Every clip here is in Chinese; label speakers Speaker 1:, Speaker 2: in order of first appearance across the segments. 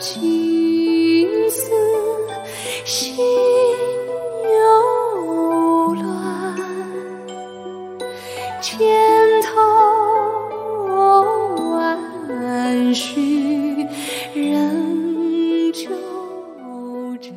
Speaker 1: 心思心又乱，千头万绪仍纠缠。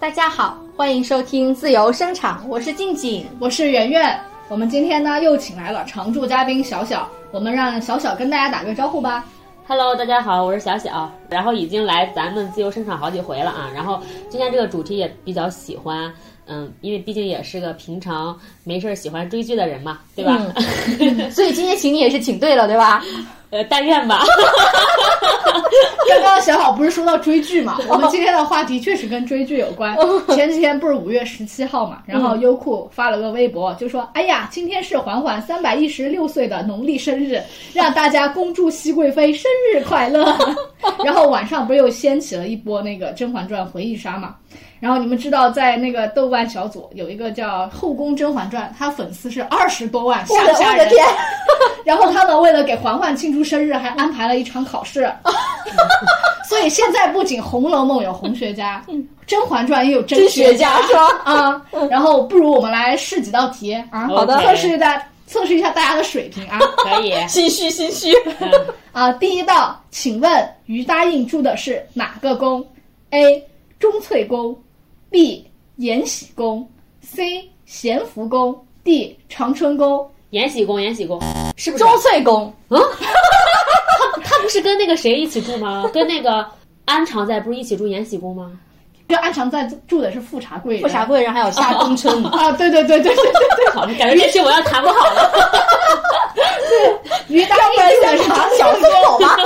Speaker 2: 大家好，欢迎收听自由声场，我是静静。
Speaker 3: 我是圆圆。我们今天呢又请来了常驻嘉宾小小，我们让小小跟大家打个招呼吧。
Speaker 4: Hello，大家好，我是小小，然后已经来咱们自由生产好几回了啊，然后今天这个主题也比较喜欢，嗯，因为毕竟也是个平常没事儿喜欢追剧的人嘛，对吧？
Speaker 2: 嗯 所以今天请你也是请对了，对吧？
Speaker 4: 呃，但愿 吧。
Speaker 3: 刚刚小好不是说到追剧嘛？我们今天的话题确实跟追剧有 关。前几天不是五月十七号嘛，然后
Speaker 2: 嗯
Speaker 3: 优酷发了个微博，就说：“哎呀，今天是环环三百一十六岁的农历生日，让大家恭祝熹贵妃生日快 乐。”然后晚上不是又掀起了一波那个《甄嬛传》回忆杀嘛？然后你们知道，在那个豆瓣小组有一个叫《后宫甄嬛传》，他粉丝是二十多万，吓
Speaker 2: 我
Speaker 3: 不
Speaker 2: 的
Speaker 3: 吓
Speaker 2: 我
Speaker 3: 人
Speaker 2: 的？天，
Speaker 3: 然后他们为了给嬛嬛庆祝生日，还安排了一场考 试。所以现在不仅《红楼梦》有红学家，《甄嬛传》也有真
Speaker 2: 真嗯学家是吧？
Speaker 3: 啊。然后不如我们来试几道题啊，
Speaker 4: 好的
Speaker 3: 测试一下测试一下大家的水平 啊
Speaker 4: 可以，
Speaker 2: 心虚心虚。
Speaker 3: 啊！第一道，请问于答应住的是哪个宫？A. 钟粹宫，B. 延禧宫，C. 咸福宫，D. 长春宫。
Speaker 4: 延禧宫，延禧宫是不是？
Speaker 2: 钟粹宫，
Speaker 4: 他不是跟那个谁一起住 吗？跟那个安常在不是一起住延禧宫吗？
Speaker 3: 这安常在住的是富察贵人。
Speaker 2: 富察贵人还有夏冬春呢。
Speaker 3: 啊，对对对对对对。
Speaker 4: 好了，感觉这题我要谈不好了。
Speaker 3: 于大
Speaker 2: 不然想查小松狗吧？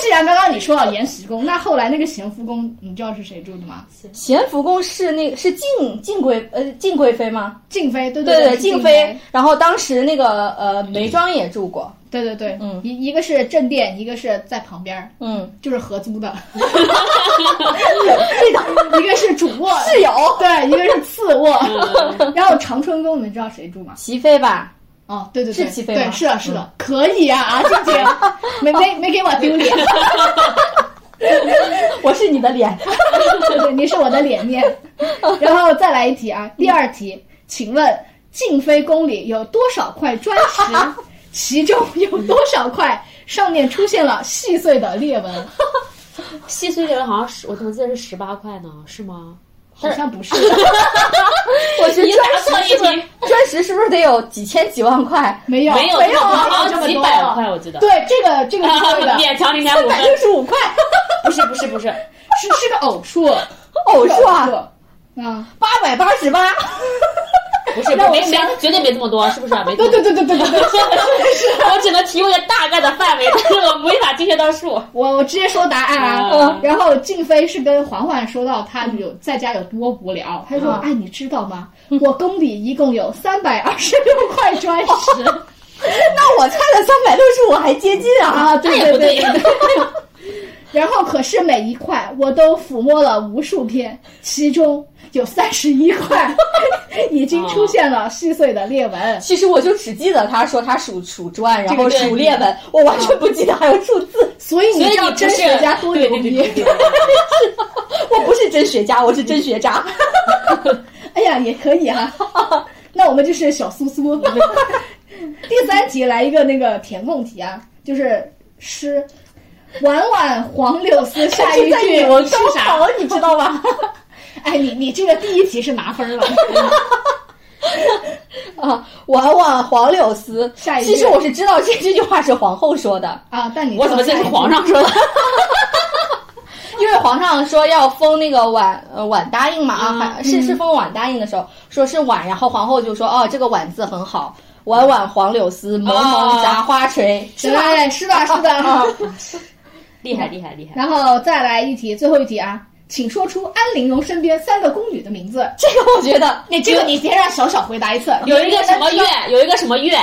Speaker 3: 既然刚刚你说到延禧宫，那后来那个咸福宫，你知道是谁住的吗？
Speaker 2: 咸福宫是那个是敬敬贵呃敬贵妃吗？
Speaker 3: 静妃，对
Speaker 2: 对
Speaker 3: 对，
Speaker 2: 对，
Speaker 3: 是
Speaker 2: 敬
Speaker 3: 静
Speaker 2: 妃。。然后当时那个呃眉庄也住过，
Speaker 3: 对对对，
Speaker 2: 嗯
Speaker 3: 一一个是正殿，一个是在旁边儿，
Speaker 2: 嗯，
Speaker 3: 就是合租的，
Speaker 2: 这个
Speaker 3: 一个是主卧，
Speaker 2: 室友嗯
Speaker 3: 对，一个是次卧。然后长春宫，你们知道谁住吗？
Speaker 2: 齐妃吧？
Speaker 3: 哦，对对对，
Speaker 2: 是齐妃吗嗯
Speaker 3: 对，是的，是的，可以啊啊，静 姐，没没没给我丢脸，
Speaker 2: 我是你的脸，
Speaker 3: 对对，你是我的脸面。然后再来一题啊，第二题，请问静妃宫里有多少块砖石？其中有多少块上面出现了细碎的裂纹？
Speaker 4: 细碎裂纹好像是我怎么记得是十八块呢？是吗？
Speaker 3: 好像不是，
Speaker 2: 我是
Speaker 4: 你
Speaker 2: 砖
Speaker 4: 答错
Speaker 2: 石是不
Speaker 4: 一题
Speaker 2: 是砖石是不是得有几千几万块？
Speaker 3: 没有，
Speaker 4: 没有，
Speaker 3: 没有啊，
Speaker 4: 好
Speaker 3: 这
Speaker 4: 像
Speaker 3: 么
Speaker 4: 几
Speaker 3: 多
Speaker 4: 百块，我记得。
Speaker 3: 对，这个这个是对 的，
Speaker 4: 勉强零点
Speaker 2: 三
Speaker 4: 五
Speaker 2: 百
Speaker 4: 分。
Speaker 2: 六十五块，
Speaker 4: 不是不是不是，
Speaker 3: 是是个偶数，
Speaker 2: 偶
Speaker 3: 是个
Speaker 2: 数啊，
Speaker 3: 数啊，
Speaker 2: 八百八十八。
Speaker 4: 不 是，
Speaker 3: 让我
Speaker 4: 没没
Speaker 3: 想，
Speaker 4: 绝对没这么多，是不是？没
Speaker 3: 对
Speaker 4: 这么多
Speaker 3: 对。对对对对对，
Speaker 4: 我只能提供一个大概的范围，但是我没法精确到数。
Speaker 3: 我我直接说答案啊。
Speaker 4: 嗯
Speaker 3: 然后静妃是跟嬛嬛说到她有在家有多无聊，她就说：“
Speaker 4: 啊
Speaker 3: 哎，你知道吗？我宫里一共有三百二十六块砖石。
Speaker 2: 那我猜的三百六十五还接近啊！
Speaker 3: 啊，
Speaker 4: 那
Speaker 3: 对
Speaker 4: 也不
Speaker 3: 对对
Speaker 4: 对，
Speaker 3: 对。然后可是每一块我都抚摸了无数遍，其中有三十一 块已经出现了细碎的裂纹。
Speaker 2: 其实我就只记得他说他数数砖，然后
Speaker 4: 这个对
Speaker 2: 数裂纹，我完全不记得还有数字。
Speaker 3: 所以你
Speaker 4: 所以
Speaker 3: 知道
Speaker 4: 你不
Speaker 3: 真
Speaker 4: 是
Speaker 3: 学家多
Speaker 4: 对
Speaker 3: 牛
Speaker 4: 对对
Speaker 3: 逼
Speaker 4: 对？对对
Speaker 2: 我不是真学家，我是真学渣。
Speaker 3: 哎呀，也可以哈、啊。 那我们就是小苏苏。 第三题来一个那个填空题啊，就是诗。婉婉黄柳丝，下一
Speaker 2: 是在
Speaker 3: 句
Speaker 2: 语文
Speaker 3: 是
Speaker 2: 高
Speaker 3: 啥？
Speaker 2: 考，你知道吗？
Speaker 3: 哎，你你这个第一题是拿分了，
Speaker 2: 啊，婉婉黄柳丝。
Speaker 3: 下一句
Speaker 2: 其实我是知道这这句话是皇后说的，
Speaker 3: 啊，但你
Speaker 4: 我怎么记得是皇上说的？
Speaker 2: 因为皇上说要封那个婉呃婉答应嘛啊，
Speaker 4: 嗯
Speaker 2: 还是是封婉答应的时候说是婉，然后皇后就说哦这个婉字很好，婉婉黄柳丝，蒙蒙杂花垂，
Speaker 3: 哦是吧？哎是的，是
Speaker 2: 啊
Speaker 3: 的。
Speaker 4: 厉害厉害厉害！
Speaker 3: 然后再来一题，最后一题啊，请说出安陵容身边三个宫女的名字。
Speaker 2: 这个我 觉得
Speaker 3: 你这个你先让小小回答一次，
Speaker 4: 有一个什么月，有一个什么月，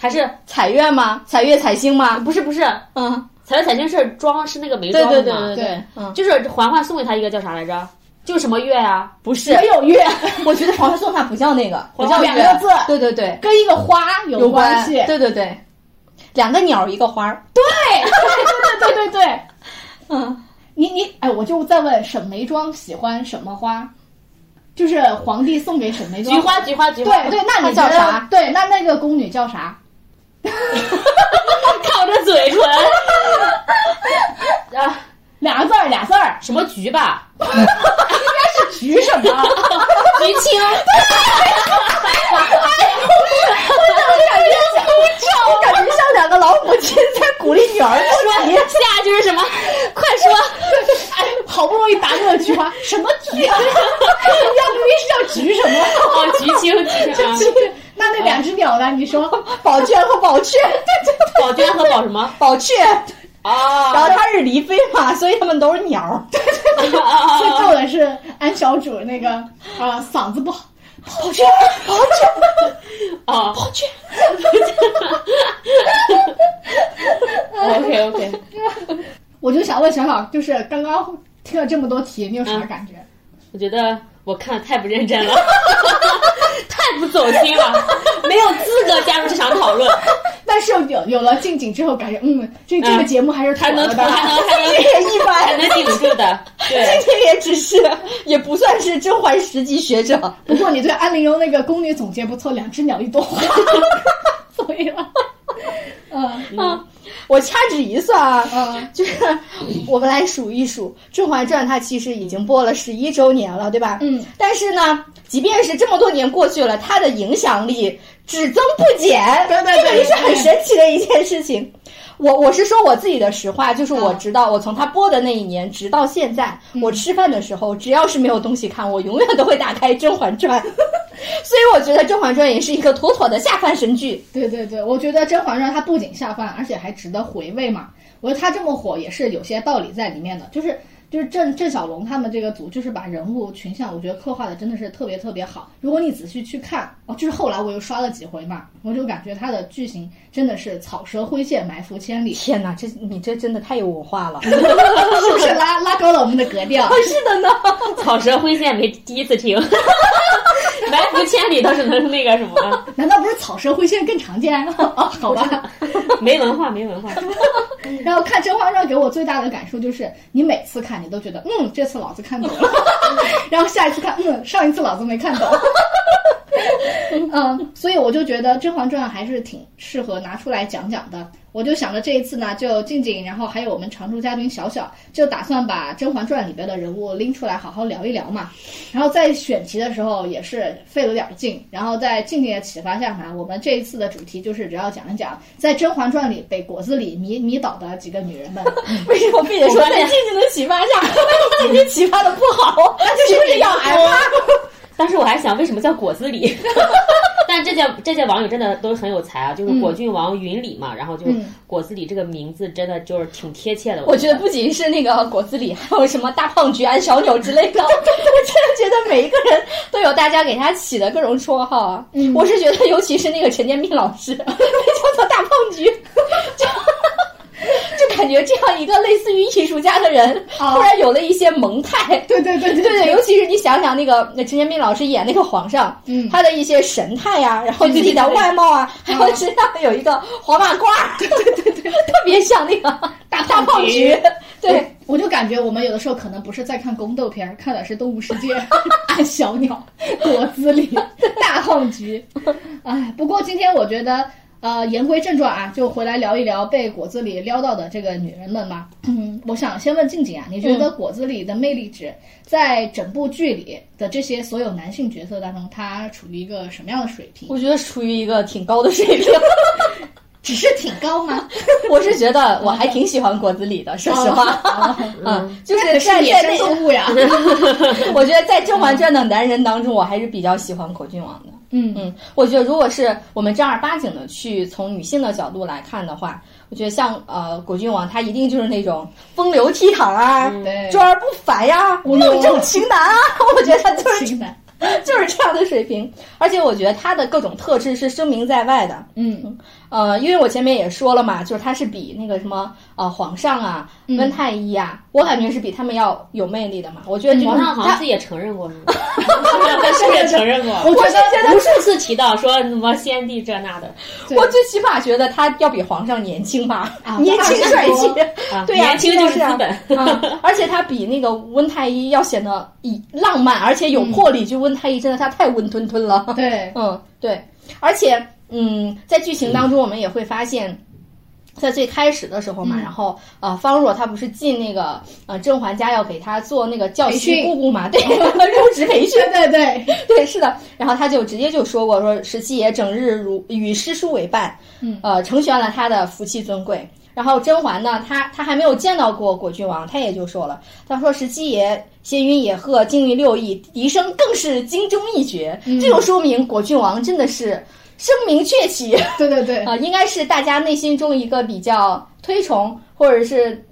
Speaker 4: 还是
Speaker 2: 彩月吗？彩月彩星吗？
Speaker 4: 不是不是？
Speaker 2: 嗯，
Speaker 4: 彩月彩星是妆是那个眉
Speaker 2: 对
Speaker 4: 妆
Speaker 2: 对
Speaker 4: 的
Speaker 2: 对
Speaker 4: 吗？
Speaker 2: 对
Speaker 3: 对，
Speaker 2: 嗯，
Speaker 4: 就是嬛嬛送给他一个叫啥来着？就是什么月啊？
Speaker 2: 不是，
Speaker 3: 没有月，
Speaker 2: 我觉得皇上送他不叫那个，不
Speaker 3: 皇
Speaker 2: 叫
Speaker 3: 上两
Speaker 2: 月
Speaker 3: 个字
Speaker 2: 对对对，
Speaker 3: 跟一个花有
Speaker 2: 有关
Speaker 3: 系。
Speaker 2: 对对对，两个鸟儿一个花儿，对，
Speaker 3: 对对对，嗯，你你哎，我就再问沈眉庄喜欢什么花？就是皇帝送给沈眉庄
Speaker 4: 菊花，菊花，菊花。
Speaker 3: 对对，那你
Speaker 2: 她叫
Speaker 3: 觉得
Speaker 2: 啥？
Speaker 3: 对，那那个宫女叫啥？
Speaker 4: 靠着嘴唇。啊，
Speaker 3: 两个字儿，俩字儿，
Speaker 4: 什么菊吧？
Speaker 3: 菊什么？
Speaker 4: 菊 青。
Speaker 2: 我感觉像两个老母亲在鼓励女儿
Speaker 4: 说下就是什么？快说！
Speaker 3: 哎，好不容易答对了菊花， 什么菊啊？要不明是叫菊什么？
Speaker 4: 哦，菊青，菊青啊
Speaker 3: 就是那那两只鸟呢？你说
Speaker 2: 宝娟和宝雀，对对
Speaker 4: 啊
Speaker 2: 对，
Speaker 4: 宝娟和宝什么？
Speaker 2: 宝雀。然
Speaker 4: 啊
Speaker 2: 后她是离妃嘛，所以他们都是鸟儿。
Speaker 3: 最逗的是安小主那个啊嗓子不好，
Speaker 2: 宝雀，宝雀，
Speaker 4: 啊！
Speaker 2: 宝雀。
Speaker 4: OK OK，
Speaker 3: 我就想问小小，就是刚刚听了这么多题，你有啥感觉？
Speaker 4: 我觉得我看的太不认真了， 太不走心了，没有资格加入这场讨论。
Speaker 3: 但是有有了近景之后，感觉嗯，这这个
Speaker 4: 嗯
Speaker 3: 节目还是妥
Speaker 4: 还能
Speaker 3: 了的。
Speaker 4: 还能还能
Speaker 2: 这也一
Speaker 4: 还
Speaker 2: 般，
Speaker 4: 能顶住的，对。
Speaker 2: 这也只是也不算是甄嬛十级学者。
Speaker 3: 不过你对安陵容那个宫女总结不错，两只鸟一朵花， 所以了，嗯
Speaker 2: 啊，我掐指一算啊，
Speaker 3: 嗯
Speaker 2: 就是我们来数一数，《甄嬛传》它其实已经播了十一周年了，对吧？
Speaker 3: 嗯。
Speaker 2: 但是呢，即便是这么多年过去了，它的影响力只增不减，
Speaker 3: 对对对
Speaker 2: 这个也是很神奇的一件事情。我我是说我自己的实话，就是我
Speaker 3: 嗯
Speaker 2: 直到我从它播的那一年直到现在，我吃饭的时候，只要是没有东西看，我永远都会打开《甄嬛传》， 所以我觉得《甄嬛传》也是一个妥妥的下饭神剧。
Speaker 3: 对对对，我觉得《甄嬛传》它不仅下饭，而且还值得回味嘛。我觉得它这么火也是有些道理在里面的，就是就是郑郑晓龙他们这个组，就是把人物群像，我觉得刻画的真的是特别特别好。如果你仔细去看，哦，就是后来我又刷了几回嘛，我就感觉它的剧情真的是草蛇灰线，埋伏千里，
Speaker 2: 天哪，这你这真的太有文化 了！
Speaker 3: 是不是拉拉高了我们的格调？
Speaker 2: 是的呢，
Speaker 4: 草蛇灰线没第一次听， 埋伏千里倒是能那个什么，
Speaker 3: 难道不是草蛇灰线更常见？哦， 好吧。
Speaker 4: 没文化没文 化。
Speaker 3: 然后看《甄嬛传》给我最大的感受就是，你每次看你都觉得，嗯，这次老子看懂 了，然后下一次看，嗯，上一次老子没 看懂。嗯，所以我就觉得《甄嬛传》还是挺适合拿出来讲讲的。我就想着这一次呢，就静静，然后还有我们常驻嘉宾小小，就打算把《甄嬛传》里边的人物拎出来好好聊一聊嘛。然后在选题的时候也是费了点劲，然后在静静的启发下呢，我们这一次的主题就是主要讲一讲在《甄嬛传》里被果子狸迷迷倒的几个女人 们。
Speaker 2: 为什么非得说
Speaker 4: 我发
Speaker 2: 在
Speaker 4: 现
Speaker 2: 静静的启发下，静静启发的不好，那就是不是要挨骂？
Speaker 4: 当时我还想，为什么叫果子 狸？但这届这届网友真的都很有才啊，
Speaker 2: 嗯
Speaker 4: 就是果郡王云里嘛，然后就
Speaker 3: 嗯
Speaker 4: 果子狸这个名字真的就是挺贴切的。
Speaker 2: 我觉得不仅是那个果子狸，还有什么大胖菊、安小钮之类的，我真的觉得每一个人都有大家给他起的各种绰号啊。
Speaker 3: 嗯
Speaker 2: 我是觉得，尤其是那个陈建斌老师， 被叫做大胖菊，就就感觉这样一个类似于艺术家的人，
Speaker 3: 哦
Speaker 2: 突然有了一些萌态。
Speaker 3: 对对对对
Speaker 2: 对对，尤其是你想想那个陈建斌老师演那个皇上，
Speaker 3: 嗯
Speaker 2: 他的一些神态呀、然后自己的外貌啊，还有身上有一个黄马褂儿，对对对对， 特别像那个大大
Speaker 4: 胖
Speaker 2: 胖
Speaker 4: 菊
Speaker 2: 菊，对。
Speaker 3: 我就感觉我们有的时候可能不是在看宫斗片儿，看的是《动物世界》 《暗小鸟》《果子狸》《大胖菊》。哎，不过今天我觉得，呃，言归正传啊，就回来聊一聊被果子狸撩到的这个女人们嘛。嗯，我想先问静静啊，你觉
Speaker 2: 嗯
Speaker 3: 得果子狸的魅力值在整部剧里的这些所有男性角色当中，它处于一个什么样的水平？
Speaker 2: 我觉得处于一个挺高的水平，
Speaker 3: 只是挺高吗？
Speaker 2: 我是觉得我还挺喜欢果子狸的，说实话，嗯，就是
Speaker 3: 哦那可
Speaker 2: 在
Speaker 3: 是野
Speaker 2: 在
Speaker 3: 生
Speaker 2: 那，
Speaker 3: 动物呀。
Speaker 2: 我觉得在《甄嬛传》的男人当中，我还是比较喜欢果郡王的。
Speaker 3: 嗯
Speaker 2: 嗯，我觉得如果是我们正儿八经的去从女性的角度来看的话，我觉得像呃果郡王他一定就是那种风流倜傥啊，
Speaker 4: 嗯
Speaker 3: 对
Speaker 2: 卓而不凡呀、
Speaker 3: 嗯
Speaker 2: 梦中情 男啊，我觉得他 就是
Speaker 3: 行的。
Speaker 2: 就是这样的水平。而且我觉得他的各种特质是声名在外的。
Speaker 3: 嗯
Speaker 2: 呃，因为我前面也说了嘛，就是他是比那个什么呃皇上啊、
Speaker 4: 嗯
Speaker 2: 温太医啊，我感觉是比他们要有魅力的嘛。我觉得这种
Speaker 4: 皇上好像
Speaker 2: 他
Speaker 4: 自己也承认过， 是吗？他是也承认过，
Speaker 3: 我觉得
Speaker 4: 无数次提到说什么先帝这那的
Speaker 3: 对
Speaker 2: 我最起码觉得他要比皇上年轻吧，
Speaker 3: 啊
Speaker 2: 年轻帅气，
Speaker 4: 啊，
Speaker 2: 对呀、
Speaker 4: 年轻就是
Speaker 2: 这
Speaker 4: 资
Speaker 2: 样
Speaker 4: 本。
Speaker 2: 嗯，而且他比那个温太医要显得以浪漫，而且有魄力。就温太医真的他太温吞吞了。
Speaker 3: 对，
Speaker 2: 嗯，对，而且嗯，在剧情当中我们也会发现。在最开始的时候嘛，
Speaker 3: 嗯
Speaker 2: 然后呃，方若她不是进那个呃甄嬛家要给她做那个教
Speaker 3: 培
Speaker 2: 习
Speaker 3: 训
Speaker 2: 姑姑嘛，对，入职培训，
Speaker 3: 对对对，
Speaker 2: 对，是的。然后他就直接就说过，说十七爷整日如与诗书为伴，
Speaker 3: 嗯
Speaker 2: 呃，成全了他的福气尊贵。然后甄嬛呢，她她还没有见到过果郡王，她也就说了，她说十七爷闲云野鹤，精于六艺，笛声更是精中一绝。这种说明果郡王真的是 声名鹊起 啊、
Speaker 3: 对对对，
Speaker 2: 呃应该是大家内心中一个比较推崇或者是。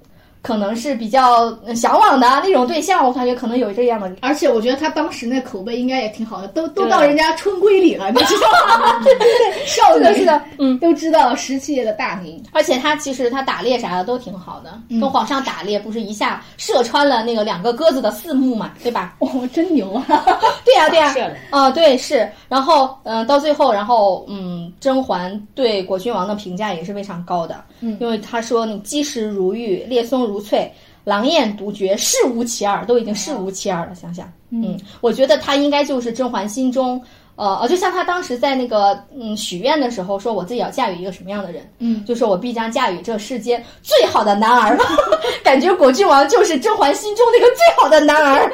Speaker 2: 可能是比较呃向往的那种对象，我感觉可能有这样的
Speaker 3: 而且我觉得他当时那口碑应该也挺好的，都都
Speaker 4: 对
Speaker 3: 到人家春闺里了，你知道吗？ 对对对，少
Speaker 2: 是
Speaker 3: 女
Speaker 2: 的，是的，嗯，
Speaker 3: 都知道十七爷的大名，
Speaker 2: 而且他其实他打猎啥的都挺好的，
Speaker 3: 嗯
Speaker 2: 跟皇上打猎不是一下射穿了那个两个鸽子的四目嘛，对吧？
Speaker 3: 哦，真牛啊！
Speaker 2: 对呀、对呀、
Speaker 4: 是的
Speaker 2: 啊、对是。然后嗯、呃到最后，然后嗯，甄嬛对果郡王的评价也是非常高的，
Speaker 3: 嗯
Speaker 2: 因为他说你基石如玉，列松如翠，狼焰独绝，世无其二，都已经世无其二了。想想，嗯，我觉得他应该就是甄嬛心中。呃，呃就像他当时在那个嗯许愿的时候说，我自己要嫁给一个什么样的人，
Speaker 3: 嗯
Speaker 2: 就是我必将嫁与这世间最好的男儿， 感觉果郡王就是甄嬛心中那个最好的男儿。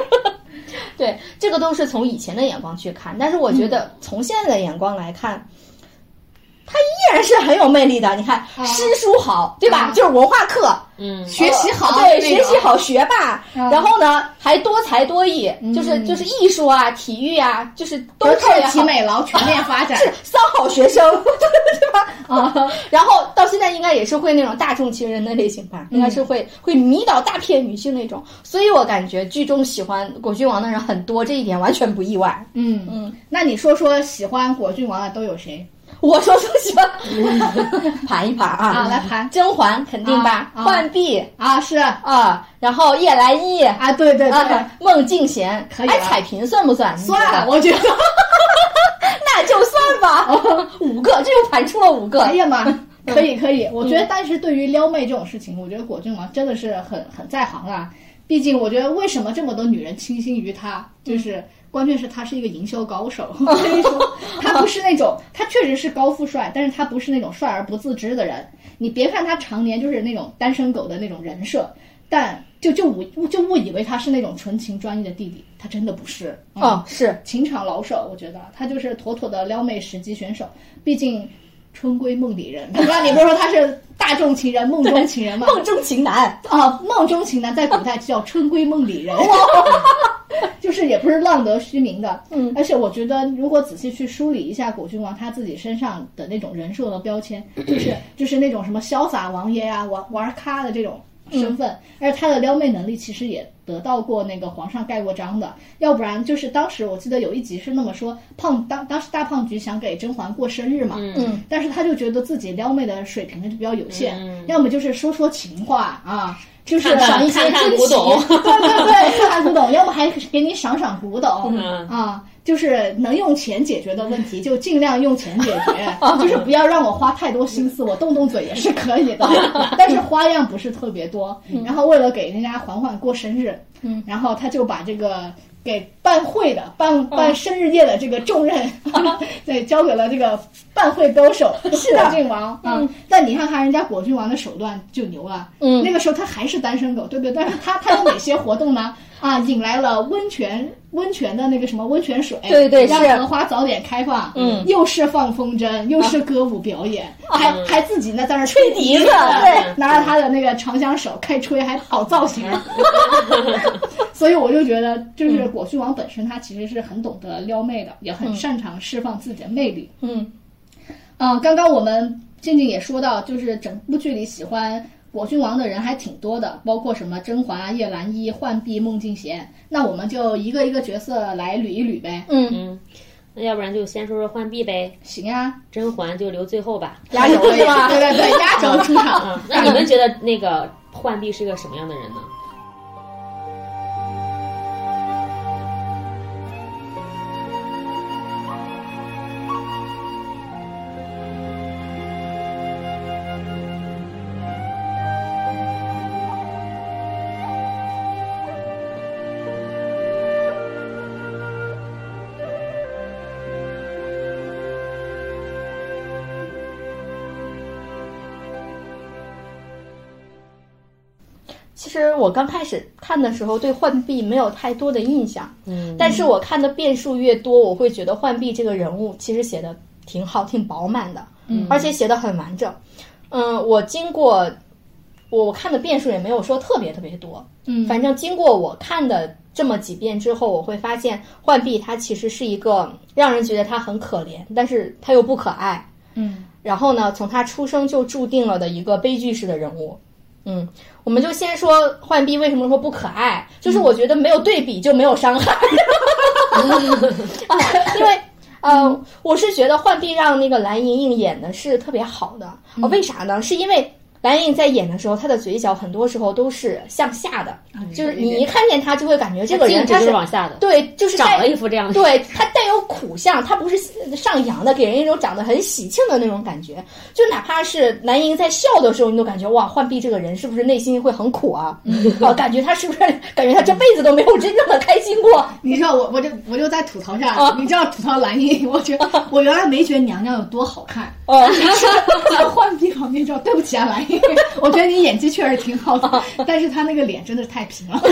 Speaker 2: 对，这个都是从以前的眼光去看，但是我觉得从现在的眼光来看，他依然是很有魅力的。你看，
Speaker 3: 啊
Speaker 2: 诗书好，对吧？
Speaker 3: 啊
Speaker 2: 就是文化课，
Speaker 4: 嗯，
Speaker 3: 学习好，
Speaker 2: 哦啊对，
Speaker 3: 那
Speaker 2: 学
Speaker 3: 种
Speaker 2: 习，好，啊学霸，
Speaker 3: 嗯
Speaker 2: 然后呢还多才多艺，就是
Speaker 3: 嗯
Speaker 2: 就是艺术啊、体育啊，就是都
Speaker 3: 德
Speaker 2: 特别
Speaker 3: 智体
Speaker 2: 好。
Speaker 3: 美劳全面发展
Speaker 2: 是三好学生，对吧？
Speaker 3: 啊！
Speaker 2: 然后到现在应该也是会那种大众情人的类型吧，
Speaker 3: 嗯
Speaker 2: 应该是会会迷倒大片女性那种，所以我感觉剧中喜欢果郡王的人很多，这一点完全不意外。
Speaker 3: 嗯
Speaker 2: 嗯
Speaker 3: 嗯，那你说说喜欢果郡王的都有谁
Speaker 2: 我说说喜 欢，盘一盘啊，
Speaker 3: 啊来盘
Speaker 2: 甄嬛肯定吧，
Speaker 3: 啊啊
Speaker 2: 浣碧
Speaker 3: 啊？是啊，
Speaker 2: 啊，然后叶澜依啊，
Speaker 3: 对对对，
Speaker 2: 孟静娴，
Speaker 3: 可以啊
Speaker 2: 哎，彩屏算不算？
Speaker 3: 算了，
Speaker 2: 了，
Speaker 3: 我觉得，
Speaker 2: 那就算吧，五个，这又盘出了五个
Speaker 3: 哦
Speaker 2: 嗯
Speaker 3: 哎。呀妈！ 可以可以，我觉得，但是对于撩妹这种事情，我觉得果郡王真的是很很在行啊。毕竟，我觉得为什么这么多女人倾心于他，
Speaker 2: 嗯
Speaker 3: 就是关键是他是一个营销高手。 所以说， 他不是那种，他确实是高富帅，但是他不是那种帅而不自知的人。你别看他常年就是那种单身狗的那种人设，但就就误就误以为他是那种纯情专一的弟弟，他真的不是。嗯
Speaker 2: 哦，是
Speaker 3: 情场老手，我觉得他就是妥妥的撩妹时机选手。毕竟春闺梦里人， 那你不是说他是大众情人、梦中情人吗？
Speaker 2: 梦中情男，
Speaker 3: 啊，梦中情男在古代叫春闺梦里人，就是也不是浪得虚名的。
Speaker 2: 嗯
Speaker 3: 而且我觉得，如果仔细去梳理一下果郡王他自己身上的那种人设和标签，就是 就是那种什么潇洒王爷啊、玩玩咖的这种
Speaker 4: 嗯
Speaker 3: 身份，而且他的撩妹能力其实也得到过那个皇上盖过章的。要不然就是当时我记得有一集是那么说，胖当当时大胖菊想给甄嬛过生日嘛，
Speaker 2: 嗯，
Speaker 3: 但是他就觉得自己撩妹的水平就比较有限，
Speaker 4: 嗯
Speaker 3: 要么就是说说情话啊，就是
Speaker 4: 看看
Speaker 3: 赏一些
Speaker 4: 看看
Speaker 3: 惊
Speaker 4: 古
Speaker 3: 喜，
Speaker 4: 董
Speaker 3: 对对对，看看古董，要么还给你赏赏古董、
Speaker 4: 嗯
Speaker 3: 啊，就是能用钱解决的问题就尽量用钱解决，就是不要让我花太多心思，我动动嘴也是可以的，但是花样不是特别多。然后为了给人家嬛嬛过生日，
Speaker 2: 嗯
Speaker 3: 然后他就把这个。给办会的办
Speaker 2: 哦
Speaker 3: 办生日宴的这个重任， 对，交给了这个办会高 手果郡王啊。但你看看人家果郡王的手段就牛了，
Speaker 2: 嗯
Speaker 3: 那个时候他还是单身狗，对不对？但是他他有哪些活动呢？ 啊，引来了温泉温泉的那个什么温泉水，
Speaker 2: 对对
Speaker 3: 让
Speaker 2: 是
Speaker 3: 荷花早点开放，
Speaker 2: 嗯
Speaker 3: 又是放风筝，又是歌舞表演，还还自己呢在那儿吹
Speaker 2: 笛子
Speaker 4: 对
Speaker 3: 拿着他的那个长枪手开吹，还搞造型。所以我就觉得，就是果郡王本身他其实是很懂得撩妹的，也很擅长释放自己的魅力。
Speaker 2: 嗯
Speaker 3: 嗯，刚刚我们静静也说到，就是整部剧里喜欢果郡王的人还挺多的，包括什么甄嬛啊、叶澜依、浣碧、孟静娴。那我们就一个一个角色来捋一捋呗。
Speaker 2: 嗯
Speaker 4: 嗯，那要不然就先说说浣碧呗，
Speaker 3: 行啊，
Speaker 4: 甄嬛就留最后吧。
Speaker 2: 压轴是吧？
Speaker 3: 对对对，压轴出
Speaker 4: 嗯
Speaker 3: 场。，
Speaker 4: 那你们觉得那个浣碧是个什么样的人呢？
Speaker 2: 其实我刚开始看的时候对浣碧没有太多的印象，
Speaker 4: 嗯，
Speaker 2: 但是我看的变数越多，我会觉得浣碧这个人物其实写的挺好、挺饱满的，
Speaker 3: 嗯
Speaker 2: 而且写的很完整。嗯，我经过我我看的变数也没有说特别特别多，
Speaker 3: 嗯
Speaker 2: 反正经过我看的这么几遍之后，我会发现浣碧她其实是一个让人觉得她很可怜，但是她又不可爱，
Speaker 3: 嗯
Speaker 2: 然后呢，从她出生就注定了的一个悲剧式的人物。嗯，我们就先说浣碧为什么说不可爱，就是我觉得没有对比就没有伤害， 啊，因为。呃，我是觉得浣碧让那个蓝盈莹演的是特别好的，哦，
Speaker 4: 嗯
Speaker 2: 为啥呢？是因为蓝盈莹在演的时候，她的嘴角很多时候都是向下的，
Speaker 4: 啊
Speaker 2: 就是你一看见她就会感觉这个人
Speaker 4: 他
Speaker 2: 她
Speaker 4: 是
Speaker 2: 是
Speaker 4: 往下的，
Speaker 2: 对，就是
Speaker 4: 长
Speaker 2: 带
Speaker 4: 了一副这样的。
Speaker 2: 对，它带有苦相，它不是上扬的，给人一种长得很喜庆的那种感觉。就哪怕是蓝莹在笑的时候，你都感觉哇，浣碧这个人是不是内心会很苦啊？
Speaker 4: 嗯
Speaker 2: 啊，感觉他是不是感觉他这辈子都没有真正的开心过？
Speaker 3: 你知道我我就我就在吐槽
Speaker 2: 啊
Speaker 3: 啥？你知道吐槽蓝茵，我觉 得我原来没觉得娘娘有多好看，
Speaker 2: 哦、
Speaker 3: 在浣碧旁边之后，对不起啊，蓝茵，我觉得你演技确实挺好
Speaker 2: 哦
Speaker 3: 的，但是她那个脸真的是太平 了。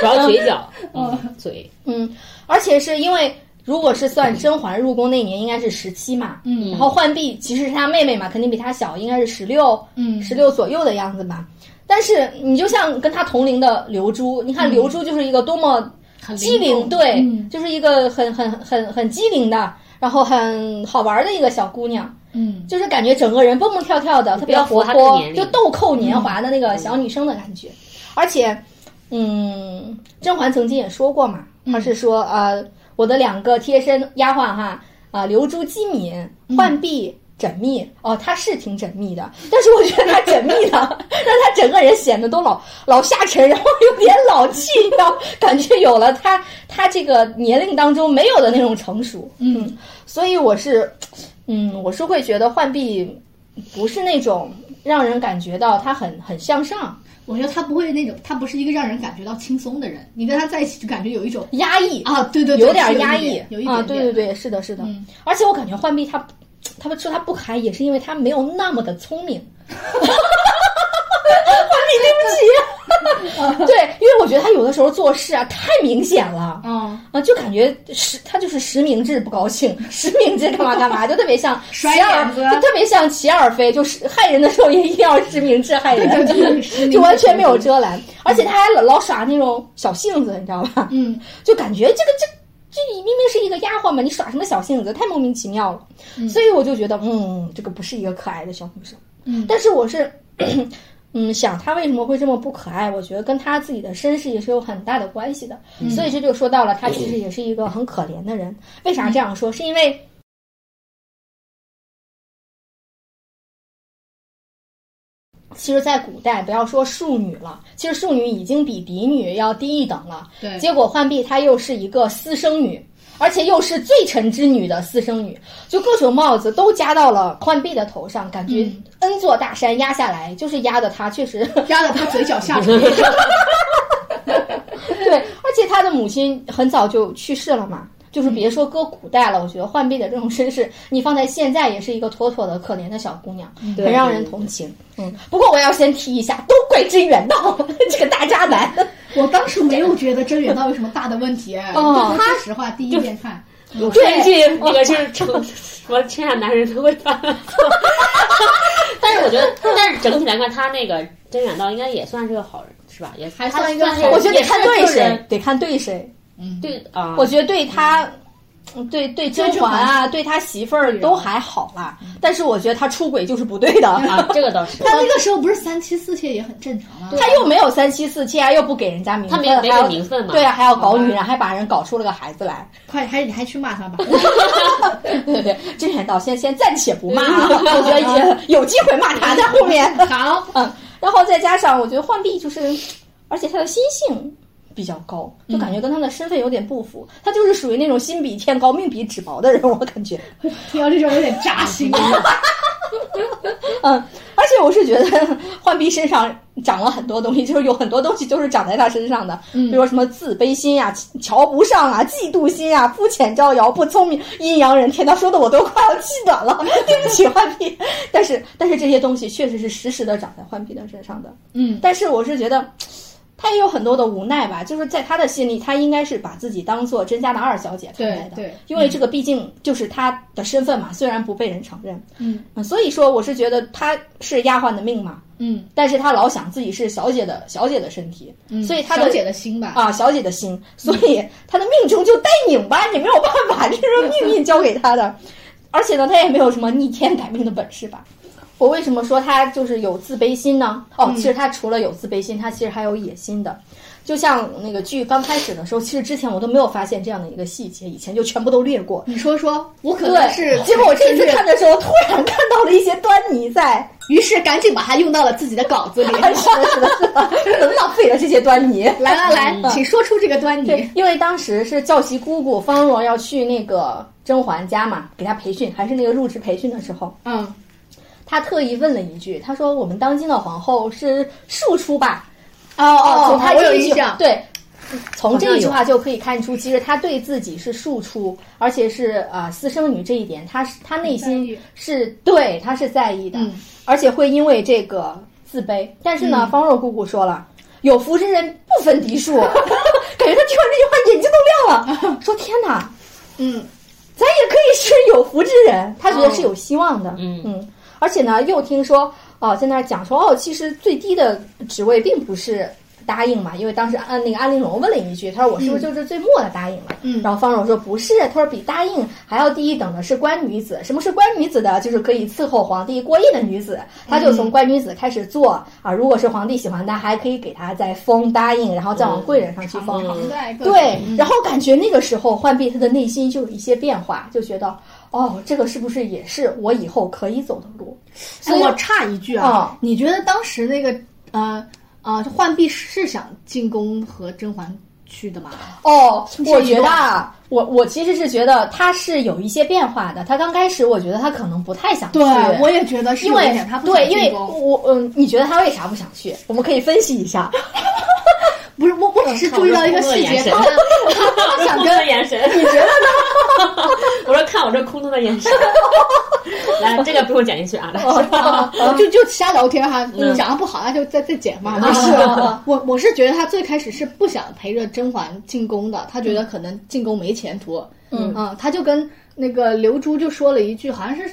Speaker 4: 主要嘴角，嗯，嘴，
Speaker 2: 嗯，而且是因为如果是算甄嬛入宫那年，应该是十七嘛，
Speaker 3: 嗯
Speaker 2: 然后浣碧其实是她妹妹嘛，肯定比她小，应该是十六，
Speaker 3: 嗯
Speaker 2: 十六左右的样子吧。但是你就像跟她同龄的刘珠，你看刘珠就是一个多么机灵，对，
Speaker 3: 嗯
Speaker 2: 就是一个很很很很机灵的，然后很好玩的一个小姑娘，
Speaker 3: 嗯
Speaker 2: 就是感觉整个人蹦蹦跳跳的，特别
Speaker 4: 不要符
Speaker 2: 活
Speaker 4: 合她这个
Speaker 2: 泼，
Speaker 4: 年龄嗯
Speaker 2: 就豆蔻年华的那个小女生的感觉。而且，嗯，甄嬛曾经也说过嘛，
Speaker 4: 嗯
Speaker 2: 她是说呃，我的两个贴身丫鬟哈啊、流珠机敏、浣碧。缜密哦，她是挺缜 密的，但是我觉得她缜密的，让 她整个人显得都老老下沉，然后有点老气，你知道，感觉有了她她这个年龄当中没有的那种成熟，
Speaker 3: 嗯
Speaker 2: 所以我是，嗯，我是会觉得浣碧不是那种让人感觉到她很很向上、
Speaker 3: 我觉得她不会那种，她不是一个让人感觉到轻松的人，你跟她在一起就感觉有一种
Speaker 2: 压抑，
Speaker 3: 啊，对对，对
Speaker 2: 有点
Speaker 3: 是
Speaker 2: 压
Speaker 3: 一
Speaker 2: 抑
Speaker 3: 点有一
Speaker 2: 啊，
Speaker 3: 点
Speaker 2: 对
Speaker 3: 点
Speaker 2: 对对，是的，是的。
Speaker 3: 嗯
Speaker 2: 而且我感觉浣碧她，他们说她不可爱，也是因为她没有那么的 聪明。 浣碧，对不 起，对，因为我觉得她有的时候做事啊太明显了。
Speaker 3: 嗯，
Speaker 2: 啊，就感觉实他就是实名制不高兴，实名制干嘛干嘛，就特别像
Speaker 3: 甩
Speaker 2: 齐尔，
Speaker 3: 脸子
Speaker 2: 就特别像齐尔菲，就是害人的时候也一定要实名制害
Speaker 3: 对
Speaker 2: 人，
Speaker 3: 对对，
Speaker 2: 就完全没有遮拦，而且他还老老耍那种小性子，你知道吧？
Speaker 3: 嗯
Speaker 2: 就感觉这个这这你明明是一个丫鬟嘛，你耍什么小性子，太莫名其妙了。所以我就觉得，嗯，这个不是一个可爱的小女生。
Speaker 3: 嗯
Speaker 2: 但是我是，嗯，想她为什么会这么不可爱，我觉得跟她自己的身世也是有很大的关系的。所以这就说到了，她其实也是一个很可怜的人。为啥这样说？是因为。其实，在古代，不要说庶女了，其实庶女已经比嫡女要低一等了。
Speaker 3: 对
Speaker 2: 结果浣碧她又是一个私生女，而且又是罪臣之女的私生女，就各种帽子都加到了浣碧的头上，感觉
Speaker 3: 嗯
Speaker 2: N 座大山压下来，就是压的她确实
Speaker 3: 压到她嘴角下垂，
Speaker 2: 对，而且她的母亲很早就去世了嘛。就是别说搁古代了，我觉得浣碧的这种身世，你放在现在也是一个妥妥的可怜的小姑娘，
Speaker 3: 嗯
Speaker 4: 对
Speaker 2: 很让人同情。嗯，不过我要先提一下，都怪甄远道 这个大渣男。
Speaker 3: 我当时没有觉得甄远道有什么大的问题，
Speaker 2: 哦
Speaker 3: 就说实话，第一遍看，
Speaker 4: 我说一句那个是成什么天下男人都会犯的 错，但是我觉得，但是整体来看，他那个甄远道应该也算是个好人，是吧？也
Speaker 3: 还
Speaker 4: 他
Speaker 3: 算一个
Speaker 4: 是
Speaker 3: 好人
Speaker 2: 我觉得得看对
Speaker 4: 也是个
Speaker 2: 谁
Speaker 4: 人，
Speaker 2: 得看对谁。
Speaker 4: 对啊，
Speaker 2: 我觉得对他，嗯对对甄嬛啊，对他媳妇儿都还好啦，
Speaker 4: 嗯
Speaker 2: 但是我觉得他出轨就是不对的。
Speaker 4: 啊，这个倒 是。
Speaker 3: 他那个时候不是三妻四妾也很正常吗？
Speaker 2: 他又没有三妻四妾啊，又不给人家名
Speaker 4: 他
Speaker 2: 分，
Speaker 4: 没有没
Speaker 2: 还要
Speaker 4: 给名分嘛嗯
Speaker 2: 对啊，还要搞女人，还把人搞出了个孩子来。
Speaker 3: 快，还你还去骂他吧。
Speaker 2: 对对对，这点倒先先暂且不骂
Speaker 4: 嗯
Speaker 2: 啊， 我觉得也 有机会骂他在后面。
Speaker 3: 好，
Speaker 2: 嗯，然后再加上我觉得浣碧就是，而且他的心性比较高，就
Speaker 4: 嗯
Speaker 2: 感觉跟他的身份有点不符。他就是属于那种心比天高、命比纸薄的人，我感觉。
Speaker 3: 听到这种有点扎 心。
Speaker 2: 嗯，而且我是觉得 浣碧身上长了很多东西，就是有很多东西就是长在他身上的，比如说什么自卑心呀、瞧不上啊、嫉妒心啊、肤浅招摇、不聪明、阴阳人。天呐，说的我都快要气短了， 对不起浣碧。 但是但是这些东西确实是实时的长在浣碧的身上的。
Speaker 3: 嗯，
Speaker 2: 但是我是觉得，他也有很多的无奈吧，就是在他的心里，他应该是把自己当做甄家的二小姐看待的，
Speaker 3: 对对
Speaker 2: 因为这个毕竟就是他的身份嘛，虽然不被人承认，
Speaker 3: 嗯
Speaker 2: 嗯，所以说我是觉得他是丫鬟的命嘛，
Speaker 3: 嗯
Speaker 2: 但是他老想自己是小姐的小姐的身体，
Speaker 3: 嗯，
Speaker 2: 所以他
Speaker 3: 小
Speaker 2: 的
Speaker 3: 姐的心吧，
Speaker 2: 啊小姐的心，所以他的命中就带拧巴，你没有办法， 这是命运交给他的，而且呢，他也没有什么逆天改命的本事吧。我为什么说他就是有自卑心呢？哦，
Speaker 3: 嗯
Speaker 2: 其实他除了有自卑心，他其实还有野心的。就像那个剧刚开始的时候，其实之前我都没有发现这样的一个细节，以前就全部都略过。
Speaker 3: 你说说，我可能
Speaker 2: 对，
Speaker 3: 嗯是
Speaker 2: 结果我这次看的时候，突然看到了一些端倪 在，
Speaker 3: 于是赶紧把它用到了自己的稿 子里。
Speaker 2: 哎是的，是的，是的，可能浪费了这些端倪。嗯
Speaker 3: 来来来，请说出这个端
Speaker 2: 对
Speaker 3: 倪。，
Speaker 2: 因为当时是教习姑姑方若要去那个甄嬛家嘛，给她培训，还是那个入职培训的时候，
Speaker 3: 嗯，
Speaker 2: 她特意问了一句，她说：“我们当今的皇后是庶出吧
Speaker 3: 哦？”
Speaker 2: 从她
Speaker 3: 我有
Speaker 2: 这一
Speaker 3: 印
Speaker 2: 句
Speaker 3: 象。
Speaker 2: 对，从
Speaker 4: 好
Speaker 2: 这
Speaker 4: 像
Speaker 2: 一句
Speaker 4: 有
Speaker 2: 话就可以看出，其实她对自己是庶出，而且是啊、呃私生女这一点，她是她内
Speaker 3: 很在
Speaker 2: 心
Speaker 3: 意
Speaker 2: 是对，她是在意的，
Speaker 3: 嗯
Speaker 2: 而且会因为这个自卑。但是呢，
Speaker 3: 嗯
Speaker 2: 方若姑姑说了。有福之人不分嫡庶， 感觉她听完这句话眼睛都亮了，说天哪，
Speaker 3: 嗯，
Speaker 2: 咱也可以是有福之人，他觉得是有希望的。
Speaker 4: 嗯
Speaker 2: 嗯，而且呢，又听说哦、在那儿讲说哦，其实最低的职位并不是答应嘛，因为当时安那个安陵容问了一句，他说我是不是就是最末的答应了？
Speaker 3: 嗯
Speaker 2: 然后方荣说不是，他说比答应还要低一等的是官女子。什么是官女子的？就是可以伺候皇帝过夜的女子。他就从官女子开始做啊，如果是皇帝喜欢她，还可以给她再封答应，然后再往贵人上
Speaker 3: 嗯
Speaker 2: 去封。
Speaker 3: 唐代各种
Speaker 2: 对，然后感觉那个时候浣碧她的内心就有一些变化，就觉得哦，这个是不是也是我以后可以走的路？
Speaker 3: 哎，
Speaker 2: 所以
Speaker 3: 我插一句啊，
Speaker 2: 哦
Speaker 3: 你觉得当时那个呃呃，浣碧是想进宫和甄嬛去的吗？
Speaker 2: 哦，
Speaker 3: 是
Speaker 2: 我
Speaker 3: 一
Speaker 2: 觉得
Speaker 3: 段
Speaker 2: 啊，我我其实是觉得她是有一些变化的。她刚开始我觉得她可能不太想去，
Speaker 3: 我也觉得是
Speaker 2: 因
Speaker 3: 有一
Speaker 2: 为
Speaker 3: 点，她不想
Speaker 2: 对，因
Speaker 3: 进
Speaker 2: 为
Speaker 3: 宫。
Speaker 2: 我嗯，你觉得她为啥不想去？我们可以分析 一下。
Speaker 3: 不是我，我只是注意到一个细节，
Speaker 4: 看
Speaker 3: 她
Speaker 4: 我
Speaker 3: 她想
Speaker 4: 空
Speaker 3: 跟
Speaker 4: 洞的 眼神，你觉得呢？我说看我这空洞的眼神。 来，这个不用剪进去啊！来，
Speaker 3: 哦我 就就瞎聊天哈，
Speaker 4: 嗯
Speaker 3: 讲的不好那就再再剪嘛。
Speaker 2: 啊
Speaker 3: 没 事
Speaker 2: 啊啊，
Speaker 3: 我我是觉得他最开始是不想陪着甄嬛进宫的，他觉得可能进宫没前途。
Speaker 2: 嗯
Speaker 3: 啊，他就跟那个刘珠就说了一句，好像是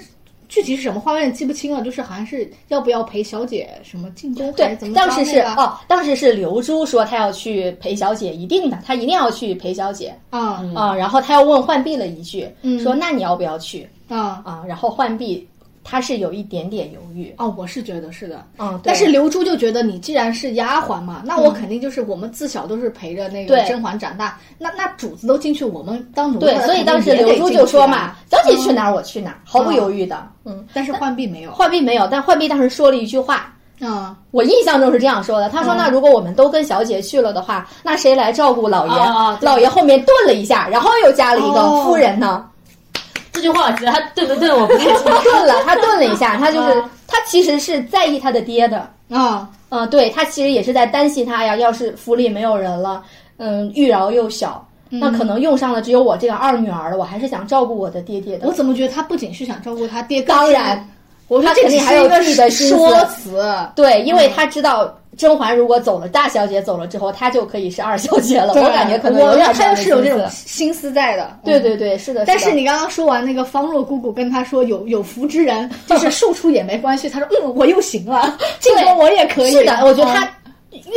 Speaker 3: 具体是什么话，我有点记不清了，就是好像是要不要陪小姐什么进宫还
Speaker 2: 对
Speaker 3: 是怎，么着啊
Speaker 2: 当时是
Speaker 3: 那个
Speaker 2: 哦，当时是刘珠说她要去陪小姐，一定的，她一定要去陪小姐。
Speaker 3: 啊
Speaker 2: 啊、然后他又问浣碧了一句，
Speaker 3: 嗯
Speaker 2: 说那你要不要去
Speaker 3: 啊
Speaker 2: 啊、然后浣碧他是有一点点犹豫，
Speaker 3: 哦，我是觉得是的。
Speaker 2: 嗯，
Speaker 3: 但是
Speaker 2: 对嗯
Speaker 3: 刘珠就觉得你既然是丫鬟嘛，那我肯定就是我们自小都是陪着那个
Speaker 2: 对
Speaker 3: 甄嬛长大，那那主子都进去，我们当奴
Speaker 2: 对
Speaker 3: 的，
Speaker 2: 所以当时
Speaker 3: 肯定
Speaker 2: 刘
Speaker 3: 也得
Speaker 2: 珠
Speaker 3: 进
Speaker 2: 就
Speaker 3: 去
Speaker 2: 说
Speaker 3: 啊
Speaker 2: 嘛，，小姐去哪儿我去哪儿，毫不犹豫的，嗯，
Speaker 3: 但是浣碧没有
Speaker 2: 浣碧没有，但浣碧当时说了一句话。
Speaker 3: 啊，
Speaker 2: 我印象中是这样说的，他说：“
Speaker 3: 嗯
Speaker 2: 那如果我们都跟小姐去了的话，那谁来照顾老爷？”
Speaker 4: 哦哦对
Speaker 2: 老爷后面顿了一下，然后又加了一个
Speaker 3: 啊哦
Speaker 2: 夫人呢，
Speaker 4: 这句话我记得，他对不对？我不太清楚。
Speaker 2: 顿了，他顿了一下，他就是、
Speaker 4: 嗯
Speaker 2: 他其实是在意他的爹的，
Speaker 3: 啊，
Speaker 2: 嗯，对他其实也是在担心他哎呀，要是府里没有人了，嗯，玉娆又小，
Speaker 3: 嗯
Speaker 2: 那可能用上了只有我这个二女儿了，我还是想照顾我的爹爹的。
Speaker 3: 我怎么觉得他不仅是想照顾他爹，
Speaker 2: 当
Speaker 3: 更是
Speaker 2: 然，
Speaker 3: 我说
Speaker 2: 他
Speaker 3: 这
Speaker 2: 肯
Speaker 3: 只
Speaker 2: 定还
Speaker 3: 是
Speaker 2: 有
Speaker 3: 一个
Speaker 2: 自己的心思
Speaker 3: 说辞，
Speaker 2: 对，因
Speaker 3: 嗯
Speaker 2: 为他知道甄嬛如果走了，大小姐走了之后，她就可以是二小姐了。我感觉可能
Speaker 3: 我
Speaker 2: 有点
Speaker 3: 他
Speaker 2: 样
Speaker 3: 又
Speaker 2: 的
Speaker 3: 是有
Speaker 2: 心
Speaker 3: 这种
Speaker 2: 思
Speaker 3: 心思在的，
Speaker 2: 对
Speaker 3: 嗯。
Speaker 2: 对对，是的。
Speaker 3: 但
Speaker 2: 的
Speaker 3: 是你刚刚说完那个方若姑姑跟他说有有福之人，就是庶出也没关系。他说嗯，我又行了，进
Speaker 2: 对
Speaker 3: 宫我也可以。
Speaker 2: 是的，我觉得
Speaker 3: 嗯
Speaker 2: 他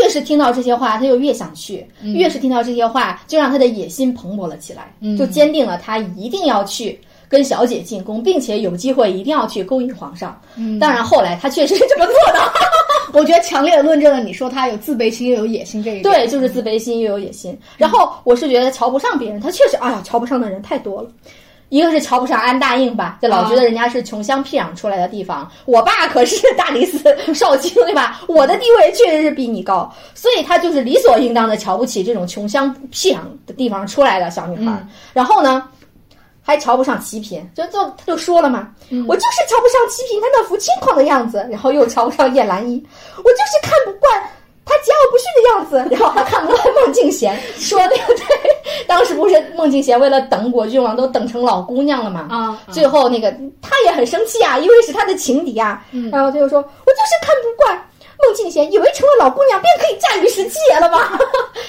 Speaker 2: 越是听到这些话，他就越想去；越是听到这些话，就让他的野心蓬勃了起来，
Speaker 3: 嗯
Speaker 2: 就坚定了他一定要去。跟小姐进宫，并且有机会一定要去勾引皇上。
Speaker 3: 嗯
Speaker 2: 当然，后来他确实是这么做的。
Speaker 3: 我觉得强烈的论证了你说他有自卑心又有野心这一点。
Speaker 2: 对，就是自卑心又有野心。然后我是觉得瞧不上别人，他确实，哎呀，瞧不上的人太多了。一个是瞧不上安大应吧，就老觉得人家是穷乡僻壤出来的地方，我爸可是大理寺少卿，对吧？我的地位确实是比你高，所以他就是理所应当的瞧不起这种穷乡僻壤的地方出来的小女孩。然后呢，还瞧不上齐嫔，就就他就说了嘛，
Speaker 3: 嗯
Speaker 2: 我就是瞧不上齐嫔她那副轻狂的样子，然后又瞧不上叶澜依，我就是看不惯她桀骜不驯的样子，然后还看不惯孟静娴，说那个对，当时不是孟静娴为了等果郡王都等成老姑娘了嘛，
Speaker 3: 啊，
Speaker 2: 最后那个他也很生气啊，因为是他的情敌啊，然后他就说：“我就是看不惯孟静娴，以为成了老姑娘便可以驾驭十七爷了吧？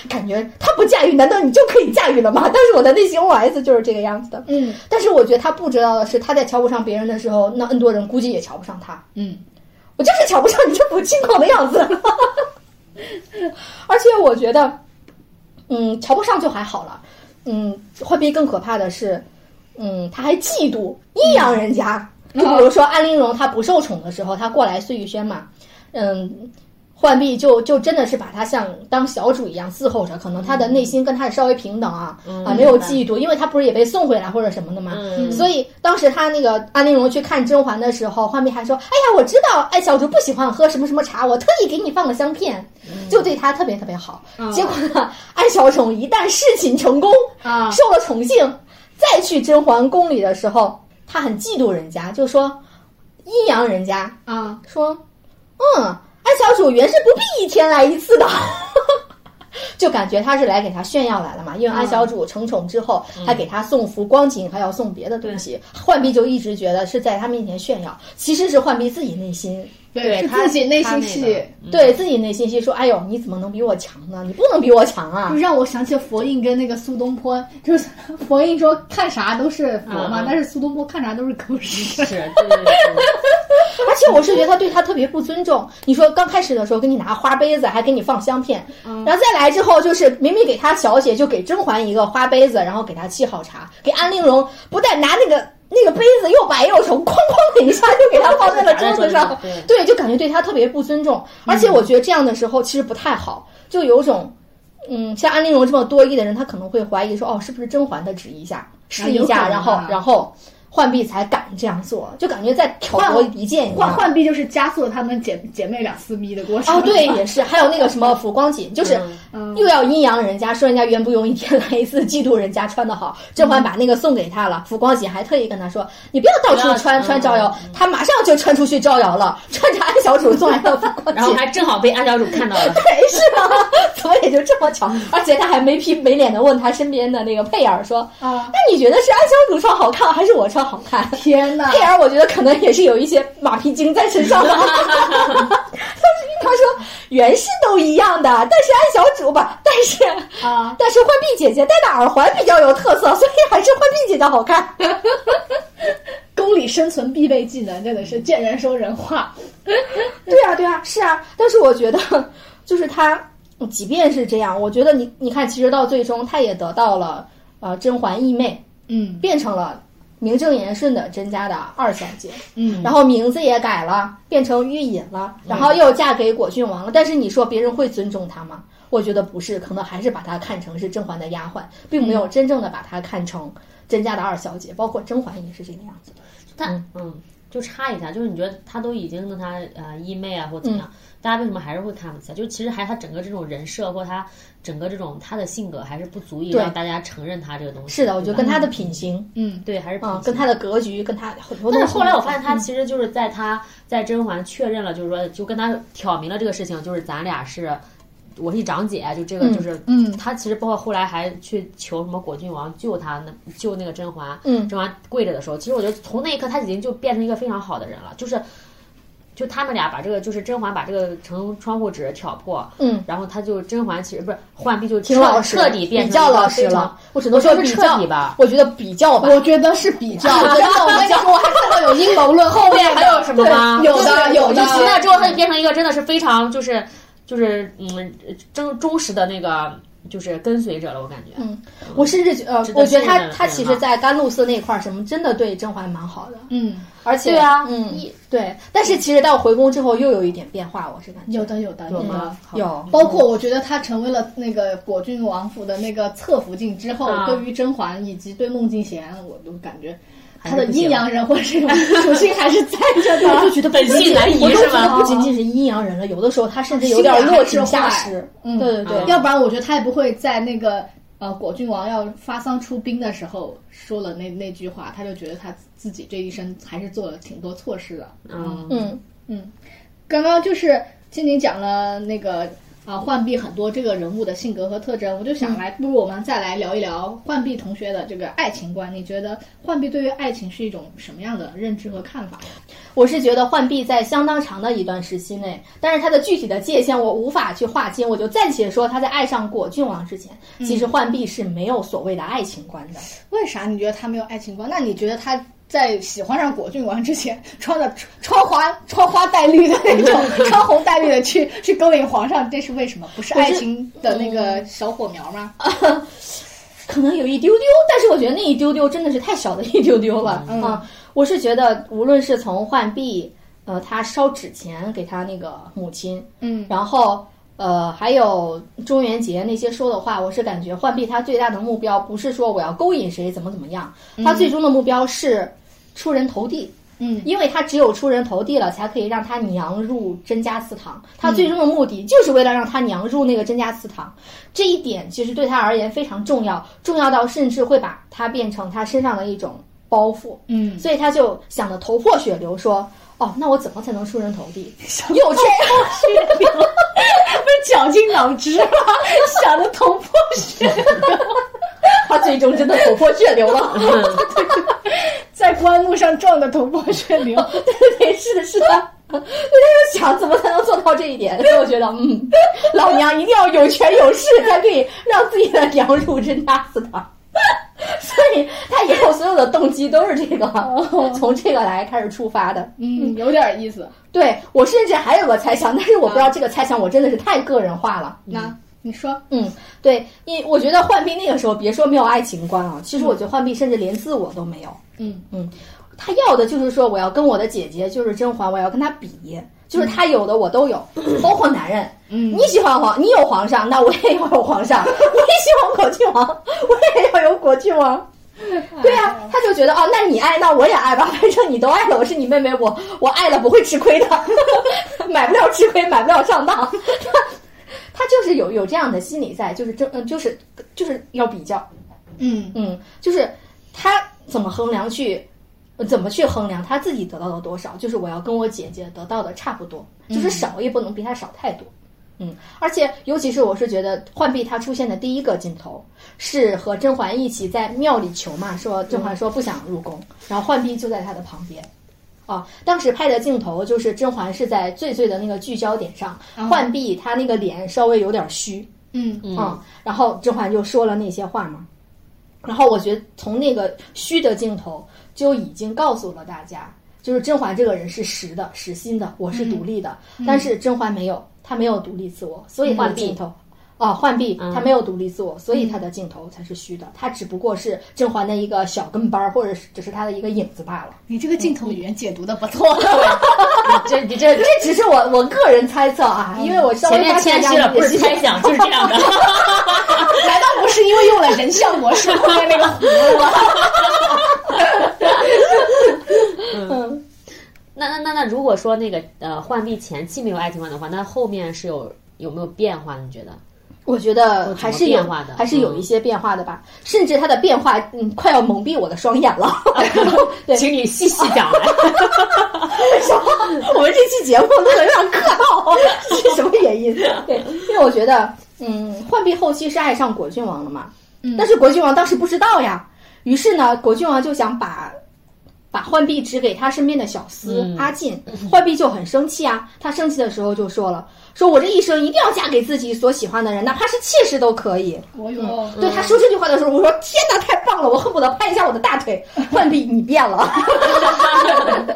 Speaker 2: 感觉他不驾驭，难道你就可以驾驭了吗？”但是我的内心 OS 就是这个样子的。
Speaker 3: 嗯
Speaker 2: 但是我觉得他不知道的是，他在瞧不上别人的时候，那 N 多人估计也瞧不上他。
Speaker 3: 嗯
Speaker 2: 我就是瞧不上你这副轻狂的样子。 而且我觉得，嗯，瞧不上就还好了，嗯，会不会更可怕的是，嗯，他还嫉妒阴阳人家。就比如说安陵容她不受宠的时候，她过来碎玉轩嘛，嗯。浣碧就就真的是把她像当小主一样伺候着，可能她的内心跟她稍微平等啊、啊，没有嫉妒，因为她不是也被送回来或者什么的嘛，
Speaker 4: 嗯
Speaker 2: 所以当时他那个安陵容去看甄嬛的时候，浣碧还说：“哎呀，我知道，哎，小竹不喜欢喝什么什么茶，我特意给你放了香片，就对她特别特别好。结果呢，安小宠一旦侍寝成功，
Speaker 3: 啊
Speaker 2: 受了宠幸，再去甄嬛宫里的时候，他很嫉妒人家，就说阴阳人家，
Speaker 3: 啊，
Speaker 2: 说，嗯，安小主原是不必一天来一次的， 就感觉他是来给他炫耀来了嘛。因为安小主承宠之后，还给他送服光景，还要送别的东西，浣碧就一直觉得是在他面前炫耀，其实是浣碧自己内心。
Speaker 4: 对
Speaker 3: 是
Speaker 4: 他
Speaker 3: 自己内
Speaker 4: 他
Speaker 3: 心
Speaker 4: 那
Speaker 3: 戏
Speaker 4: 个。
Speaker 2: 对自己内心戏说：“哎呦，你怎么能比我强呢？你不能比我强
Speaker 3: 就
Speaker 2: 啊
Speaker 3: 让我想起佛印跟那个苏东坡，就是佛印说看啥都是佛嘛，
Speaker 4: 嗯嗯
Speaker 3: 但是苏东坡看啥都是狗屎！”。
Speaker 4: 是，对对对，！”，
Speaker 2: 而且我是觉得他对他特别不尊重。你说刚开始的时候给你拿花杯子，还给你放香片，
Speaker 3: 嗯
Speaker 2: 然后再来之后，就是明明给他小姐，就给甄嬛一个花杯子，然后给她沏好茶；给安陵容不但拿那个那个杯子又白又丑，哐哐的一下就给她放在了桌子 上
Speaker 4: 对
Speaker 2: 对，就感觉对她特别不尊重。而
Speaker 3: 嗯
Speaker 2: 且我觉得这样的时候其实不太好，就有种，嗯，像安陵容这么多疑的人，他可能会怀疑说，哦，是不是甄嬛的旨意下试
Speaker 3: 有
Speaker 2: 一下，
Speaker 3: 可能啊
Speaker 2: 然后然后浣碧才敢这样做，就感觉在挑拨离间一
Speaker 3: 浣
Speaker 2: 样。
Speaker 3: 浣碧就是加速了她们姐姐妹俩撕逼的过程。
Speaker 2: 哦， 对，也是，还有那个什么辅光锦，就是。呃
Speaker 4: 嗯
Speaker 3: 嗯，
Speaker 2: 又要阴阳人家，说人家袁不用一天来一次，嫉妒人家穿的好。甄嬛把那个送给他了，福光锦还特意跟他说：“你不要到
Speaker 4: 不
Speaker 2: 处
Speaker 4: 要
Speaker 2: 穿
Speaker 4: 嗯
Speaker 2: 穿招摇。”他马上就穿出去招摇 了，穿着安小主送来的福光
Speaker 4: 然后
Speaker 2: 锦。
Speaker 4: 还正好被安小主看到了，
Speaker 2: 哎，是吗？ 怎么也就这么巧？而且他还没皮没脸的问他身边的那个佩儿说：“
Speaker 3: 啊，
Speaker 2: 那你觉得是安小主穿好看，还是我穿好看？”
Speaker 3: 天哪
Speaker 2: 佩！儿，我觉得可能也是有一些马屁精在身上吧。 他说原是都一样的，但是安小主吧，但是
Speaker 3: 啊
Speaker 2: 但是浣碧姐姐戴的耳环比较有特色，所以还是浣碧姐姐好看。
Speaker 3: 宫里生存必备技能，真的是见人说人话。
Speaker 2: 对啊，对啊，是啊。但是我觉得，就是他，即便是这样，我觉得你你看，其实到最终他也得到了呃甄嬛义妹，
Speaker 3: 嗯
Speaker 2: 变成了名正言顺的甄家的二小姐。
Speaker 3: 嗯，
Speaker 2: 然后名字也改了，变成玉隐了，然后又嫁给果郡王了。但是你说别人会尊重她吗？我觉得不是，可能还是把她看成是甄嬛的丫鬟，并没有真正的把她看成甄家的二小姐。包括甄嬛也是这个样子。
Speaker 4: 但嗯，就插一下，就是你觉得他都已经跟他呃义妹啊或怎
Speaker 2: 嗯
Speaker 4: 样，大家为什么还是会看不起他？就其实还他整个这种人设或他整个这种他的性格还是不足以
Speaker 2: 对
Speaker 4: 让大家承认他这个东西。
Speaker 2: 是的，我觉
Speaker 4: 对吧
Speaker 2: 得跟她的品行，
Speaker 3: 嗯
Speaker 4: 对还是
Speaker 2: 嗯，
Speaker 4: 挺
Speaker 2: 跟她的格局，跟她很多东
Speaker 4: 但
Speaker 2: 西。
Speaker 4: 是后来我发现，
Speaker 2: 嗯
Speaker 4: 他其实就是在他在甄嬛确认了，就是说，就跟他挑明了这个事情，就是咱俩是，我是长姐，就这个
Speaker 2: 嗯
Speaker 4: 就是，
Speaker 3: 嗯
Speaker 4: 他其实包括后来还去求什么果郡王救他，那救那个甄嬛，
Speaker 2: 嗯
Speaker 4: 甄嬛跪着的时候，其实我觉得从那一刻他已经就变成一个非常好的人了，就是，就他们俩把这个就是甄嬛把这个城窗户纸挑破，
Speaker 2: 嗯，
Speaker 4: 然后他就甄嬛其实不是浣碧就
Speaker 2: 挺老实，
Speaker 4: 彻彻底变
Speaker 2: 比
Speaker 4: 成
Speaker 2: 较
Speaker 4: 一个
Speaker 2: 老实
Speaker 4: 非常
Speaker 2: 了。我只能说
Speaker 4: 我觉得
Speaker 2: 比
Speaker 4: 是
Speaker 2: 较
Speaker 4: 彻底吧
Speaker 2: 我觉得比较吧。
Speaker 3: 我觉得是比 较，真的，我跟你说，我还看到有阴谋论，后面
Speaker 4: 还有什么吗
Speaker 3: 对有的，有
Speaker 4: 就
Speaker 3: 的，
Speaker 4: 从那之后，他就变成一个真的是非常就是就是嗯，忠忠实的那个就是跟随者了，我感觉。
Speaker 2: 嗯，我甚至觉呃
Speaker 4: 值，得
Speaker 2: 我觉
Speaker 4: 信
Speaker 2: 得
Speaker 4: 任
Speaker 2: 他
Speaker 4: 的
Speaker 2: 他
Speaker 4: 人
Speaker 2: 其
Speaker 4: 啊
Speaker 2: 实，在甘露寺那块儿什么，真的对甄嬛蛮好的，
Speaker 3: 嗯，
Speaker 2: 而且
Speaker 4: 对啊
Speaker 2: 嗯，对。但是其实到回宫之后，又有一点变化，我是感觉嗯
Speaker 3: 有的有的
Speaker 4: 有吗？好
Speaker 2: 有
Speaker 3: 包括我觉得他成为了那个果郡王府的那个侧福晋之后，
Speaker 4: 啊
Speaker 3: 对于甄嬛以及对孟静娴，我都感觉
Speaker 4: 还
Speaker 3: 他
Speaker 4: 是
Speaker 3: 的
Speaker 4: 不行
Speaker 3: 阴阳人或者是属性还是在着的。
Speaker 2: 就觉得不
Speaker 4: 本性
Speaker 2: 仅
Speaker 4: 难移
Speaker 2: 我都
Speaker 4: 是
Speaker 2: 觉得
Speaker 4: 吧哦
Speaker 2: 不仅仅是阴阳人了，有的时候他甚至有点落井下石。
Speaker 3: 嗯
Speaker 2: 对对对，
Speaker 4: 嗯
Speaker 3: 要不然我觉得他也不会在那个呃果郡王要发丧出兵的时候说了那那句话，他就觉得他自己这一生还是做了挺多错事的。
Speaker 4: 嗯，
Speaker 2: 嗯
Speaker 3: 嗯，刚刚就是静静讲了那个啊，浣碧很多这个人物的性格和特征，我就想来，不如我们再来聊一聊浣碧同学的这个爱情观。你觉得浣碧对于爱情是一种什么样的认知和看法？
Speaker 2: 我是觉得浣碧在相当长的一段时期内，但是她的具体的界限我无法去划清，我就暂且说她在爱上果郡王之前，其
Speaker 4: 嗯
Speaker 2: 实浣碧是没有所谓的爱情观的。
Speaker 3: 为啥你觉得他没有爱情观？那你觉得他？在喜欢上果郡王之前，穿的穿花 穿花戴绿的那种， 穿红戴绿的去去勾引皇上，这是为什么？不是爱情的那个小火苗吗？
Speaker 2: 可能有一丢丢，但是我觉得那一丢丢真的是太小的一丢丢了、
Speaker 3: 嗯
Speaker 2: 啊！我是觉得，无论是从浣碧，呃，他烧纸钱给他那个母亲，
Speaker 3: 嗯
Speaker 2: 然后呃，还有中元节那些说的话，我是感觉浣碧他最大的目标不是说我要勾引谁怎么怎么样，他最终的目标是出人头地。
Speaker 3: 嗯
Speaker 2: 因为他只有出人头地了，才可以让他娘入甄家祠堂。他最终的目的就是为了让他娘入那个甄家祠堂，这一点其实对他而言非常重要，重要到甚至会把他变成他身上的一种包袱。
Speaker 3: 嗯，
Speaker 2: 所以他就想的头破血流，说：“哦，那我怎么才能出人头地？有这样
Speaker 3: 不是绞尽脑汁吗？想的头破血流。
Speaker 2: 他最终真的头破血流了。
Speaker 3: 在棺木上撞得头破血流。
Speaker 2: 对对对，是的，是的。所以他就想怎么才能做到这一点，所以我觉得，嗯，老娘一定要有权有势，才可以让自己的娘入真家祠堂。 所以他以后所有的动机都是这个，从这个来开始出发的。
Speaker 3: 嗯，有点意思。
Speaker 2: 对我甚至还有个猜想，但是我不知道这个猜想我真的是太个人化了。
Speaker 3: 那你说，
Speaker 2: 嗯，对，因我觉得浣碧那个时候，别说没有爱情观啊，其实我觉得浣碧甚至连自我都没有。
Speaker 3: 嗯
Speaker 2: 嗯，他要的就是说，我要跟我的姐姐，就是甄嬛，我要跟她比，就是她有的我都有，包括男人。
Speaker 3: 嗯
Speaker 2: 你喜欢皇，你有皇上，那我也要有皇上；我 也喜欢果郡王，我也要有果郡王。对呀、啊，他就觉得哦，那你爱，那我也爱吧，反正你都爱了，我是你妹妹，我我爱了不会吃亏的， 买不了吃亏，买不了上当。 他他就是有有这样的心理在，就是争，嗯，就是就是要比较，
Speaker 3: 嗯
Speaker 2: 嗯，就是他怎么衡量去，呃怎么去衡量他自己得到了多少？就是我要跟我姐姐得到的差不多，就是少也不能比她少太多。嗯，而且尤其是我是觉得浣碧她出现的第一个镜头是和甄嬛一起在庙里求嘛，说甄嬛说不想入宫，然后浣碧就在她的旁边。啊，当时拍的镜头就是甄嬛是在最最的那个聚焦点上，
Speaker 3: 哦
Speaker 2: 浣碧她那个脸稍微有点虚，
Speaker 3: 嗯
Speaker 2: 嗯，然后甄嬛就说了那些话嘛。然后我觉得从那个虚的镜头就已经告诉了大家，就是甄嬛这个人是实的、实心的，我是独立的。
Speaker 4: 嗯
Speaker 2: 但是甄嬛没有，她没有独立自我，所以她的
Speaker 4: 浣碧
Speaker 2: 镜头。啊，浣碧
Speaker 4: 嗯
Speaker 2: 她没有独立自我，所以她的镜头才是虚的，她只不过是甄嬛的一个小跟班儿，或者是只是她的一个影子罢了。
Speaker 3: 你这个镜头语言解读的不错。
Speaker 4: 这你这
Speaker 2: 这只是我我个人猜测啊，因为我稍
Speaker 4: 嗯
Speaker 2: 微
Speaker 4: 前面
Speaker 2: 发现
Speaker 4: 谦
Speaker 2: 一下
Speaker 4: 虚了，
Speaker 2: 你
Speaker 4: 不
Speaker 2: 的
Speaker 4: 是
Speaker 2: 心
Speaker 4: 猜想，就是这样的。
Speaker 3: 难道不是因为用了人像模 式后面那个弧吗？
Speaker 4: 那那那那，如果说那个呃，浣碧前期没有爱情观的话，那后面是有有没有变化？你觉得？
Speaker 2: 我觉得还是
Speaker 4: 有
Speaker 2: 有
Speaker 4: 什么变化的
Speaker 2: 还是有一些变化的吧。甚至它的变化，嗯，快要蒙蔽我的双眼 了。对，
Speaker 4: 请你细细讲来。
Speaker 2: 为什么我们这期节目录的有点客 套？是什么原因？对，因为我觉得，嗯，浣碧后期是爱上果郡
Speaker 4: 嗯
Speaker 2: 王了嘛，但是果郡王当时不知道呀。于是呢，果郡王就想把把浣碧指给他身边的小厮、
Speaker 4: 嗯
Speaker 2: 阿进，浣碧就很生气啊。他生气的时候就说了：“说我这一生一定要嫁给自己所喜欢的人，哪怕是妾室都可以。”
Speaker 3: 我有
Speaker 2: 对他说这句话的时候，我说天哪，太棒了！我恨不得拍一下我的大腿。浣碧，你变了，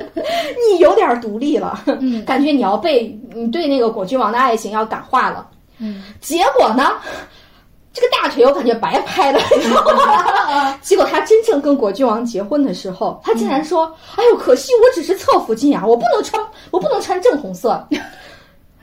Speaker 2: 你有点独立了，感觉你要被你对那个果郡王的爱情要感化了。
Speaker 3: 嗯，
Speaker 2: 结果呢，这个大腿我感觉白拍了，你知道吗？结果他真正跟果郡王结婚的时候，他竟然说：“
Speaker 4: 嗯
Speaker 2: 哎呦，可惜我只是侧福晋啊，我不能穿，我不能穿正红色。”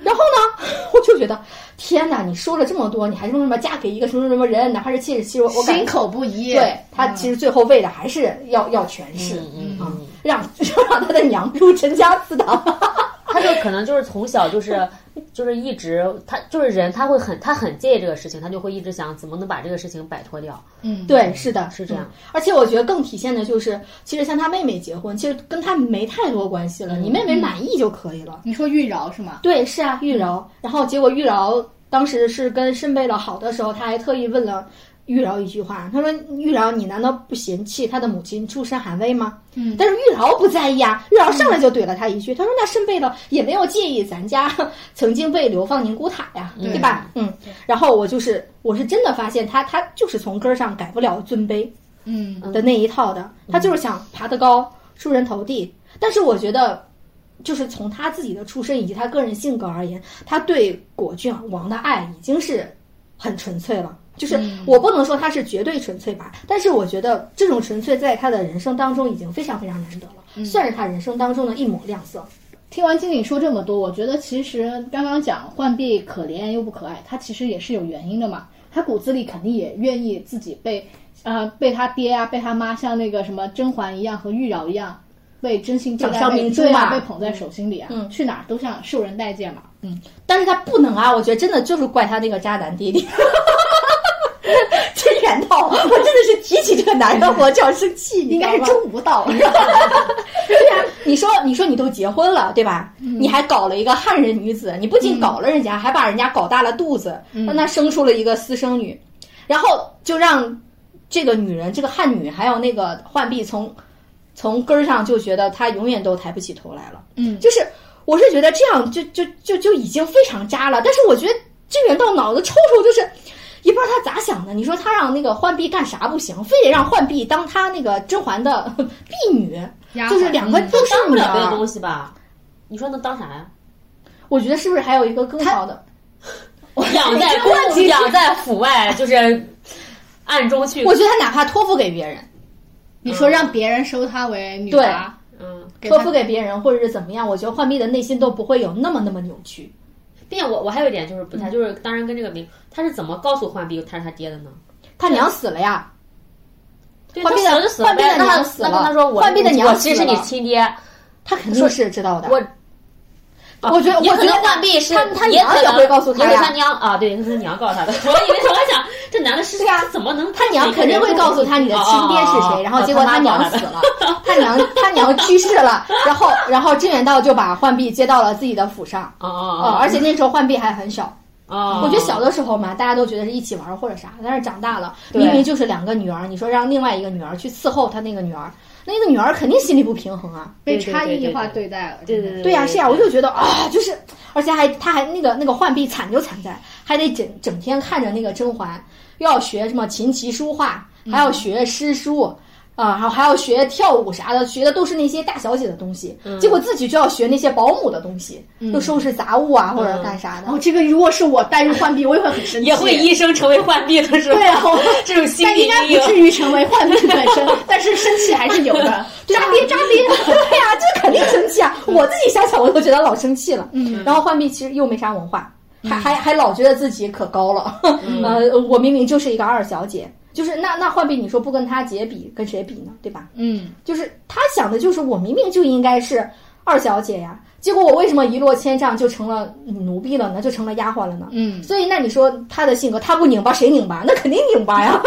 Speaker 2: 然后呢，我就觉得天哪！你说了这么多，你还说什么嫁给一个什么什么人，哪怕是妾室，其实我我感
Speaker 3: 心
Speaker 2: 觉
Speaker 3: 口不一。
Speaker 2: 对他其实最后为的还是要要权势
Speaker 4: 嗯嗯嗯
Speaker 2: 啊，让让 他的娘入陈家祠堂。
Speaker 4: 他就可能就是从小就是就是一直他就是人他会很他很介意这个事情，他就会一直想怎么能把这个事情摆脱掉。
Speaker 3: 嗯，
Speaker 2: 对，是的，
Speaker 4: 是这样
Speaker 2: 嗯而且我觉得更体现的就是，其实像他妹妹结婚，其实跟他没太多关系了，
Speaker 4: 嗯
Speaker 2: 你妹妹满意就可以了。
Speaker 3: 你说玉娆是吗？
Speaker 2: 对，是啊，玉娆。然后结果玉娆当时是跟申贝勒好的时候，他还特意问了玉娆一句话，他说：“玉娆，你难道不嫌弃他的母亲出身寒微吗？”
Speaker 3: 嗯
Speaker 2: 但是玉娆不在意啊，玉娆上来就怼了他一句，他说：“那申贝勒也没有介意咱家曾经被流放宁古塔呀，
Speaker 4: 嗯
Speaker 2: 对吧？”嗯。然后我就是我是真的发现他他就是从根儿上改不了尊卑。
Speaker 3: 嗯
Speaker 2: 的那一套的，他就是想爬得高、出人头地。但是我觉得，就是从他自己的出身以及他个人性格而言，他对果郡啊王的爱已经是很纯粹了。就是
Speaker 3: 嗯
Speaker 2: 我不能说他是绝对纯粹吧，但是我觉得这种纯粹在他的人生当中已经非常非常难得
Speaker 3: 嗯
Speaker 2: 了，算是他人生当中的一抹亮色。
Speaker 3: 听完经理说这么多，我觉得其实刚刚讲浣碧可怜又不可爱，她其实也是有原因的嘛。她骨子里肯定也愿意自己被，呃，被她爹啊，被她妈像那个什么甄嬛一样和玉娆一样，被真心对
Speaker 2: 掌
Speaker 3: 待，
Speaker 2: 上
Speaker 3: 被
Speaker 2: 明珠
Speaker 3: 对啊，
Speaker 2: 嘛
Speaker 3: 被捧在手心里啊，去哪儿都像受人待见嘛。嗯，
Speaker 2: 但是他不能啊，我觉得真的就是怪他那个渣男 爹爹。真缘到，我真的是提起这个男人我就要生气，你
Speaker 3: 应
Speaker 2: 知道
Speaker 3: 该是
Speaker 2: 吗
Speaker 3: 中午到了。
Speaker 2: 对呀、 你说你说你都结婚了，对吧？你还搞了一个汉人女子，你不仅搞了人家，还把人家搞大了肚子，让她生出了一个私生女，然后就让这个女人，这个汉女，还有那个浣碧从从根儿上就觉得她永远都抬不起头来了。
Speaker 3: 嗯，
Speaker 2: 就是我是觉得这样就就就就已经非常渣了。但是我觉得这人到脑子抽抽，就是也不知道他咋想的。你说他让那个浣碧干啥不行，非得让浣碧当他那个甄嬛的 婢女
Speaker 3: 丫，鬟
Speaker 2: 就是两个都
Speaker 4: 嗯
Speaker 2: 是
Speaker 4: 当不
Speaker 2: 女
Speaker 4: 了别的
Speaker 2: 儿
Speaker 4: 东。西吧？你说能当啥呀？
Speaker 2: 我觉得是不是还有一个更好的？
Speaker 4: 养在宫，养在府外，就是暗中去。
Speaker 2: 我觉得他哪怕托付给别人，
Speaker 3: 你说让别人收她为女
Speaker 2: 对
Speaker 3: 娃，
Speaker 4: 嗯，
Speaker 3: 给
Speaker 2: 托
Speaker 3: 她
Speaker 2: 付给别人或者是怎么样，我觉得浣碧的内心都不会有那么那么扭曲。
Speaker 4: 并且我我还有一点就是不
Speaker 2: 嗯
Speaker 4: 太，就是当然跟这个名，他是怎么告诉浣碧他是他爹的呢？
Speaker 2: 他娘死了呀，
Speaker 4: 对，
Speaker 2: 浣碧的
Speaker 4: 他死了就死了呗。
Speaker 2: 浣碧的
Speaker 4: 那他
Speaker 2: 娘死了
Speaker 4: 那他说我
Speaker 2: 浣碧的娘
Speaker 4: 我其实
Speaker 2: 死
Speaker 4: 是
Speaker 2: 了
Speaker 4: 你亲爹，
Speaker 2: 他肯定是知道的。
Speaker 4: 我啊
Speaker 2: 我觉得
Speaker 4: 也
Speaker 2: 我
Speaker 4: 可
Speaker 2: 觉得
Speaker 4: 能浣碧是
Speaker 2: 他他
Speaker 4: 也
Speaker 2: 娘
Speaker 4: 可
Speaker 2: 也
Speaker 4: 能
Speaker 2: 会告诉他
Speaker 4: 也
Speaker 2: 呀
Speaker 4: 是他娘啊，对，那是他娘告诉他的。我以为我想这男的是
Speaker 2: 对啊
Speaker 4: 怎么能
Speaker 2: 他 娘肯定会告诉他你的
Speaker 4: 啊
Speaker 2: 亲爹是
Speaker 4: 哦
Speaker 2: 谁，然后结果他娘死了，他娘他娘去世了，然后然后镇远道就把浣碧接到了自己的府上，
Speaker 4: 啊
Speaker 2: 呃，
Speaker 4: 啊
Speaker 2: 而且那时候浣碧还很小，
Speaker 4: 啊！
Speaker 2: 我觉得小的时候嘛，大家都觉得是一起玩或者啥，但是长大了，
Speaker 4: 对
Speaker 2: 明明就是两个女儿，你说让另外一个女儿去伺候她那个女儿，那个女儿肯定心里不平衡啊，
Speaker 3: 被
Speaker 4: 对对
Speaker 3: 差
Speaker 4: 对
Speaker 3: 异
Speaker 4: 对
Speaker 3: 化
Speaker 4: 对
Speaker 3: 对待了。
Speaker 4: 对
Speaker 3: 真
Speaker 4: 对
Speaker 3: 的
Speaker 4: 对
Speaker 2: 对呀、是呀、我就觉得啊，就是，而且还他还那个那个浣碧惨就惨在，还得整整天看着那个甄嬛，又要学什么琴棋书画，还要学诗书，啊、还还要学跳舞啥的，学的都是那些大小姐的东西，结果自己就要学那些保姆的东西，又收拾杂物啊、或者干啥的
Speaker 3: 然后。这个如果是我带入浣碧，我也会很生气。
Speaker 4: 也会一生成为浣碧的是吧？
Speaker 3: 对啊，我
Speaker 4: 这种心
Speaker 3: 但
Speaker 4: 理
Speaker 3: 应该
Speaker 4: 阴
Speaker 3: 不
Speaker 4: 影。
Speaker 3: 至于成为浣碧本身，但是生气还是有 的。
Speaker 2: 渣爹，渣爹！对呀、这肯定生气啊！我自己想想，我都觉得老生气了。
Speaker 3: 嗯，
Speaker 2: 然后浣碧其实又没啥文化，还还还老觉得自己可高了。
Speaker 3: 嗯
Speaker 2: 呃，我明明就是一个二小姐，就是那那浣碧，你说不跟她姐比，跟谁比呢？对吧？
Speaker 3: 嗯，
Speaker 2: 就是她想的就是我明明就应该是二小姐呀，结果我为什么一落千丈就成了奴婢了呢？就成了丫鬟了呢？
Speaker 3: 嗯
Speaker 2: 所以那你说她的性格，她不拧巴谁拧巴？那肯定拧巴呀。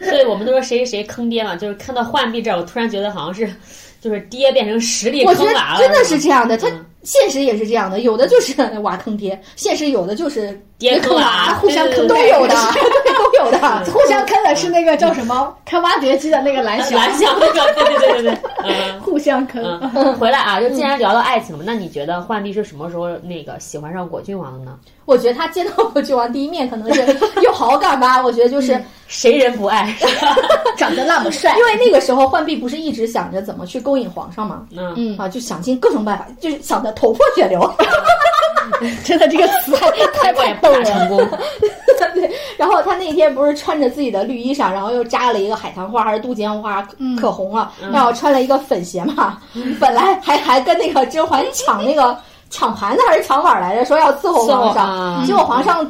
Speaker 4: 所以我们都说谁谁谁坑爹嘛，就是看到浣碧这儿，我突然觉得好像是，就是爹变成实力
Speaker 2: 我觉
Speaker 4: 坑
Speaker 2: 得
Speaker 4: 娃了。
Speaker 2: 真的是这样的，他
Speaker 4: 嗯
Speaker 2: 现实也是 这样的，有的就是娃坑爹，现实有的就是
Speaker 4: 爹
Speaker 2: 坑
Speaker 4: 坑娃
Speaker 2: 互相
Speaker 4: 对
Speaker 2: 坑
Speaker 4: 对
Speaker 2: 都
Speaker 4: 对
Speaker 2: 有的，都有的。
Speaker 3: 互相坑的是那个叫什么开挖掘机的那个蓝翔，
Speaker 4: 蓝翔那个，对对对对对，嗯。
Speaker 3: 互相坑。
Speaker 4: 嗯，回来啊！就既然聊到爱情了，那你觉得浣碧是什么时候那个喜欢上果郡王的呢？
Speaker 2: 我觉得他见到我就王第一面可能是有好感吧，我觉得就是
Speaker 4: 嗯谁人不爱？
Speaker 3: 长得那么帅
Speaker 2: 因为那个时候浣碧不是一直想着怎么去勾引皇上嘛，
Speaker 4: 嗯，
Speaker 3: 嗯，
Speaker 2: 啊，就想尽各种办法，就是想的头破血流。
Speaker 3: 真的这个词好
Speaker 4: 太过也不大成功。
Speaker 2: 对，然后他那天不是穿着自己的绿衣裳，然后又扎了一个海棠花还是杜鹃花，可
Speaker 3: 嗯
Speaker 2: 可红了，然后穿了一个粉鞋嘛，本来还还跟那个甄嬛抢那个抢盘子还是抢碗来着，说要伺候皇
Speaker 4: 伺候
Speaker 2: 上，
Speaker 4: 啊
Speaker 2: 结果皇上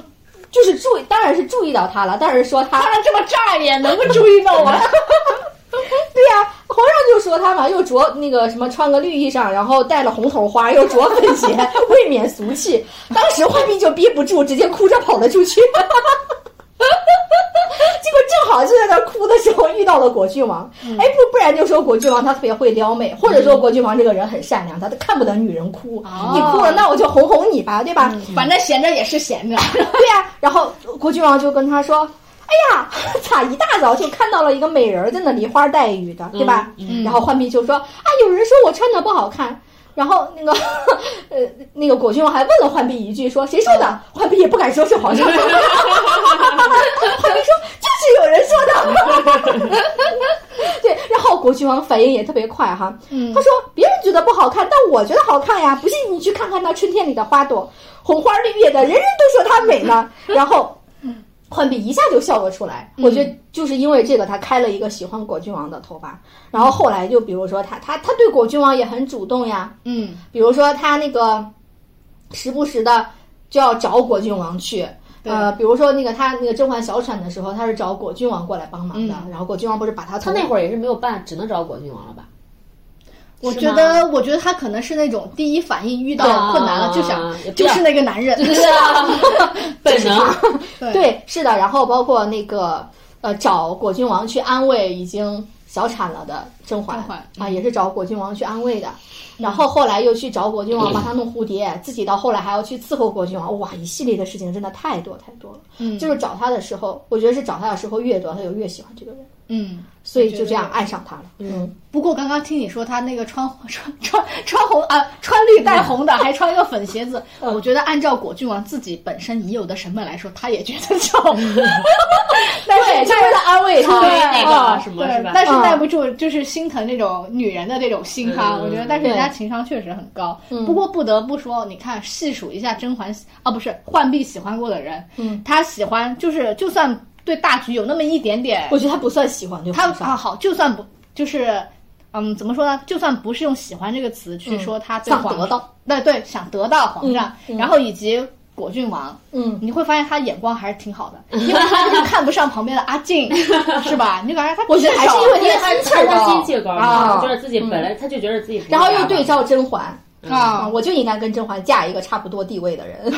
Speaker 2: 就是注意，当然是注意到他了，但是说他
Speaker 3: 这么炸眼，能不注意到吗？
Speaker 2: 对呀、皇上就说他嘛，又着那个什么，穿个绿衣裳，然后戴了红头花，又着粉鞋，未免俗气。当时浣碧就憋不住，直接哭着跑了出去。 结果正好就在那儿哭的时候遇到了果郡王，哎不不然就说果郡王他特别会撩妹，或者说果郡王这个人很善良，他看不得女人哭，
Speaker 3: 哦嗯
Speaker 2: 你哭了那我就哄哄你吧，对吧？
Speaker 3: 反正闲着也是闲着，
Speaker 2: 对呀、然后国君王就跟他说：“哎呀， 咋一大早就看到了一个美人儿在那梨花带雨的，对吧？”
Speaker 3: 嗯嗯
Speaker 2: 然后浣碧就说：“啊，有人说我穿的不好看。”然后那个 呃，那个果郡王还问了浣碧一句，说：“谁说的？”
Speaker 3: 嗯
Speaker 2: 浣碧也不敢说是皇上。 浣碧说：“就是有人说的。” 对，然后国君王反应也特别快哈，
Speaker 3: 嗯
Speaker 2: 他说别人觉得不好看，但我觉得好看呀！不信你去看看那春天里的花朵，红花绿叶的，人人都说它美呢。 然后，
Speaker 3: 嗯
Speaker 2: 浣碧一下就笑了出来。我觉得就是因为这个，他开了一个喜欢果郡王的头吧。然后后来就比如说他他他对果郡王也很主动呀，
Speaker 3: 嗯，
Speaker 2: 比如说他那个时不时的就要找果郡王去。
Speaker 3: 对
Speaker 2: 呃，比如说那个他那个甄嬛小产的时候，他是找果郡王过来帮忙的，
Speaker 3: 嗯
Speaker 2: 然后果郡王不是把他
Speaker 4: 他
Speaker 2: 从
Speaker 4: 那会儿也是没有办，只能找果郡王了吧？
Speaker 3: 我
Speaker 4: 是
Speaker 3: 觉
Speaker 4: 吗
Speaker 3: 得，我觉得他可能是那种第一反应遇到困难了
Speaker 4: 啊
Speaker 3: 就想
Speaker 4: 也，不
Speaker 3: 就
Speaker 4: 要
Speaker 3: 是那个男人，
Speaker 4: 本能，
Speaker 2: 对，是的。然后包括那个呃，找果郡王去安慰已经小产了的甄嬛
Speaker 3: 甄嬛嗯
Speaker 2: 啊，也是找果郡王去安慰的。然后后来又去找果郡王帮他弄蝴蝶，自己到后来还要去伺候果郡王，哇，一系列的事情真的太多太多了。
Speaker 3: 嗯
Speaker 2: 就是找他的时候，我觉得是找他的时候越多，他就越喜欢这个人，
Speaker 3: 嗯。
Speaker 2: 所以
Speaker 3: 觉
Speaker 2: 就
Speaker 3: 得
Speaker 2: 这样爱上他了。嗯，
Speaker 3: 不过刚刚听你说他那个穿穿穿穿红啊，穿绿带红的，还穿一个粉鞋子，我觉得按照果郡王自己本身已有的审美来说，他也觉得丑，但
Speaker 2: 对，
Speaker 3: 是
Speaker 2: 就为了安慰他，
Speaker 4: 出于那个
Speaker 2: 啊
Speaker 4: 什么
Speaker 3: 哦对
Speaker 4: 是吧，
Speaker 3: 但是
Speaker 2: 嗯
Speaker 3: 耐不住就是心疼这种女人的这种心哈，
Speaker 4: 嗯
Speaker 3: 我觉得，但是人家情商确实很高。
Speaker 2: 嗯
Speaker 3: 不过不得不说，你看细数一下甄嬛啊，不是浣碧喜欢过的人，
Speaker 2: 嗯，
Speaker 3: 她喜欢就是就算对大局有那么一点点，
Speaker 2: 我觉得他不算喜欢对
Speaker 3: 她
Speaker 2: 皇
Speaker 3: 啊
Speaker 2: 上，
Speaker 3: 好，就算不就是。嗯，怎么说呢？就算不是用“喜欢”这个词去说她对
Speaker 2: 嗯想
Speaker 3: 皇
Speaker 2: 得到，
Speaker 3: 对对，想得到皇上，
Speaker 2: 嗯嗯
Speaker 3: 然后以及果郡王，
Speaker 2: 嗯，
Speaker 3: 你会发现他眼光还是挺好的， 因为他就是看不上旁边的阿静，是吧？你就感觉他
Speaker 2: 我觉得还是因为
Speaker 4: 因为他
Speaker 2: 他的心气
Speaker 4: 他
Speaker 2: 儿
Speaker 4: 他
Speaker 2: 高
Speaker 4: 心气高
Speaker 2: 啊
Speaker 4: 嘛，就是自己本来他就觉得自己不
Speaker 2: 然后
Speaker 4: 一
Speaker 2: 又
Speaker 4: 样
Speaker 2: 对照甄嬛。啊，
Speaker 3: 啊，
Speaker 2: 我就应该跟甄嬛嫁一个差不多地位的人。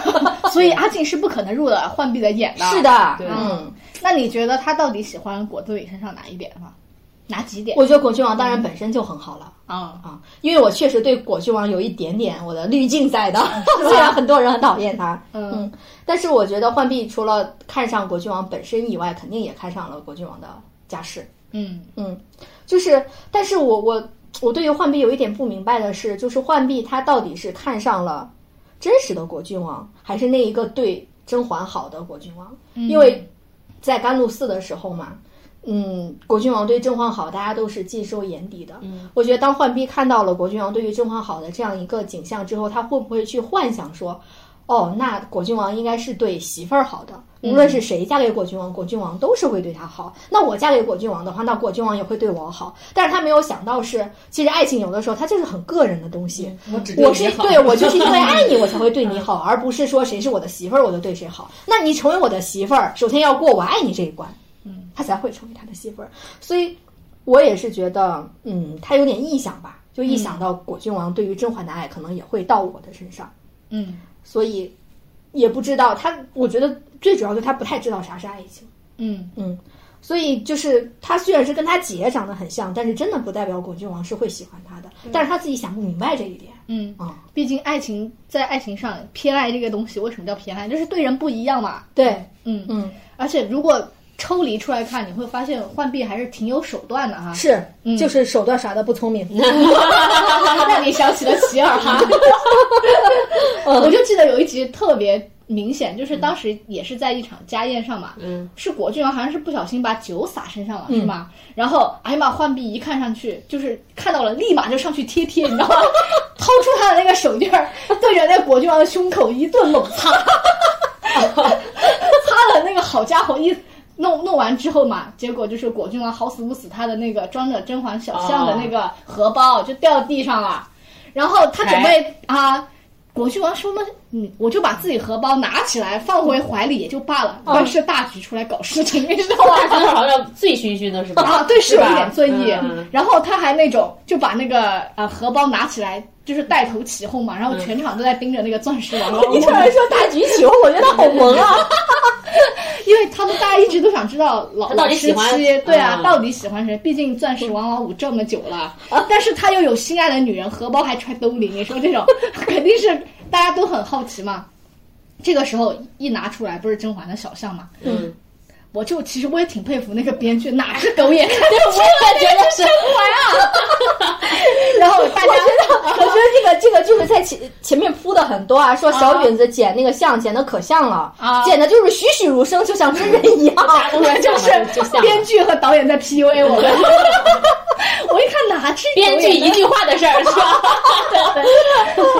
Speaker 3: 所以阿静是不可能入了浣碧的眼的。
Speaker 2: 是，的，
Speaker 4: 对
Speaker 2: 嗯，
Speaker 3: 那你觉得他到底喜欢果子里身上哪一点呢？哪几点？
Speaker 2: 我觉得果郡王当然本身就很好了
Speaker 3: 啊，
Speaker 2: 啊，因为我确实对果郡王有一点点我的滤镜在的， 虽然很多人很讨厌他，
Speaker 3: 嗯
Speaker 2: 嗯，但是我觉得浣碧除了看上果郡王本身以外，肯定也看上了果郡王的家世。
Speaker 3: 嗯
Speaker 2: 嗯，就是，但是我我我对于浣碧有一点不明白的是，就是浣碧她到底是看上了真实的果郡王，还是那一个对甄嬛好的果郡王？因为在甘露寺的时候嘛，嗯，果郡王对甄嬛好，大家都是尽收眼底的。
Speaker 4: 嗯，
Speaker 2: 我觉得当浣碧看到了果郡王对于甄嬛好的这样一个景象之后，他会不会去幻想说，哦，那果郡王应该是对媳妇儿好的，
Speaker 4: 嗯
Speaker 2: 无论是谁嫁给果郡王，果郡王都是会对他好。那我嫁给果郡王的话，那果郡王也会对我好。但是他没有想到是，其实爱情有的时候它就是很个人的东西。
Speaker 4: 嗯我只
Speaker 2: 我是
Speaker 4: 你好嗯
Speaker 2: 对我就是因为爱你，我才会对你好，而不是说谁是我的媳妇儿，我就对谁好。那你成为我的媳妇儿，首先要过我爱你这一关，
Speaker 3: 嗯，
Speaker 2: 他才会成为他的媳妇儿。所以，我也是觉得，嗯，他有点臆想吧，就
Speaker 4: 嗯
Speaker 2: 一想到果郡王对于甄嬛的爱，可能也会到我的身上，
Speaker 3: 嗯
Speaker 2: 所以也不知道他。我觉得最主要就是他不太知道啥是爱情，
Speaker 3: 嗯
Speaker 2: 嗯。所以就是他虽然是跟他姐长得很像，但是真的不代表果郡王是会喜欢他的，但是他自己想不明白这一点
Speaker 3: 嗯，
Speaker 2: 啊、
Speaker 3: 毕竟爱情在爱情上偏爱这个东西，为什么叫偏爱？就是对人不一样嘛。
Speaker 2: 对，
Speaker 3: 嗯，
Speaker 2: 嗯
Speaker 3: 而且如果抽离出来看，你会发现浣碧还是挺有手段的哈，
Speaker 2: 是，就是手段傻的不聪明。
Speaker 3: 让你想起了齐尔哈。我就记得有一集特别明显，就是当时也是在一场家宴上嘛，
Speaker 4: 嗯，
Speaker 3: 是果郡王好像是不小心把酒洒身上了，是吗？然后哎呀妈，浣碧一看上去就是看到了，立马就上去贴贴，你知道吗？ 掏出他的那个手绢儿，对着那果郡王的胸口一顿猛擦， 擦了那个好家伙一。弄弄完之后嘛，结果就是果郡王好死不死，他的那个装着甄嬛小象的那个荷包就掉地上了，然后他准备啊，果郡王说呢，嗯，我就把自己荷包拿起来放回怀里也就罢了，万事大局出来搞事情，你知道吗？
Speaker 4: 大 小好像醉醺醺的是吧？
Speaker 3: 啊，对，是有一点
Speaker 4: 吧
Speaker 3: 醉意。
Speaker 4: 嗯
Speaker 3: 然后他还那种就把那个呃荷包拿起来，就是带头起哄嘛，然后全场都在盯着那个钻石王
Speaker 2: 你突然说大局球，我觉得好萌啊！
Speaker 3: 因为他们大家一直都想知道老
Speaker 4: 他到
Speaker 3: 老
Speaker 4: 底
Speaker 3: 时
Speaker 4: 喜欢
Speaker 3: 期对啊，
Speaker 4: 嗯
Speaker 3: 到底喜欢谁？毕竟钻石王老五这么久了，但是他又有心爱的女人，荷包还揣兜里，你说这种 肯定是大家都很好奇嘛。这个时候一拿出来，不是甄嬛的小象嘛？
Speaker 4: 嗯，
Speaker 3: 我就其实我也挺佩服那个编剧，哪只狗眼看着我
Speaker 2: 我觉得是，
Speaker 3: 然后大家
Speaker 2: 我觉得这个这个就是在前前面铺的很多啊，说小允子捡那个像捡的可像了，
Speaker 3: 啊
Speaker 2: 捡的就是栩栩如生，就像真人一样。
Speaker 4: 都是
Speaker 3: 就是
Speaker 4: 就像
Speaker 3: 编剧和导演在 PUA 我们。 我一看哪只狗
Speaker 4: 编剧
Speaker 3: 眼
Speaker 4: 一句话的事儿是吧？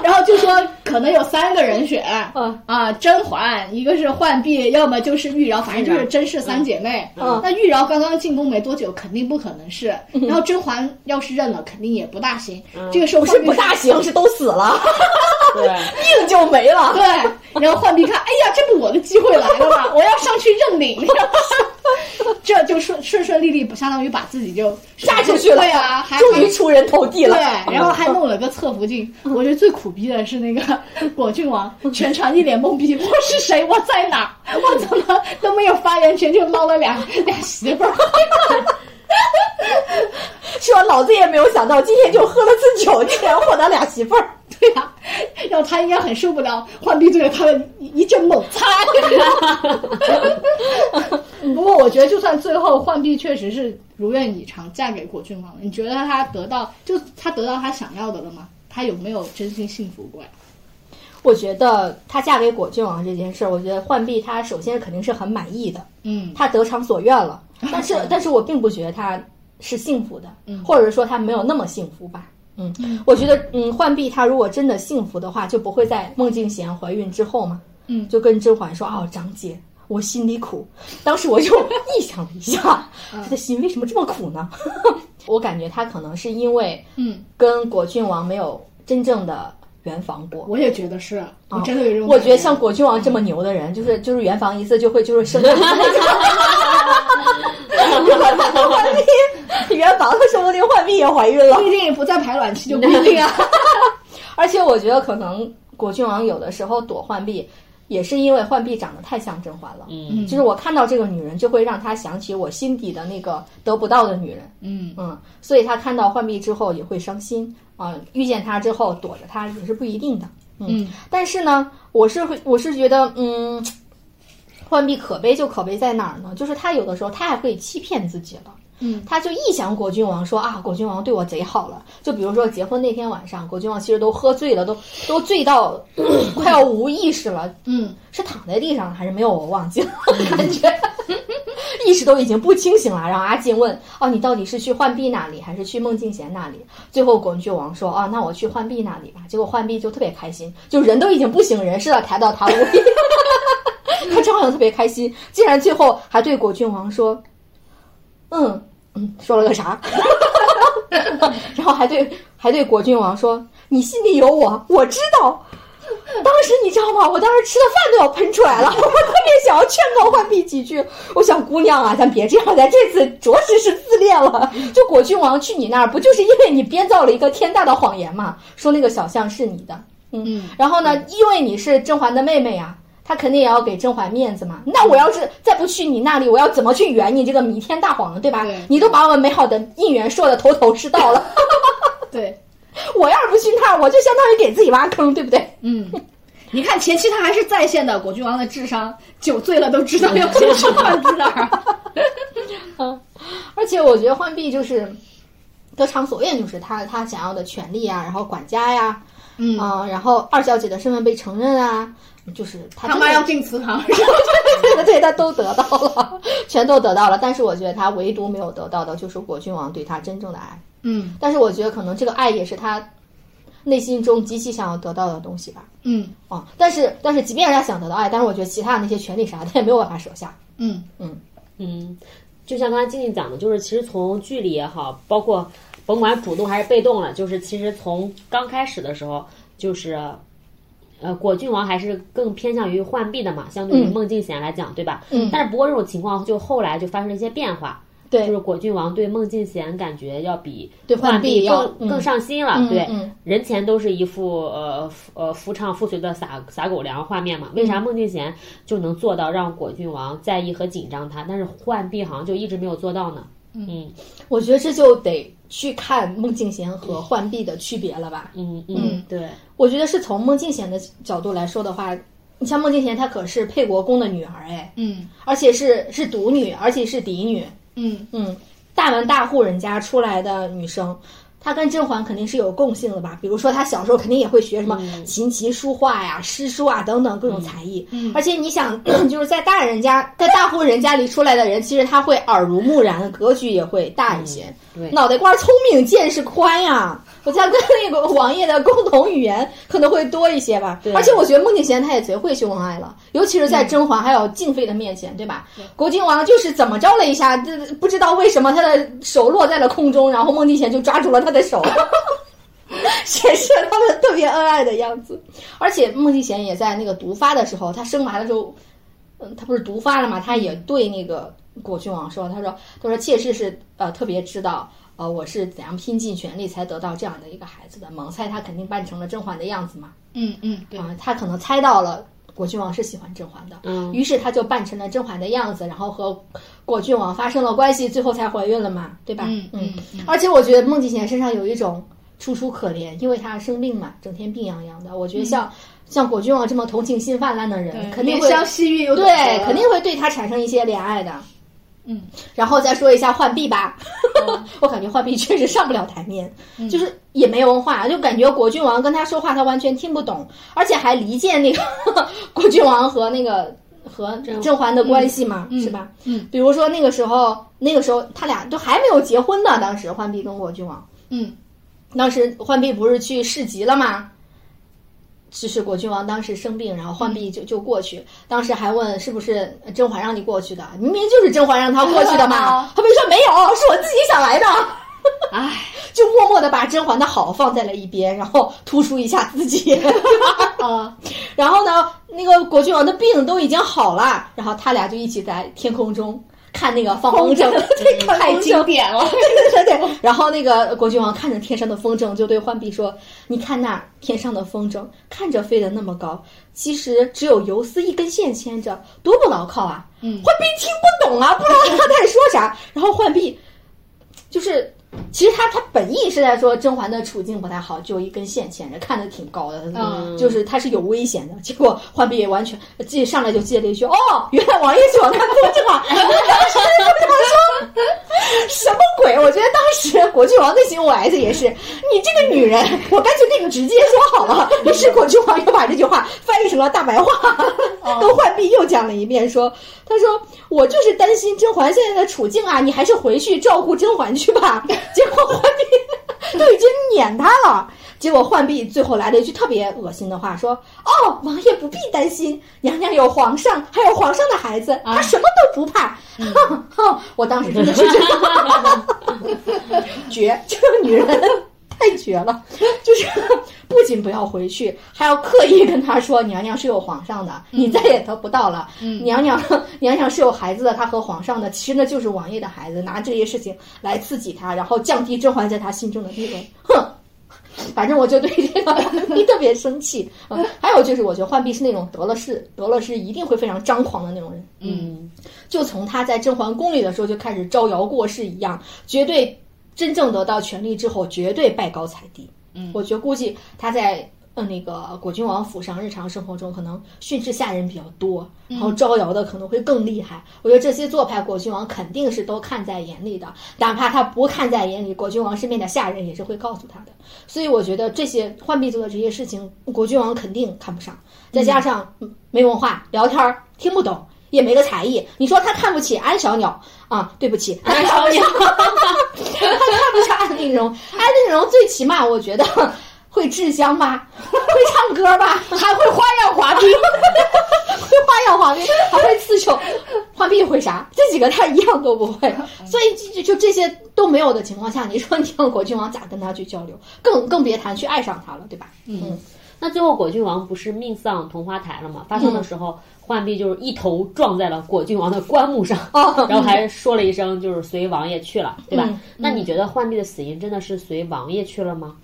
Speaker 3: 然后就说可能有三个人选，
Speaker 2: 嗯
Speaker 3: 啊，甄嬛，一个是浣碧，要么就是玉娆，反正就是甄氏三姐妹。
Speaker 2: 嗯
Speaker 3: 那玉娆刚刚进宫没多久，肯定不可能是。然后甄嬛要是认了，肯定也不大行。这个时候
Speaker 2: 不是
Speaker 3: 浣碧
Speaker 2: 嗯不大行，是都死了，
Speaker 4: 对，
Speaker 2: 命就没了。
Speaker 3: 对，然后浣碧看，哎呀，这不我的机会来了吗？我要上去认领。 这就顺顺顺利利，相当于把自己就
Speaker 2: 嫁出去了
Speaker 3: 对啊，还
Speaker 2: 终于出人头地了。嗯
Speaker 3: 对， 然后还弄了个侧福晋。我觉得最苦逼的是那个 果郡王，全场一脸懵逼，我是谁？我在哪儿？我怎么都没有发言权就捞了俩俩媳妇儿？
Speaker 2: 说老子也没有想到，今天就喝了次酒，竟然获得俩媳妇儿。
Speaker 3: 对呀、然后他应该很受不了，浣碧对着他的一一阵猛擦。 不过我觉得，就算最后浣碧确实是如愿以偿嫁给果郡王了，你觉得他得到就他得到他想要的了吗？他有没有真心幸福过呀？
Speaker 2: 我觉得她嫁给果郡王这件事儿，我觉得浣碧她首先肯定是很满意的，
Speaker 3: 嗯
Speaker 2: 她得偿所愿 了。但是，但是我并不觉得她是幸福的，
Speaker 3: 嗯
Speaker 2: 或者说她没有那么幸福吧。嗯，我觉得，嗯，浣碧她如果真的幸福的话，就不会在孟静娴怀孕之后嘛，
Speaker 3: 嗯
Speaker 2: 就跟甄嬛说：“哦，长姐，我心里苦。”当时我就臆想了一下，她的心为什么这么苦呢？ 我感觉她可能是因为
Speaker 3: 嗯，
Speaker 2: 跟果郡王没有真正的圆房过。
Speaker 3: 我也觉得是，我
Speaker 2: 啊
Speaker 3: 真的有这种
Speaker 2: 我
Speaker 3: 感。
Speaker 2: 觉得像果郡王这么牛的人，就是就是圆房一次就会就是生 个浣碧圆房，他说不定浣碧也怀孕了
Speaker 3: 不。一定不在排卵期就不一定啊。
Speaker 2: 而且我觉得可能果郡王有的时候躲浣碧，也是因为浣碧长得太像甄嬛了。
Speaker 4: 嗯
Speaker 2: 就是我看到这个女人，就会让他想起我心底的那个得不到的女人。
Speaker 3: 嗯
Speaker 2: 嗯，所以他看到浣碧之后也会伤心啊、遇见她之后躲着她也是不一定的。
Speaker 3: 嗯
Speaker 2: 但是呢，我是会，我是觉得，嗯，浣碧可悲就可悲在哪儿呢？就是他有的时候他还会欺骗自己了。
Speaker 3: 嗯
Speaker 2: 他就臆想果郡王说啊，果郡王对我贼好了。就比如说结婚那天晚上，果郡王其实都喝醉了，都都醉到 快要无意识了，
Speaker 3: 嗯
Speaker 2: 是躺在地上还是没有？我忘记了，感觉意识都已经不清醒了。然后阿进问：“哦，你到底是去浣碧那里，还是去孟静娴那里？”最后果郡王说：“哦，那我去浣碧那里吧。”结果浣碧就特别开心，就人都已经不省人事了，抬到堂屋里， 他照样特别开心，竟然最后还对果郡王说：“嗯嗯，说了个啥？” 然后还对还对果郡王说：“你心里有我，我知道。”当时你知道吗？我当时吃的饭都要喷出来了，我 特别想要劝告浣碧几句。我想，姑娘啊，咱别这样，咱这次着实是自恋了。就果郡王去你那儿，不就是因为你编造了一个天大的谎言嘛？说那个小象是你的，
Speaker 3: 嗯，
Speaker 2: 然后呢，因为你是甄嬛的妹妹啊，她肯定也要给甄嬛面子嘛。那我要是再不去你那里，我要怎么去圆你这个弥天大谎呢？对吧？
Speaker 3: 对
Speaker 2: 你都把我们美好的姻缘说的头头是道了，嗯
Speaker 3: 对，
Speaker 2: 我要是不去那儿，我就相当于给自己挖坑，对不对？
Speaker 3: 嗯。你看
Speaker 2: 嗯
Speaker 3: 前期他还是在线的，果郡王的智商，酒醉了都知道要先去换知道。
Speaker 2: 而且我觉得浣碧就是得偿所愿，就是她她想要的权利啊，然后管家呀、
Speaker 3: 嗯，
Speaker 2: 啊、然后二小姐的身份被承认啊，就是她
Speaker 3: 他
Speaker 2: 真
Speaker 3: 妈
Speaker 2: 的
Speaker 3: 要进祠堂，
Speaker 2: 对的，对，他都得到了，全都得到了。但是我觉得他唯独没有得到的就是果郡王对他真正的爱。
Speaker 3: 嗯
Speaker 2: 但是我觉得可能这个爱也是他内心中极其想要得到的东西吧。
Speaker 3: 嗯
Speaker 2: 啊、但是但是即便是他想得到爱，但是我觉得其他的那些权利啥的他也没有办法舍下。
Speaker 3: 嗯
Speaker 4: 嗯，就像刚才静静讲的，就是其实从剧里也好，包括甭管主动还是被动了，就是其实从刚开始的时候，就是呃，果郡王还是更偏向于浣碧的嘛，相对于
Speaker 2: 嗯
Speaker 4: 孟静贤来讲，对吧？
Speaker 2: 嗯
Speaker 4: 但是不过这种情况就后来就发生了一些变化，
Speaker 2: 对
Speaker 4: 就是果郡王对孟静贤感觉要比
Speaker 2: 对浣
Speaker 4: 浣
Speaker 2: 碧要
Speaker 4: 更更
Speaker 2: 嗯
Speaker 4: 上心了，
Speaker 2: 嗯
Speaker 4: 对。
Speaker 2: 嗯
Speaker 4: 人前都是一副呃夫呃夫唱妇随的撒撒狗粮画面嘛，为
Speaker 2: 嗯
Speaker 4: 啥孟俊贤就能做到让果郡王在意和紧张他，但是浣碧好像就一直没有做到呢？嗯
Speaker 2: 我觉得这就得去看孟静贤和浣碧的区别了吧。
Speaker 4: 嗯
Speaker 3: 嗯
Speaker 4: 嗯，对，
Speaker 2: 我觉得是从孟静贤的角度来说的话，你像孟静贤，她可是沛国公的女儿哎，
Speaker 3: 嗯
Speaker 2: 而且是是独女，而且是嫡女。
Speaker 3: 嗯
Speaker 2: 嗯，大门大户人家出来的女生，她跟甄嬛肯定是有共性的吧？比如说她小时候肯定也会学什么
Speaker 4: 嗯
Speaker 2: 琴棋书画呀、诗书啊等等各种才艺。
Speaker 3: 嗯嗯
Speaker 2: 而且你想， 就是在大人家、在大户人家里出来的人，其实他会耳濡目染，格局也会大一些，
Speaker 4: 嗯对
Speaker 2: 脑袋瓜聪明，见识宽呀。我家跟那个王爷的共同语言可能会多一些吧。
Speaker 4: 对
Speaker 2: 而且我觉得孟静贤她也贼会秀恩爱了，尤其是在甄嬛还有静妃的面前，对吧？国靖王就是怎么着了一下，这不知道为什么他的手落在了空中，然后孟静贤就抓住了他的手， 显示了他们特别恩爱的样子。而且孟静贤也在那个毒发的时候，她生娃的时候，嗯，她不是毒发了嘛，她也对那个果郡王说，她说，她说妾室是呃特别知道。呃，我是怎样拼尽全力才得到这样的一个孩子的？猛猜他肯定扮成了甄嬛的样子嘛，
Speaker 3: 嗯嗯，对
Speaker 2: 啊、，他可能猜到了果郡王是喜欢甄嬛的，
Speaker 4: 嗯
Speaker 2: 于是她就扮成了甄嬛的样子，然后和果郡王发生了关系，最后才怀孕了嘛，对吧？
Speaker 3: 嗯嗯嗯
Speaker 2: 而且我觉得孟静贤身上有一种楚楚可怜，因为她生病嘛，整天病殃殃的。我觉
Speaker 3: 嗯
Speaker 2: 得像、像果郡王这么同情心泛滥的人，肯定会
Speaker 3: 怜香惜玉又懂
Speaker 2: 对，
Speaker 3: 得
Speaker 2: 肯定会对他产生一些怜爱的。
Speaker 3: 嗯，
Speaker 2: 然后再说一下浣碧吧， 我感觉浣碧确实上不了台面，
Speaker 3: 嗯
Speaker 2: 就是也没文化，就感觉果郡王跟他说话，他完全听不懂，而且还离间那个 果郡王和那个和甄嬛的关系嘛，是吧？
Speaker 3: 嗯，
Speaker 2: 比如说那个时候，那个时候他俩都还没有结婚呢，当时浣碧跟果郡王，
Speaker 3: 嗯
Speaker 2: 当时浣碧不是去市集了吗？就是果郡王当时生病，然后浣碧就就过去，当时还问是不是甄嬛让你过去的，明明就是甄嬛让他过去的 嘛。浣碧说没有，是我自己想 来的，
Speaker 4: 唉，
Speaker 2: 就默默的把甄嬛的好放在了一边，然后突出一下自己。 哦
Speaker 3: 啊
Speaker 2: 然后呢，那个果郡王的病都已经好了，然后他俩就一起在天空中看那个放风筝，对，看
Speaker 3: 哦太
Speaker 2: 风筝
Speaker 3: 经典了，
Speaker 2: 对对对对。然后那个国君王看着天上的风筝，就对浣碧说：“你看那天上的风筝，看着飞得那么高，其实只有游丝一根线牵着，多不牢靠啊！”
Speaker 3: 嗯
Speaker 2: 浣碧听不懂啊，不知道他在说啥。然后浣碧就是。其实他他本意是在说甄嬛的处境不太好，就一根线牵着，看着挺高的，
Speaker 3: 嗯
Speaker 2: 就是他是有危险的。结果浣碧也完全这上来就接了一句：“哦，原来王爷喜欢看风筝啊！” 什么鬼？我觉得当时果郡王内心 OS 也是，你这个女人，我干脆跟你直接说好了。于是果郡王又把这句话翻译成了大白话， 跟浣碧又讲了一遍，说：“他说我就是担心甄嬛现在的处境啊，你还是回去照顾甄嬛去吧。” 结果浣碧都已经撵他了。结果浣碧最后来了一句特别恶心的话，说：“哦，王爷不必担心，娘娘有皇上，还有皇上的孩子，她什么都不怕。 哼哼，我当时真的是觉 得 绝，这个女人太绝了，就是不仅不要回去，还要刻意跟她说，娘娘是有皇上的，你再也得不到了。
Speaker 3: 嗯
Speaker 2: 娘娘娘娘是有孩子的，她和皇上的，其实那就是王爷的孩子，拿这些事情来刺激她，然后降低甄嬛在她心中的地位。哼。反正我就对这个 浣碧特别生气。嗯，还有就是，我觉得浣碧是那种得了势，得了势一定会非常张狂的那种人。
Speaker 4: 嗯
Speaker 2: 就从他在甄嬛宫里的时候就开始招摇过市一样，绝对真正得到权力之后，绝对拜高踩低。
Speaker 3: 嗯
Speaker 2: 我觉得估计他在呃，那个果郡王府上日常生活中可能训斥下人比较多，然后招摇的可能会更厉害。我觉得这些做派果郡王肯定是都看在眼里的，哪怕他不看在眼里，果郡王身边的下人也是会告诉他的。所以我觉得这些浣碧做的这些事情，果郡王肯定看不上。再加上嗯没文化，聊天儿听不懂，也没个才艺，你说他看不起安小鸟啊？对不起，他
Speaker 4: 安小鸟。
Speaker 2: 他看不上安陵容，安陵容最起码我觉得会制香吧， 会唱歌 吧，还会花样滑冰， 会花样滑冰，还会刺绣，浣碧会啥？这几个他一样都不 会，所以就就就这些都没有的情况下，你说你让果郡王咋跟他去交流？更更别谈去爱上他了，对吧？嗯，
Speaker 4: 那最后果郡王不是命丧桐花台了吗？发
Speaker 2: 嗯
Speaker 4: 生的时候，浣碧就是一头撞在了果郡王的棺木上，
Speaker 2: 哦
Speaker 4: 然后还说了一声就是随王爷去了，对吧？
Speaker 2: 嗯
Speaker 4: 那你觉得浣碧的死因真的是随王爷去了吗？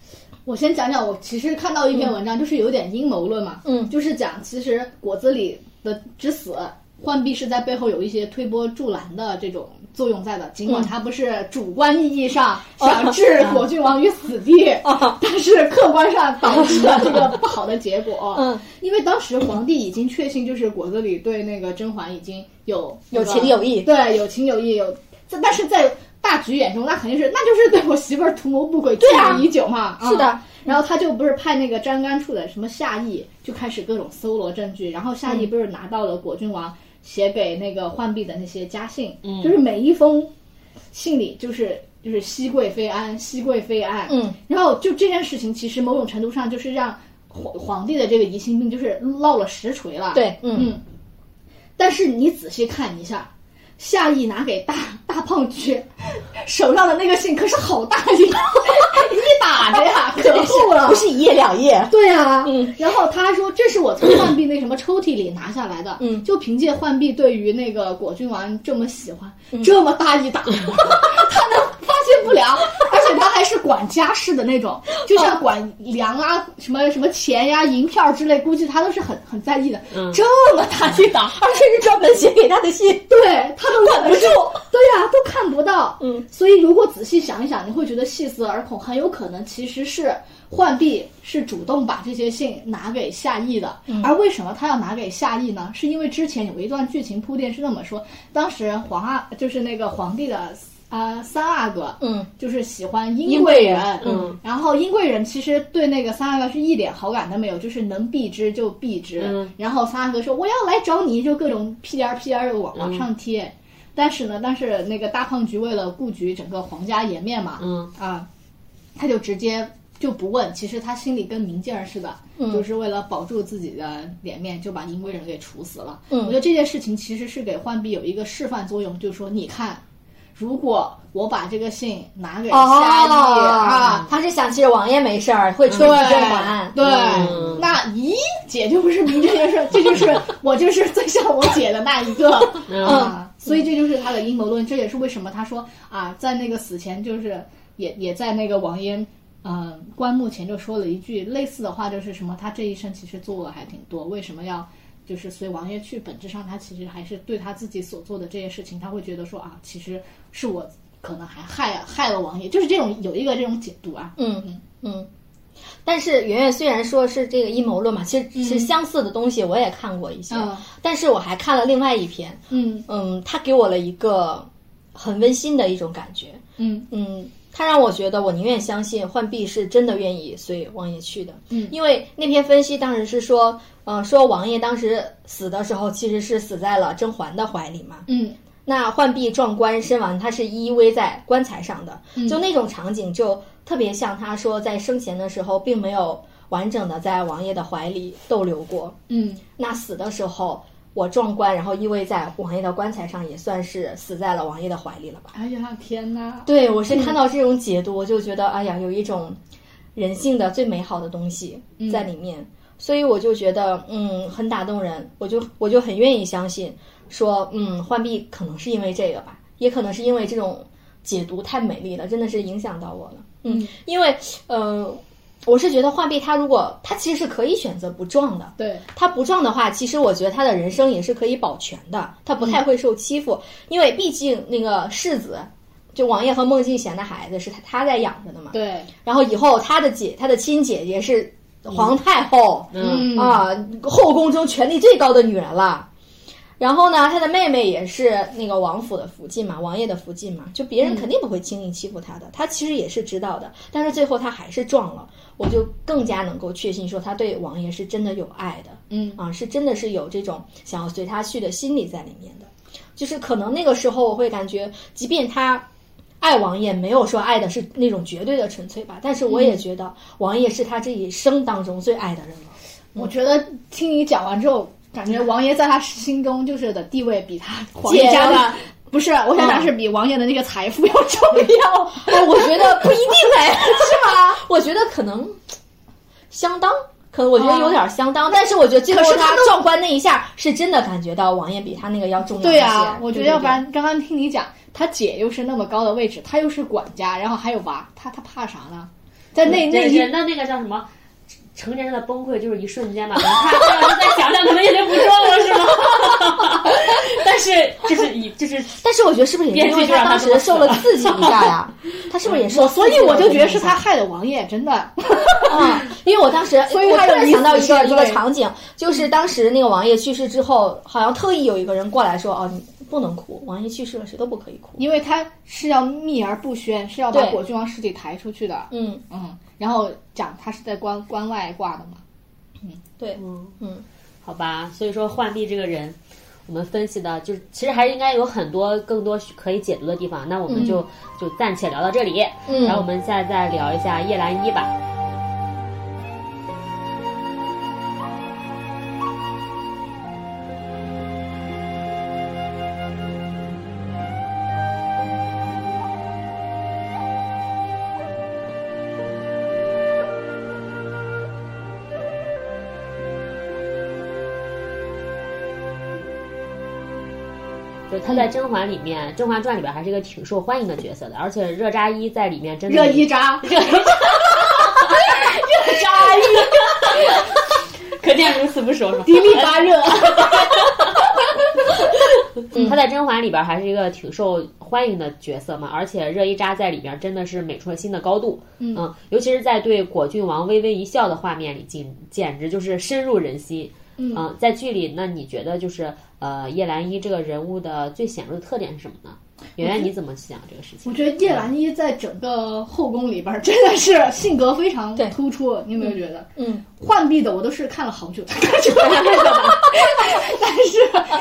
Speaker 3: 我先讲讲，我其实看到一篇文章，就是有点阴谋论嘛，
Speaker 2: 嗯
Speaker 3: 就是讲其实果子狸的之死，浣碧是在背后有一些推波助澜的这种作用在的，尽管他不是主观意义上
Speaker 2: 哦
Speaker 3: 想置果郡王于死地， 但是客观上导致了这个不好的结果。
Speaker 2: 嗯，
Speaker 3: 因为当时皇帝已经确信，就是果子狸对那个甄嬛已经有
Speaker 2: 有情有义
Speaker 3: 对，有情有义，有，但但是在大局眼中，那肯定是那就是对我媳妇儿图谋不轨，计
Speaker 2: 啊
Speaker 3: 已久嘛。
Speaker 2: 是的
Speaker 3: 嗯然后他就不是派那个张干处的什么夏邑，就开始各种搜罗证据，然后夏邑不是拿到了果郡王写给那个浣碧的那些家信，
Speaker 4: 嗯
Speaker 3: 就是每一封信里就是就是熹贵妃安，熹贵妃安，
Speaker 2: 嗯，
Speaker 3: 然后就这件事情，其实某种程度上就是让皇皇帝的这个疑心病就是落了实锤了，
Speaker 2: 对，嗯，
Speaker 3: 嗯，但是你仔细看一下，夏邑拿给大大胖菊手上的那个信，可是好大一 一打着 呀，可厚了
Speaker 2: 不。是啊一夜两夜，
Speaker 3: 对啊，
Speaker 2: 嗯
Speaker 3: 然后他还说这是我从浣碧那什么抽屉里拿下来的，
Speaker 2: 嗯
Speaker 3: 就凭借浣碧对于那个果郡王这么喜欢，
Speaker 2: 嗯
Speaker 3: 这么大 一打，他能发现不了，而且他还是管家事的那种，就像管粮啊、什么什么钱呀、银票之类，估计他都是很很在意的，
Speaker 4: 嗯
Speaker 3: 这么大 一打，
Speaker 2: 而且是专门写给他的信。
Speaker 3: 对他都忍不住， 对呀、都看不到。
Speaker 2: 嗯，
Speaker 3: 所以如果仔细想一想，你会觉得细思而恐，很有可能其实是浣碧是主动把这些信拿给夏邑的。而为什么他要拿给夏邑呢？是因为之前有一段剧情铺垫是那么说，当时皇阿就是那个皇帝的啊、呃三阿哥，
Speaker 2: 嗯，
Speaker 3: 就是喜欢殷贵人，
Speaker 4: 嗯，
Speaker 3: 然后殷贵人其实对那个三阿哥是一点好感都没有，就是能避之就避之。
Speaker 4: 嗯
Speaker 3: 然后三阿哥说我要来找你，就各种屁颠儿屁颠儿的往往上贴。但是呢，但是那个大胖菊为了顾及整个皇家颜面嘛，
Speaker 4: 嗯
Speaker 3: 啊，他就直接就不问。其实他心里跟明镜儿似的，
Speaker 2: 嗯
Speaker 3: 就是为了保住自己的脸面，就把殷贵人给处死了。
Speaker 2: 嗯
Speaker 3: 我觉得这件事情其实是给浣碧有一个示范作用，就是说，你看，如果我把这个信拿
Speaker 2: 哦
Speaker 3: 给夏邑、啊，
Speaker 2: 他是想其实王爷没事儿，会吹
Speaker 3: 对
Speaker 2: 甄嬛。
Speaker 3: 对，
Speaker 4: 嗯
Speaker 3: 那咦，姐就不是明这件事，这就是我就是最像我姐的那一 个。啊，所以这就是他的阴谋论，这也是为什么他说啊，在那个死前就是也也在那个王爷。嗯，棺木前就说了一句类似的话，就是什么他这一生其实作恶还挺多，为什么要就是随王爷去？本质上他其实还是对他自己所做的这些事情，他会觉得说啊，其实是我可能还害害了王爷，就是这种有一个这种解读啊。
Speaker 2: 嗯嗯。但是圆圆虽然说是这个阴谋论嘛，其实是相似的东西，我也看过一些，
Speaker 3: 嗯
Speaker 2: 但是我还看了另外一篇，
Speaker 3: 嗯
Speaker 2: 嗯，它给我了一个很温馨的一种感觉，
Speaker 3: 嗯
Speaker 2: 嗯，它让我觉得我宁愿相信浣碧是真的愿意随王爷去的，
Speaker 3: 嗯
Speaker 2: 因为那篇分析当时是说，呃，说王爷当时死的时候其实是死在了甄嬛的怀里嘛，
Speaker 3: 嗯
Speaker 2: 那浣碧壮观身亡，他是依偎在棺材上的，就那种场景就特别像他说在生前的时候并没有完整的在王爷的怀里逗留过，
Speaker 3: 嗯
Speaker 2: 那死的时候我壮观，然后依偎在王爷的棺材上，也算是死在了王爷的怀里了吧？
Speaker 3: 哎呀，天哪！
Speaker 2: 对我是看到这种解读，我就觉得哎呀，有一种人性的最美好的东西在里面，所以我就觉得嗯很打动人，我就我就很愿意相信说嗯浣碧可能是因为这个吧，也可能是因为这种解读太美丽了，真的是影响到我了，嗯，因为呃我是觉得浣碧她如果她其实是可以选择不撞的，
Speaker 3: 对，
Speaker 2: 他不撞的话，其实我觉得他的人生也是可以保全的，他不太会受欺负，因为毕竟那个世子，就王爷和孟静娴的孩子是他他在养着的嘛。
Speaker 3: 对，
Speaker 2: 然后以后他的姐，他的亲姐姐是皇太后，
Speaker 4: 嗯
Speaker 2: 啊，后宫中权力最高的女人了。然后呢，她的妹妹也是那个王府的福晋嘛，王爷的福晋嘛，就别人肯定不会轻易欺负她的，她其实也是知道的，但是最后她还是撞了，我就更加能够确信说她对王爷是真的有爱的，
Speaker 3: 嗯
Speaker 2: 啊，是真的是有这种想要随他去的心理在里面的，就是可能那个时候我会感觉，即便她爱王爷没有说爱的是那种绝对的纯粹吧，但是我也
Speaker 3: 嗯
Speaker 2: 觉得王爷是她这一生当中最爱的人了。
Speaker 3: 我觉得听你讲完之后，感觉王爷在他心中就是的地位比他皇
Speaker 2: 姐
Speaker 3: 爷家
Speaker 2: 了
Speaker 3: 的不是，我想讲是比王爷的那个财富要重要。
Speaker 2: 哎，我觉得不一定 哎，是吗？ 我觉得可能相当，可能我觉得有点相当，但是我觉得最后
Speaker 3: 哦可是他
Speaker 2: 他
Speaker 3: 都
Speaker 2: 壮观那一下，是真的感觉到王爷比他那个要重要一
Speaker 3: 对
Speaker 2: 些。
Speaker 3: 呀、我觉得
Speaker 2: 对
Speaker 3: 要不然刚刚听你讲，他姐又是那么高的位置，他又是管家，然后还有娃，他他怕啥呢？在那 那
Speaker 4: 人
Speaker 3: 一
Speaker 4: 人的那个叫什么？成年人的崩溃就是一瞬间嘛，你看，要是再想想，可能也就不撞了，是吗？ 但是就是以就是
Speaker 2: 但是我觉得是不是也是因为他当时受了刺激一下 呀？他是不是也受
Speaker 3: 我
Speaker 2: 了刺激
Speaker 3: 所
Speaker 2: 了一
Speaker 3: 以
Speaker 2: 下？
Speaker 3: 我就觉得是他害的王爷，真的。
Speaker 2: 啊， 因为我当时，
Speaker 3: 所以
Speaker 2: 我
Speaker 3: 他
Speaker 2: 突
Speaker 3: 有
Speaker 2: 然
Speaker 3: 一
Speaker 2: 想到
Speaker 3: 丝
Speaker 2: 一个
Speaker 3: 是
Speaker 2: 一个
Speaker 3: 对
Speaker 2: 场景，就是当时那个王爷去世之后，好像特意有一个人过来说：“哦，你不能哭，王爷去世了，谁都不可以哭。
Speaker 3: 因为他是要秘而不宣，是要把
Speaker 2: 对
Speaker 3: 果郡王尸体抬出去的”。
Speaker 2: 嗯，
Speaker 3: 嗯，然后讲他是在关关外挂的嘛。
Speaker 2: 对，
Speaker 4: 嗯
Speaker 2: 嗯，
Speaker 4: 好吧，所以说浣碧这个人，我们分析的就是其实还是应该有很多更多可以解读的地方，那我
Speaker 3: 嗯
Speaker 4: 们就、就暂且聊到这里，
Speaker 2: 嗯
Speaker 4: 然后我们现在再聊一下叶澜依吧。就是她在
Speaker 3: 嗯
Speaker 4: 《甄嬛》里面，《甄嬛传》里边还是一个挺受欢迎的角色的，而且热扎伊在里
Speaker 2: 嗯
Speaker 4: 面真的
Speaker 3: 热依 扎，
Speaker 4: 热扎热扎伊，可见如此不熟是吧？
Speaker 3: 迪丽巴 热。
Speaker 4: 她在《甄嬛》里边还是一个挺受欢迎的角色嘛，而且热依扎在里边真的是美出了新的高度，嗯尤其是在对果郡王微微一笑的画面里，简简直就是深入人心。嗯、在剧里，那你觉得就是呃叶澜依这个人物的最显著的特点是什么呢？圆圆你怎么想这个事情
Speaker 3: 我？觉得叶澜依在整个后宫里边儿真的是性格非常
Speaker 2: 对
Speaker 3: 突出，你有没有觉得？
Speaker 2: 嗯，
Speaker 3: 浣碧的我都是看了好 久 才看出来的，但是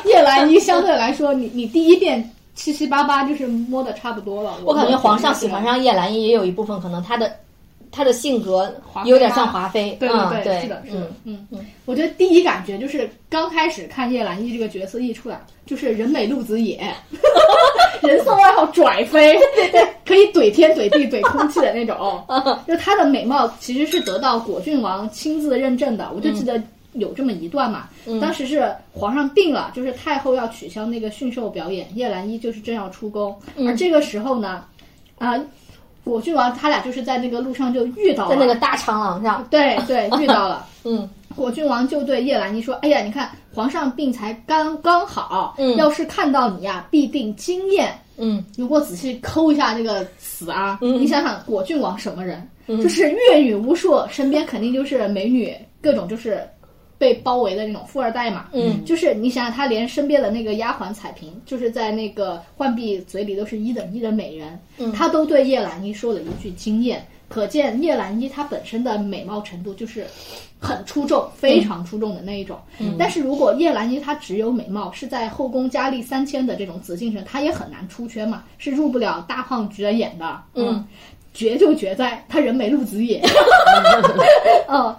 Speaker 3: 叶澜依相对来说，你你第一遍七七八八就是摸的差不多了。
Speaker 2: 我感觉皇上喜欢，上叶澜依也有一部分可能他的他的性格
Speaker 3: 华妃
Speaker 2: 有点像
Speaker 3: 吧
Speaker 2: 华妃，
Speaker 3: 对
Speaker 2: 嗯
Speaker 3: 对
Speaker 2: 对，
Speaker 3: 是的，是的嗯
Speaker 2: 嗯，
Speaker 3: 嗯。我觉得第一感觉就是刚开始看叶澜依这个角色一出来，就是人美路子野， 人送外号拽妃， 对对，可以怼天怼地怼空气的那 种。
Speaker 2: 嗯
Speaker 3: 就她的美貌其实是得到果郡王亲自认证的，我
Speaker 2: 嗯
Speaker 3: 就记得有这么一段嘛。当时是皇上病了，就是太后要取消那个驯兽表演，叶澜依就是正要出宫，
Speaker 2: 嗯
Speaker 3: 而这个时候呢，啊、果郡王他俩就是在那个路上就遇到了，
Speaker 2: 在那个大长廊上，
Speaker 3: 对对遇到了。
Speaker 2: 嗯，
Speaker 3: 果郡王就对叶澜依说：“哎呀，你看皇上病才刚刚好，
Speaker 2: 嗯
Speaker 3: 要是看到你呀，必定惊艳。
Speaker 2: 嗯，
Speaker 3: 如果仔细抠一下这个词啊，
Speaker 2: 嗯
Speaker 3: 你想想果郡王什么人？就是阅女无数，身边肯定就是美女，各种就是被包围的那种富二代嘛。
Speaker 2: 嗯，
Speaker 3: 就是你想想，他连身边的那个丫鬟彩萍，就是在那个浣碧嘴里都是一等一的美人，
Speaker 2: 嗯
Speaker 3: 他都对叶澜依说了一句惊艳。可见叶澜依她本身的美貌程度就是很出众，非常出众的那一种。
Speaker 2: 嗯
Speaker 3: 但是如果叶澜依她只有美貌，是在后宫佳丽三千的这种紫禁城，她也很难出圈嘛，是入不了大胖菊的眼的。
Speaker 2: 嗯，
Speaker 3: 绝就绝在她人美路子 野。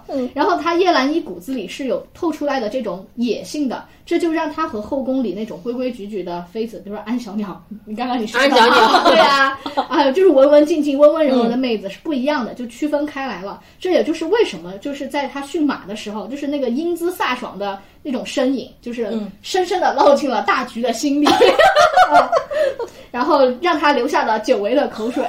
Speaker 3: 嗯，然后她叶澜依骨子里是有透出来的这种野性的，这就让她和后宫里那种规规矩矩的妃子，比如说安小鸟，你刚刚你说的
Speaker 4: 安小 鸟
Speaker 3: 对 啊，啊，就是文文静静、温温柔柔的妹子是不一
Speaker 4: 嗯
Speaker 3: 样的，就区分开来了。这也就是为什么，就是在她驯马的时候，就是那个英姿飒爽的那种身影，就是
Speaker 4: 嗯
Speaker 3: 深深的烙进了大局的 心里。然后让他留下了久违的口水。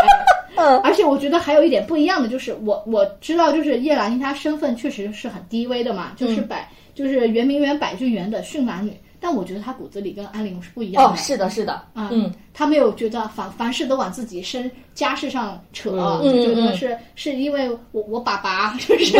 Speaker 3: 嗯，而且我觉得还有一点不一样的就是，我我知道就是叶澜依她身份确实是很低微的嘛，就是百、就是圆明园百俊园的驯马女，但我觉得他骨子里跟安陵是不一样的。
Speaker 2: 哦，是的，是的，
Speaker 3: 啊，
Speaker 2: 嗯，
Speaker 3: 他没有觉得凡凡事都往自己身家事上扯，
Speaker 4: 嗯
Speaker 3: 觉
Speaker 2: 嗯
Speaker 3: 得是是因为我我爸爸 就是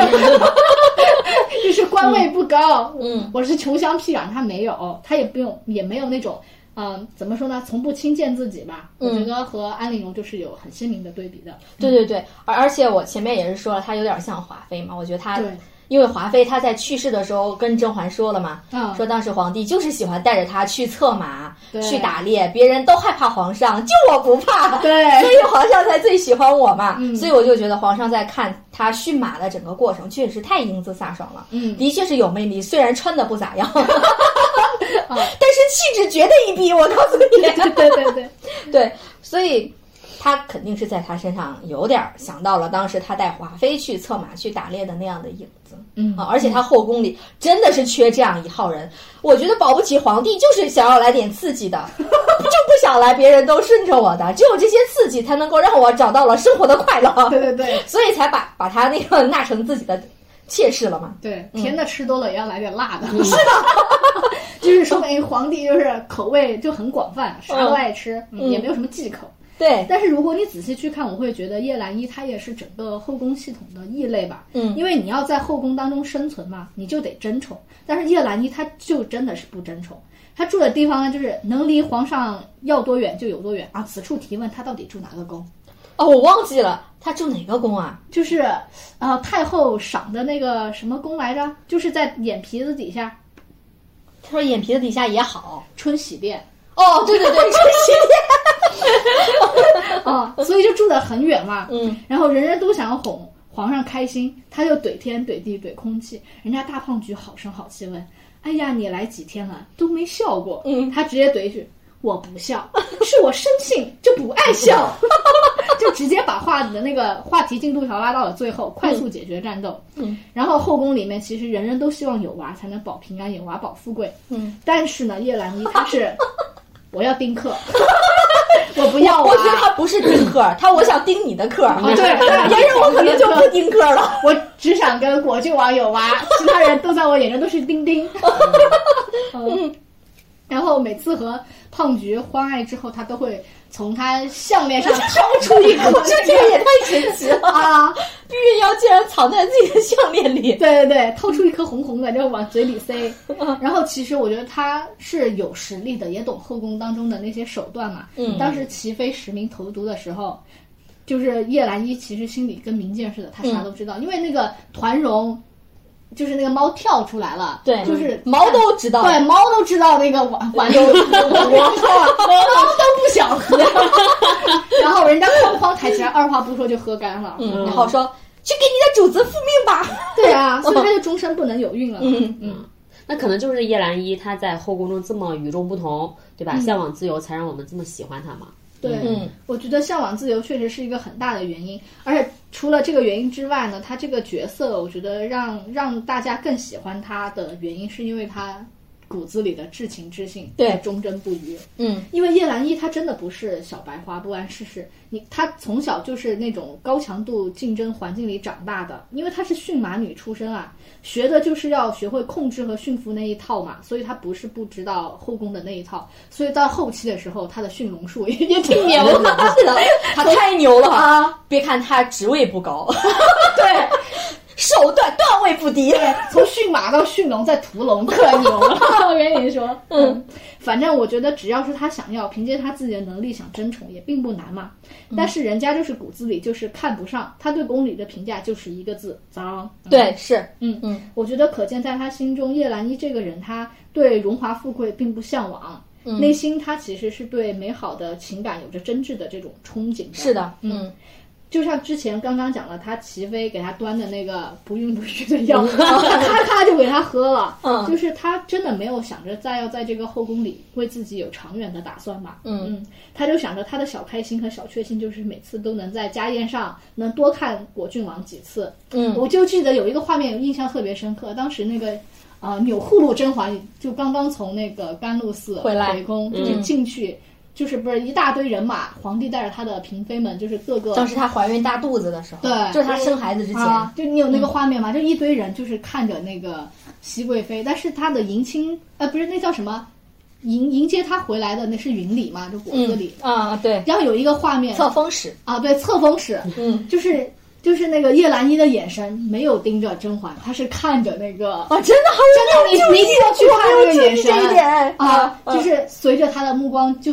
Speaker 3: 就是官位不高，
Speaker 2: 嗯，
Speaker 3: 我是穷乡僻壤，他没有，他也不用也没有那种。嗯，怎么说呢？从不轻贱自己吧，
Speaker 2: 嗯
Speaker 3: 我觉得和安陵容就是有很鲜明的对 比的。
Speaker 2: 对对对，而而且我前面也是说了，他有点像华妃嘛，我觉得他
Speaker 3: 对，
Speaker 2: 因为华妃她在去世的时候跟甄嬛说了嘛，
Speaker 3: 嗯
Speaker 2: 说当时皇帝就是喜欢带着她去策马、
Speaker 3: 对
Speaker 2: 去打猎，别人都害怕皇上，就我不怕，
Speaker 3: 对
Speaker 2: 所以皇上才最喜欢我嘛。
Speaker 3: 嗯
Speaker 2: 所以我就觉得皇上在看他驯马的整个过程，确实太英姿飒爽了，
Speaker 3: 嗯
Speaker 2: 的确是有魅力，虽然穿的不咋 样，但
Speaker 3: 啊，
Speaker 2: 是气质绝对一逼，我告 诉
Speaker 3: 对
Speaker 2: 你，
Speaker 3: 对对对对，
Speaker 2: 对，所以。他肯定是在他身上有点儿想到了当时他带华妃去策马去打猎的那样的影子，
Speaker 3: 嗯
Speaker 2: 啊，而且他后宫里真的是缺这样一号人。我觉得保不齐皇帝就是想要来点刺激的，就不想来别人都顺着我的，只有这些刺激才能够让我找到了生活的快乐，
Speaker 3: 对对对
Speaker 2: 所以才把把他那个纳成自己的妾室了嘛。
Speaker 3: 对，甜的吃多了也要来点辣的，
Speaker 2: 嗯
Speaker 3: 是的， 就是说明皇帝就是口味就很广泛，啥都爱吃，嗯也没有什么忌口。
Speaker 2: 对，
Speaker 3: 但是如果你仔细去看，我会觉得叶澜依她也是整个后宫系统的异类吧，
Speaker 2: 嗯
Speaker 3: 因为你要在后宫当中生存嘛，你就得争宠。但是叶澜依她就真的是不争宠，她住的地方呢，就是能离皇上要多远就有多远啊。此处提问，她到底住哪个宫？
Speaker 2: 哦，我忘记了他住哪个宫啊？
Speaker 3: 就是呃太后赏的那个什么宫来着？就是在眼皮子底下
Speaker 2: 他说眼皮子底下也好。
Speaker 3: 春喜殿
Speaker 2: 哦，对对对，这是
Speaker 3: 啊，所以就住得很远嘛。
Speaker 2: 嗯，
Speaker 3: 然后人人都想哄皇上开心，他就怼天怼地怼空气。人家大胖菊好声好气问：“哎呀，你来几天了都没笑过？”
Speaker 2: 嗯
Speaker 3: 他直接怼一句：“我不笑， 是我生性就不爱 笑。”就直接把话的那个话题进度条拉到了最后，快速解决战斗。
Speaker 2: 嗯，
Speaker 3: 然后后宫里面其实人人都希望有娃才能保平安，有娃保富贵。
Speaker 2: 嗯，
Speaker 3: 但是呢，叶澜依她 是我要丁克， 我不要啊娃。
Speaker 2: 我觉得他不是丁克 儿，他我想盯你的克儿。
Speaker 3: 哦对
Speaker 2: 要是我可能就不丁克儿了。
Speaker 3: 我只想跟果郡王有娃，其他人都在我眼中都是丁 丁。嗯，然后每次和胖菊欢爱之后，他都会从他项链上掏出 一颗
Speaker 2: 这这个也太神奇 了！
Speaker 3: 啊，
Speaker 2: 避孕药竟然藏在自己的项链里。
Speaker 3: 对对对，掏出一颗红红的就往嘴里 塞。然后其实我觉得他是有实力的，也懂后宫当中的那些手段嘛。
Speaker 2: 嗯
Speaker 3: 当时齐妃实名投毒的时候。就是叶澜依，其实心里跟明镜似的，她啥都知道，因为那个团蓉，就是那个猫跳出来了，
Speaker 2: 对，
Speaker 3: 就是
Speaker 2: 毛都知道。嗯
Speaker 3: 对，猫都知道那个碗碗都王套啊，猫都不想喝， 然后人家哐哐抬起来，二话不说就喝干了。
Speaker 2: 嗯，然后说去给你的主子复命吧。
Speaker 3: 对啊，所以他就终身不能有孕了。
Speaker 2: 嗯
Speaker 3: 嗯，
Speaker 4: 那可能就是叶澜依她在后宫中这么与众不同，对吧？向往自由，才让我们这么喜欢她嘛。
Speaker 3: 对，
Speaker 2: 嗯
Speaker 3: 我觉得向往自由确实是一个很大的原因，而且除了这个原因之外呢，他这个角色，我觉得让让大家更喜欢他的原因，是因为他骨子里的至情至性，
Speaker 2: 对
Speaker 3: 忠贞不渝。
Speaker 2: 嗯
Speaker 3: 因为叶澜依她真的不是小白花，不谙世事。你她从小就是那种高强度竞争环境里长大的，因为她是驯马女出身啊，学的就是要学会控制和驯服那一套嘛，所以她不是不知道后宫的那一套，所以到后期的时候，她的驯龙术也 也挺牛的。
Speaker 2: 是的， 他太牛了
Speaker 3: 啊！
Speaker 2: 别看他职位不高，
Speaker 3: 对
Speaker 2: 手段段位不低。
Speaker 3: 对，从驯马到驯龙再屠龙，可牛了。我跟你说，嗯，反正我觉得只要是他想要，凭借他自己的能力想争宠也并不难嘛。但是人家就是骨子里就是看不上，他对宫里的评价就是一个字脏。嗯，
Speaker 2: 对，是，
Speaker 3: 嗯
Speaker 2: 嗯，
Speaker 3: 我觉得可见在他心中，叶澜依这个人，他对荣华富贵并不向往。内心他其实是对美好的情感有着真挚的这种憧憬的。
Speaker 2: 是的，
Speaker 3: 嗯，
Speaker 2: 嗯，
Speaker 3: 就像之前刚刚讲了，他齐飞给他端的那个不孕不育的药，咔咔就给他喝了。
Speaker 2: 嗯
Speaker 3: 就是他真的没有想着再要在这个后宫里为自己有长远的打算吧。
Speaker 2: 嗯
Speaker 3: 他就想着他的小开心和小确幸，就是每次都能在家宴上能多看果郡王几次。
Speaker 2: 嗯
Speaker 3: 我就记得有一个画面印象特别深刻，当时那个。呃啊、钮祜禄甄嬛就刚刚从那个甘露寺
Speaker 2: 回来嗯
Speaker 3: 宫，就是进去就是不是一大堆人马，皇帝带着他的嫔妃们，就是各个
Speaker 2: 当时她怀孕大肚子的时候，
Speaker 3: 对
Speaker 2: 就是她生孩子之前，
Speaker 3: 啊，就你有那
Speaker 2: 嗯
Speaker 3: 个画面吗？就一堆人就是看着那个熹贵妃，但是她的迎亲，呃，不是那叫什么，迎迎接她回来的那是云里嘛，就果
Speaker 2: 嗯
Speaker 3: 子里。
Speaker 2: 啊，对，
Speaker 3: 然后有一个画面
Speaker 2: 册封使，
Speaker 3: 啊，对，册封使，
Speaker 2: 嗯，
Speaker 3: 就是就是那个叶澜依的眼神没有盯着甄嬛，她是看着那个
Speaker 2: 啊，真的好
Speaker 3: 真的，你你一定要去看那个眼神
Speaker 2: 我没有注意啊这一点
Speaker 3: 啊，
Speaker 2: 嗯
Speaker 3: 就是随着他的目光就。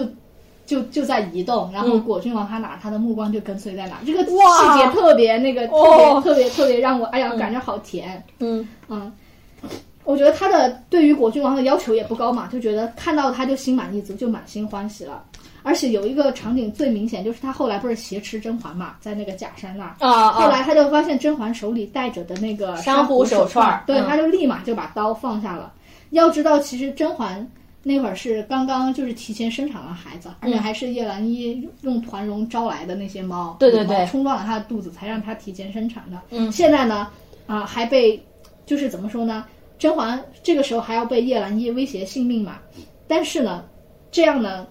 Speaker 3: 就就在移动，然后
Speaker 2: 嗯
Speaker 3: 果郡王他哪儿，他的目光就跟随在哪儿。这个
Speaker 2: 哇
Speaker 3: 细节特别那个，
Speaker 2: 哦
Speaker 3: 特别特别特别让我哎呀，感觉好甜。
Speaker 2: 嗯
Speaker 3: 嗯，我觉得他的对于果郡王的要求也不高嘛，就觉得看到他就心满意足，就满心欢喜了。而且有一个场景最明显，就是他后来不是挟持甄嬛嘛，在那个假山那儿，
Speaker 2: 啊啊，
Speaker 3: 后来他就发现甄嬛手里戴着的那个
Speaker 2: 珊瑚
Speaker 3: 瑚
Speaker 2: 手
Speaker 3: 串
Speaker 2: 串
Speaker 3: 儿
Speaker 2: 儿，
Speaker 3: 对，
Speaker 2: 嗯
Speaker 3: 他就立马就把刀放下了。要知道，其实甄嬛那会儿是刚刚就是提前生产了孩子，
Speaker 2: 嗯
Speaker 3: 而且还是叶澜依用团绒招来的那些猫，
Speaker 2: 对对
Speaker 3: 羽毛
Speaker 2: 对
Speaker 3: 冲撞了她的肚子，才让她提前生产的。
Speaker 2: 嗯
Speaker 3: 现在呢，啊、还被就是怎么说呢？甄嬛这个时候还要被叶澜依威胁性命嘛，但是呢，这样呢，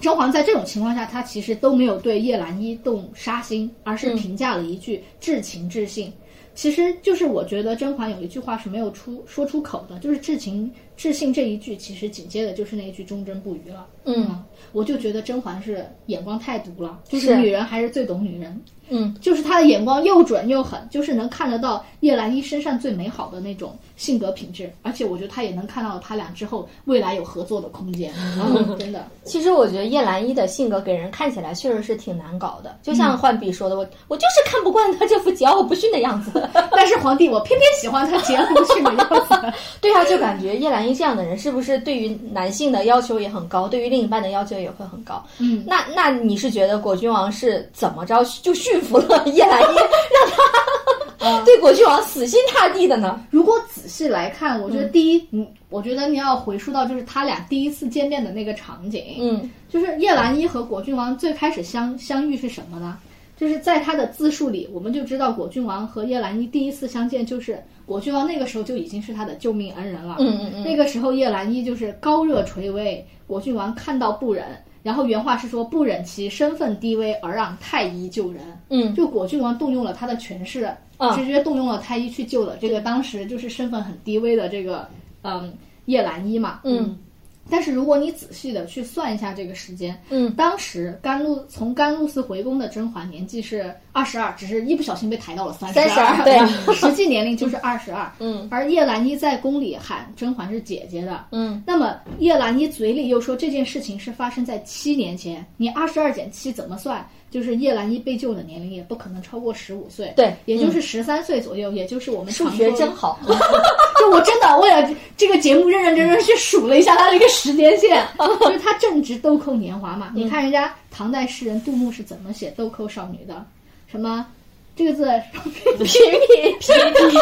Speaker 3: 甄嬛在这种情况下，她其实都没有对叶澜依动杀心，而
Speaker 2: 嗯
Speaker 3: 是评价了一句至情至性。其实就是我觉得甄嬛有一句话是没有出说出口的，就是至情至性这一句，其实紧接着就是那一句忠贞不渝了。啊
Speaker 2: 嗯，
Speaker 3: 我就觉得甄嬛是眼光太毒了，就是
Speaker 2: 是
Speaker 3: 女人还是最懂女人，
Speaker 2: 嗯，
Speaker 3: 就是她的眼光又准又狠，就是能看得到叶澜依身上最美好的那种性格品质，而且我觉得她也能看到他俩之后未来有合作的空间，嗯、真的。
Speaker 2: 其实我觉得叶澜依的性格给人看起来确实是挺难搞的，就像浣碧说的，我我就是看不惯她这副桀骜不驯的样 子。
Speaker 3: 但是皇帝，我偏偏喜欢他桀骜不驯的样子。
Speaker 2: 对啊，就感觉叶澜依这样的人是不是对于男性的要求也很高，对于另一半的要求也会很高？
Speaker 3: 嗯
Speaker 2: 那那你是觉得果郡王是怎么着就驯服了叶澜依，让他 对果郡王死心塌地的呢？
Speaker 3: 如果仔细来看，我觉得第一，嗯，我觉得你要回溯到就是他俩第一次见面的那个场景，
Speaker 2: 嗯
Speaker 3: 就是叶澜依和果郡王最开始相相遇是什么呢？就是在他的自述里，我们就知道果郡王和叶澜依第一次相见，就是果郡王那个时候就已经是他的救命恩人了。
Speaker 2: 嗯嗯嗯，
Speaker 3: 那个时候叶澜依就是高热垂危，果郡王看到不忍，然后原话是说不忍其身份低微而让太医救人。
Speaker 2: 嗯
Speaker 3: 就果郡王动用了他的权势，
Speaker 2: 嗯
Speaker 3: 直接动用了太医去救了这个当时就是身份很低微的这个嗯叶澜依嘛。
Speaker 2: 嗯
Speaker 3: 但是如果你仔细的去算一下这个时间，
Speaker 2: 嗯
Speaker 3: 当时甘露从甘露寺回宫的甄嬛年纪是二十二，只是一不小心被抬到了三
Speaker 2: 32
Speaker 3: 二，
Speaker 2: 对，
Speaker 3: 实际年龄就是二十二。
Speaker 2: 嗯
Speaker 3: 而叶澜依在宫里喊甄嬛是姐姐的，
Speaker 2: 嗯
Speaker 3: 那么叶澜依嘴里又说这件事情是发生在七年前，你二十二减七怎么算？就是叶澜依被救的年龄也不可能超过十五岁，
Speaker 2: 对嗯
Speaker 3: 也就是十三岁左右，也就是我们
Speaker 2: 数
Speaker 3: 常
Speaker 2: 学
Speaker 3: 说
Speaker 2: 真好。
Speaker 3: 就我真的为了这个节目认认真真去数了一下他这个时间线， 就是他正值豆蔻年华
Speaker 2: 嗯
Speaker 3: 嘛。你看人家唐代诗人杜牧是怎么写豆蔻少女的？什么这个 字？
Speaker 2: 皮皮皮皮，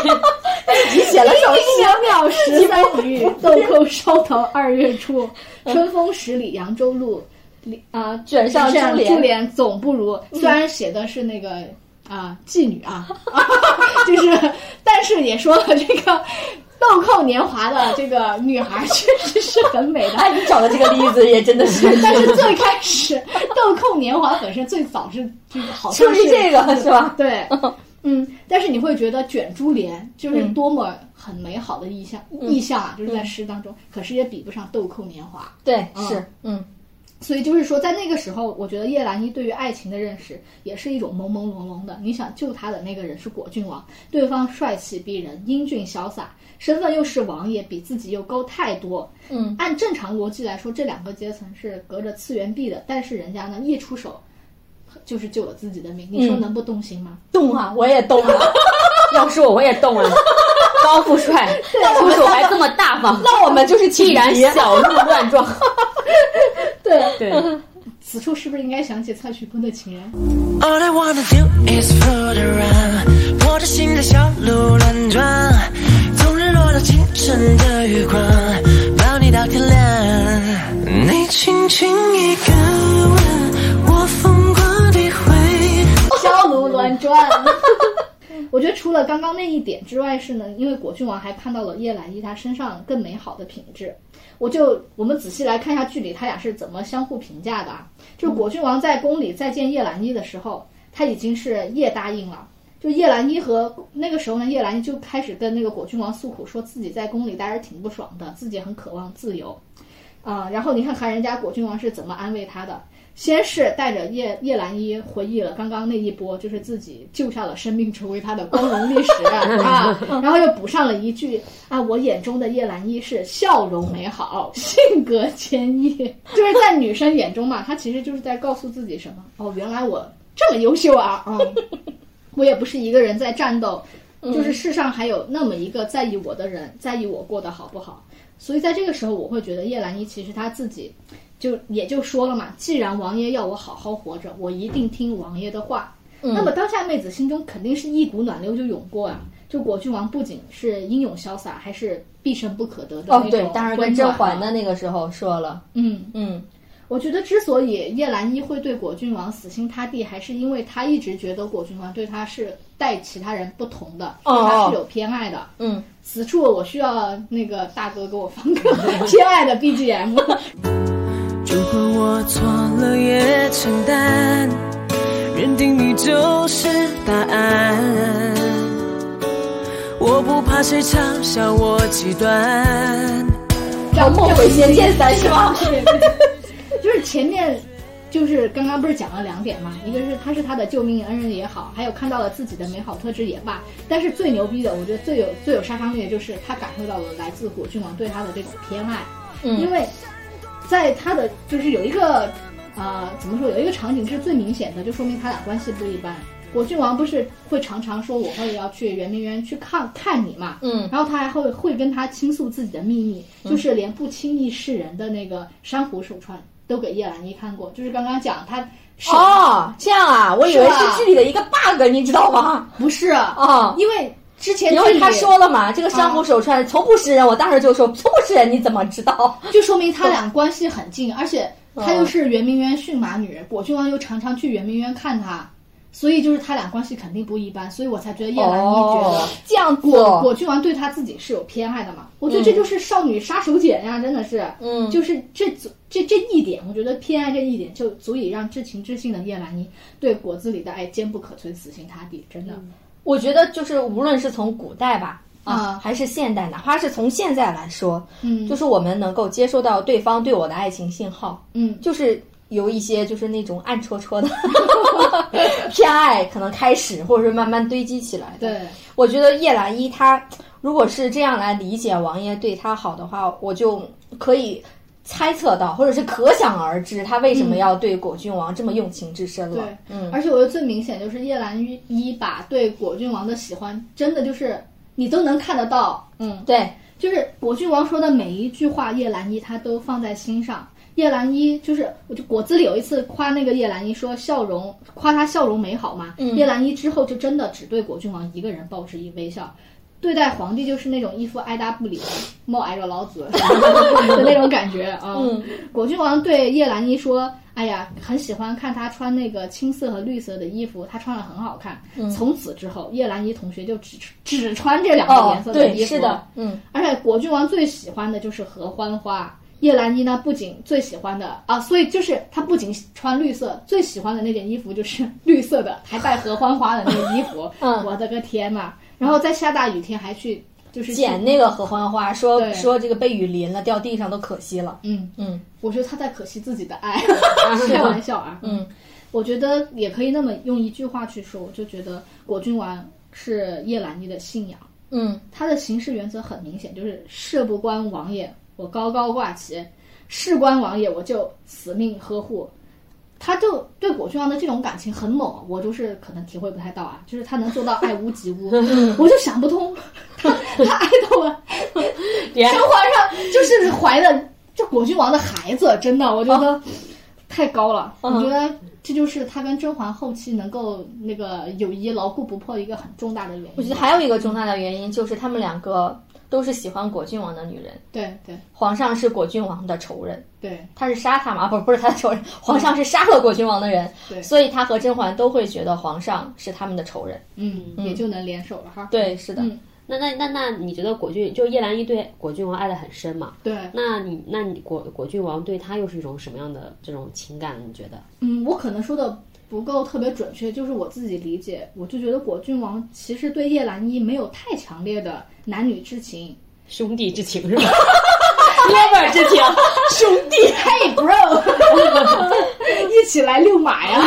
Speaker 2: 你写了首诗。
Speaker 3: 缥缈十三 余，豆蔻梢头二月初，春风十里扬州路，里啊
Speaker 2: 卷上珠
Speaker 3: 珠
Speaker 2: 帘嗯
Speaker 3: 帘总不如。虽然写的是那个啊妓女啊， 就是，但是也说了这个豆蔻年华的这个女孩确实是很美的。
Speaker 2: 哎，你找的这个例子也真的是，
Speaker 3: 但是最开始豆蔻年华本身最早是就是好
Speaker 2: 出
Speaker 3: 像
Speaker 2: 于这个是吧？
Speaker 3: 对， 嗯，但是你会觉得卷珠帘就是
Speaker 2: 嗯
Speaker 3: 多么很美好的意象，意象啊，就是在诗当中，可是也比不上豆蔻年华。
Speaker 2: 对，
Speaker 3: 嗯
Speaker 2: 是，嗯
Speaker 3: 所以就是说，在那个时候，我觉得叶澜依对于爱情的认识也是一种朦朦胧胧的。你想救她的那个人是果郡王，对方帅气逼人，英俊潇洒，身份又是王爷，比自己又高太多。
Speaker 2: 嗯，
Speaker 3: 按正常逻辑来说，这两个阶层是隔着次元壁的，但是人家呢一出手，就是救了自己的命。你说
Speaker 2: 嗯
Speaker 3: 能不动心吗？
Speaker 2: 动啊，我也动啊。
Speaker 4: 要是我，我也动了。高富帅， 出手还这么大方，
Speaker 2: 那我们就是
Speaker 4: 必
Speaker 2: 必
Speaker 4: 然小鹿乱撞。
Speaker 3: 对
Speaker 4: 对，啊
Speaker 3: 此处是不是应该想起蔡徐坤的《情人》？
Speaker 5: All I wanna do is float around，我的心在小鹿乱撞，从日落到清晨的月光，抱你到天亮。你轻轻一个吻，我疯狂地回。
Speaker 3: 小鹿乱撞。我觉得除了刚刚那一点之外，是呢，因为果郡王还看到了叶来伊他身上更美好的品质。我就我们仔细来看一下剧里他俩是怎么相互评价的啊。就是果郡王在宫里再见叶澜依的时候，他已经是叶答应了。就叶澜依和那个时候呢，叶澜依就开始跟那个果郡王诉苦，说自己在宫里待着挺不爽的，自己很渴望自由。啊、然后你看看人家果郡王是怎么安慰他的，先是带着叶叶澜依回忆了刚刚那一波，就是自己救下了生命，成为他的光荣历史啊，然后又补上了一句啊，我眼中的叶澜依是笑容美好，性格坚毅，就是在女生眼中嘛，她其实就是在告诉自己什么哦，原来我这么优秀啊，嗯，我也不是一个人在战斗，
Speaker 2: 嗯
Speaker 3: 就是世上还有那么一个在意我的人，在意我过得好不好。所以在这个时候，我会觉得叶澜依其实她自己就也就说了嘛，既然王爷要我好好活着，我一定听王爷的话。
Speaker 2: 嗯
Speaker 3: 那么当下妹子心中肯定是一股暖流就涌过啊。就果郡王不仅是英勇潇洒，还是必胜不可得的那
Speaker 2: 哦
Speaker 3: 种，
Speaker 2: 对，当时跟
Speaker 3: 温
Speaker 2: 甄
Speaker 3: 暖啊
Speaker 2: 嬛的，那个时候说了，
Speaker 3: 嗯，
Speaker 2: 嗯，
Speaker 3: 我觉得之所以叶澜依会对果郡王死心塌地，还是因为她一直觉得果郡王对她是待其他人不同的，
Speaker 2: 哦
Speaker 3: 对她是有偏爱的。
Speaker 2: 嗯，
Speaker 3: 此处我需要那个大哥给我放个 偏爱的 BGM。
Speaker 5: 如果我错了也承担，认定你就是答案。我不怕谁嘲笑我极端，
Speaker 2: 让梦回仙剑三是吗？
Speaker 3: 就是前面，就是刚刚不是讲了两点嘛，一个是他是他的救命恩人也好，还有看到了自己的美好特质也罢，但是最牛逼的，我觉得最有最有杀伤力的就是他感受到了来自果郡王对他的这种偏爱，
Speaker 2: 嗯
Speaker 3: 因为在他的就是有一个啊、怎么说，有一个场景是最明显的，就说明他俩关系不一般。果郡王不是会常常说我会要去圆明园去看看你嘛，
Speaker 2: 嗯
Speaker 3: 然后他还会会跟他倾诉自己的秘密，就是连不轻易示人的那个珊瑚手串都给叶澜依看过，就是刚刚讲他是、
Speaker 2: 哦，这样啊，我以为
Speaker 3: 是吧
Speaker 2: 是剧里的一个 bug，你知道吗？
Speaker 3: 不是
Speaker 2: 哦
Speaker 3: 因为之前
Speaker 2: 因为
Speaker 3: 剧
Speaker 2: 他
Speaker 3: 里
Speaker 2: 说了嘛，这个珊瑚手串从不识人，我当时就说从不识人，你怎么知道？
Speaker 3: 就说明
Speaker 2: 嗯
Speaker 3: 他俩关系很近，而且他又是圆明园驯马女，果郡王又常常去圆明园看他，所以就是他俩关系肯定不一般，所以我才觉得叶澜依觉得。
Speaker 2: 哦，这样子
Speaker 3: 果
Speaker 2: 哦，
Speaker 3: 果郡王对他自己是有偏爱的嘛？我觉得这就是少女杀手锏呀、真的是，
Speaker 2: 嗯
Speaker 3: 就是这足这这一点，我觉得偏爱这一点就足以让至情至性的叶澜依对果子狸的爱坚不可摧、死心塌地，真的。
Speaker 2: 嗯我觉得就是无论是从古代吧。啊
Speaker 3: 啊，
Speaker 2: 还是现代，哪怕是从现在来说，
Speaker 3: 嗯
Speaker 2: 就是我们能够接收到对方对我的爱情信号，
Speaker 3: 嗯，
Speaker 2: 就是有一些就是那种暗戳戳的 偏爱，可能开始或者是慢慢堆积起来的。
Speaker 3: 对，
Speaker 2: 我觉得叶澜依她如果是这样来理解王爷对她好的话，我就可以猜测到，或者是可想而知，她为什么要对果郡王这么用情至深了
Speaker 3: 嗯对。
Speaker 2: 嗯，
Speaker 3: 而且我觉得最明显就是叶澜依把对果郡王的喜欢，真的就是你都能看得到，嗯，
Speaker 2: 对，
Speaker 3: 就是果郡王说的每一句话，叶澜依她都放在心上。叶澜依就是，我就果子狸有一次夸那个叶澜依说笑容，夸她笑容美好嘛。
Speaker 2: 嗯
Speaker 3: 叶澜依之后就真的只对果郡王一个人报之以微笑，对待皇帝就是那种一副爱答不理、冒挨着老 子的那种感觉啊。
Speaker 2: 嗯
Speaker 3: 果郡王对叶澜依说：“哎呀，很喜欢看她穿那个青色和绿色的衣服，她穿的很好看。
Speaker 2: 嗯
Speaker 3: 从此之后，叶澜依同学就只只穿这两个
Speaker 2: 哦
Speaker 3: 颜，色的
Speaker 2: 对，
Speaker 3: 衣服。
Speaker 2: 是的，嗯，
Speaker 3: 而且果郡王最喜欢的就是合欢花。叶澜依呢，不仅最喜欢的啊，所以就是她不仅穿绿色，最喜欢的那件衣服就是绿色的，还带合欢花的那个衣服。
Speaker 2: 嗯
Speaker 3: 我的个天呐！然后在下大雨天还去就是去
Speaker 2: 捡那个合欢花，说
Speaker 3: 对
Speaker 2: 说这个被雨淋了，掉地上都可惜了。
Speaker 3: 嗯，
Speaker 2: 嗯
Speaker 3: 我觉得她在可惜自己的 爱，
Speaker 2: 是的
Speaker 3: 开玩笑啊。
Speaker 2: 嗯，
Speaker 3: 我觉得也可以那么用一句话去说，我就觉得果郡王是叶澜依的信仰。
Speaker 2: 嗯，
Speaker 3: 他的行事原则很明显，就是事不关王爷，我高高挂起；事关王爷，我就死命呵护。他就对果郡王的这种感情很猛，我就是可能体会不太到啊，就是他能做到爱屋及乌，我就想不通，他他爱到了
Speaker 4: 别
Speaker 3: 甄嬛上就是怀的这果郡王的孩子，真的，我觉得太高了。我觉得这就是他跟甄嬛后期能够那个友谊牢固不破一个很重大的原因。
Speaker 2: 我觉得还有一个重大的原因就是他们两个都是喜欢果郡王的女人，
Speaker 3: 对对
Speaker 2: 皇上是果郡王的仇人，
Speaker 3: 对
Speaker 2: 他是杀他嘛？不是，不是他的仇人，皇上是杀了果郡王的人，
Speaker 3: 对，
Speaker 2: 所以他和甄嬛都会觉得皇上是他们的仇人。
Speaker 3: 嗯，也就能联手了哈。
Speaker 2: 对，是的，
Speaker 3: 嗯
Speaker 4: 那那那那，你觉得果郡就叶澜依对果郡王爱的很深嘛？
Speaker 3: 对，
Speaker 4: 那你那你果果郡王对他又是一种什么样的这种情感？你觉得？
Speaker 3: 嗯，我可能说的不够特别准确，就是我自己理解，我就觉得果郡王其实对叶澜依没有太强烈的男女之 情。
Speaker 4: 兄弟之情是吧 ？lover 之情，兄弟。
Speaker 3: Hey bro，一起来遛马 呀！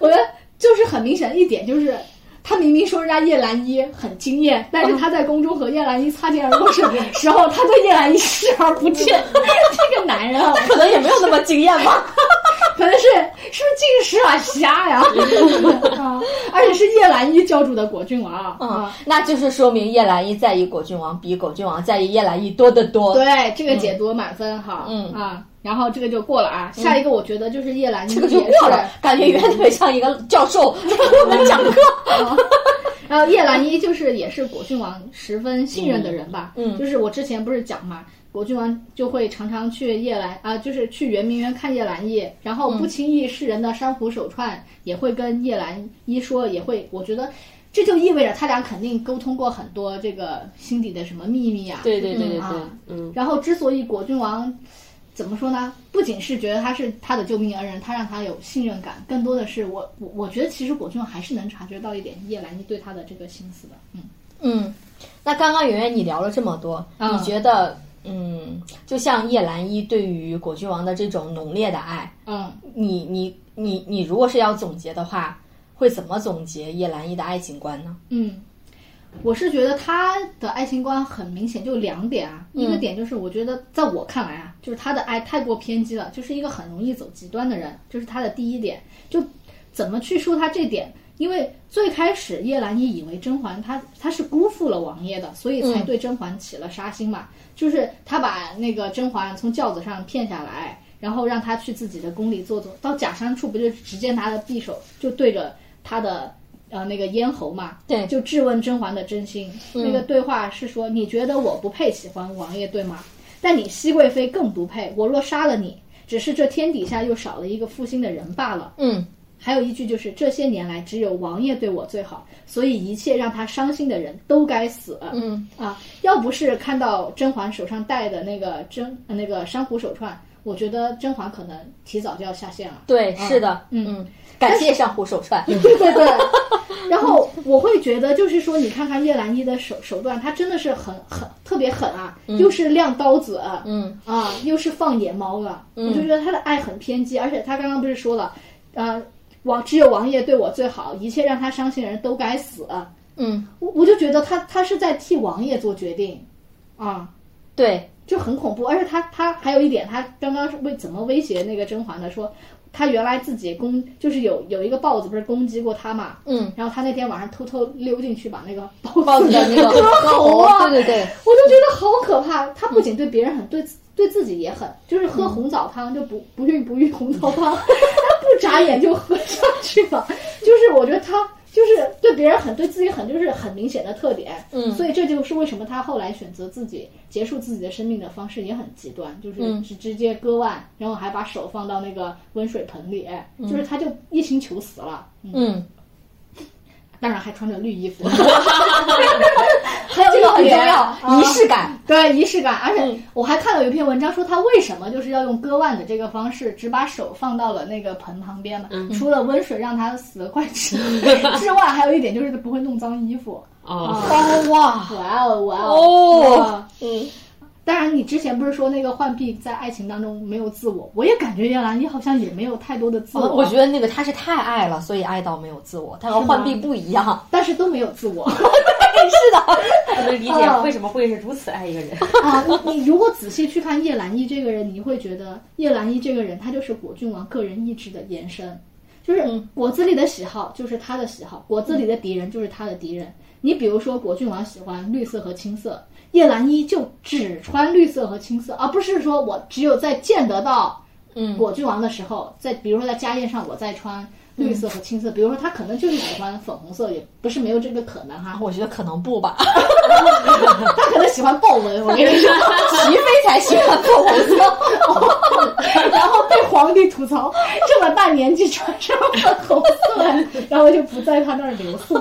Speaker 3: 我觉得就是很明显的一点就是。他明明说人家叶澜依很惊艳，但是他在宫中和叶澜依擦肩而过 时时候，他对叶澜依视而不 见。这个男人啊，
Speaker 2: 可能也没有那么惊艳吧。
Speaker 3: 可能是是不是近视啊瞎 呀、啊，而且是叶澜依教主的果郡王啊
Speaker 2: 嗯
Speaker 3: 啊。，
Speaker 2: 那就是说明叶澜依在意果郡王比果郡王在意叶澜依多得多。
Speaker 3: 对，这个解读满分哈，
Speaker 2: 嗯
Speaker 3: 啊，然后这个就过了啊。下一个我觉得就是叶澜依，
Speaker 2: 这个就过了，感觉原来特别像一个教 授在给我们讲课。
Speaker 3: 然后叶澜依就是也是果郡王十分信任的人吧，
Speaker 2: 嗯嗯
Speaker 3: 就是我之前不是讲嘛，果郡王就会常常去叶澜啊，就是去圆明园看叶澜依，然后不轻易示人的珊瑚手串也会跟叶澜依说，也会，我觉得这就意味着他俩肯定沟通过很多这个心底的什么秘密啊，
Speaker 4: 对对对对对
Speaker 3: 啊，
Speaker 4: 嗯，
Speaker 3: 然后，之所以果郡王怎么说呢？不仅是觉得他是他的救命恩人，他让他有信任感，更多的是我我我觉得其实果郡王还是能察觉到一点叶澜依对他的这个心思的。嗯，
Speaker 2: 嗯，那刚刚圆圆你聊了这么多，
Speaker 3: 嗯
Speaker 2: 你觉得，嗯，就像叶澜依对于果郡王的这种浓烈的爱，
Speaker 3: 嗯，
Speaker 2: 你你你你如果是要总结的话，会怎么总结叶澜依的爱情观呢？
Speaker 3: 嗯，我是觉得他的爱情观很明显就两点啊，一个点就是我觉得在我看来啊，就是他的爱太过偏激了，就是一个很容易走极端的人，这、是他的第一点。就怎么去说他这点？因为最开始叶澜依以为甄嬛她她是辜负了王爷的，所以才
Speaker 2: 嗯
Speaker 3: 对甄嬛起了杀心嘛，就是他把那个甄嬛从轿子上骗下来。然后让她去自己的宫里坐坐，到假山处不就直接拿着匕首就对着她的呃那个咽喉嘛，
Speaker 2: 对嗯
Speaker 3: 就质问甄嬛的真心。那个对话是说：“你觉得我不配喜欢王爷，对吗？但你熹贵妃更不配。我若杀了你，只是这天底下又少了一个负心的人罢了。”
Speaker 2: 嗯
Speaker 3: 还有一句就是：“这些年来，只有王爷对我最好，所以一切让他伤心的人都该死。”
Speaker 2: 嗯
Speaker 3: 啊，要不是看到甄嬛手上戴的那个甄呃那个珊瑚手串，我觉得甄嬛可能提早就要下线 了。
Speaker 2: 对，
Speaker 3: 嗯
Speaker 2: 是的，
Speaker 3: 嗯
Speaker 2: 嗯，感谢上虎手串，
Speaker 3: 对对对。然后我会觉得，就是说，你看看叶澜依的手手段，她真的是很很特别狠啊，又是亮刀子，
Speaker 2: 嗯
Speaker 3: 啊，又是放野猫的，我就觉得她的爱很偏激，而且她刚刚不是说了，呃，王只有王爷对我最好，一切让他伤心的人都该死，啊
Speaker 2: 嗯，
Speaker 3: 我我就觉得她她是在替王爷做决定，啊，
Speaker 2: 对，
Speaker 3: 就很恐怖。而且他他还有一点，他刚刚是为怎么威胁那个甄嬛的？说他原来自己攻就是有有一个豹子不是攻击过他嘛，
Speaker 2: 嗯，
Speaker 3: 然后他那天晚上偷偷溜进去把那个豹
Speaker 2: 豹子的那 个
Speaker 3: 喉啊，
Speaker 2: 对对对，
Speaker 3: 我就觉得好可怕。他不仅对别人狠，对自对自己也狠，就是喝红枣汤就不不孕不育红枣 汤，他不眨眼就喝上去了。就是我觉得他就是对别人狠，对自己狠，就是很明显的特点。
Speaker 2: 嗯
Speaker 3: 所以这就是为什么他后来选择自己结束自己的生命的方式也很极端，就是
Speaker 2: 嗯
Speaker 3: 直直接割腕，然后还把手放到那个温水盆里，就是他就一心求死了。嗯
Speaker 2: 嗯，
Speaker 3: 当然还穿着绿衣服。
Speaker 2: 还有一啊个很重要，仪式感，
Speaker 3: 对仪式感，而且我还看到有一篇文章说他为什么就是要用割腕的这个方式，只把手放到了那个盆旁边嘛，除了温水让它死得快之 之外，还有一点就是不会弄脏衣服。
Speaker 4: 哦，
Speaker 2: 哦哇，
Speaker 3: 哇哦哇
Speaker 2: 哦
Speaker 3: 哇
Speaker 2: 嗯，
Speaker 3: 当然，你之前不是说那个浣碧在爱情当中没有自我，我也感觉叶澜依好像也没有太多的自我，
Speaker 2: 哦我觉得那个他是太爱了，所以爱到没有自我，他和浣碧不一样。
Speaker 3: 但是都没有自我
Speaker 2: 是的，
Speaker 4: 不能理解为什么会是如此爱一个人。
Speaker 3: 啊。你你如果仔细去看叶澜依这个人，你会觉得叶澜依这个人他就是果郡王个人意志的延伸。就是果子里的喜好就是他的喜好，果子里的敌人就是他的敌人。你比如说，果郡王喜欢绿色和青色，叶澜依就只穿绿色和青色，而不是说我只有在见得到
Speaker 2: 嗯
Speaker 3: 果郡王的时候，在比如说在家宴上我再穿绿色和青色，比如说他可能就是喜欢粉红色，也不是没有这个可能
Speaker 2: 啊
Speaker 3: 哈。
Speaker 6: 我觉得可能不吧。
Speaker 3: 他可能喜欢豹纹，我跟你说，
Speaker 2: 齐飞才喜欢粉红色。
Speaker 3: 然后被皇帝吐槽，这么大年纪穿上粉红色，然后就不在他那儿留宿。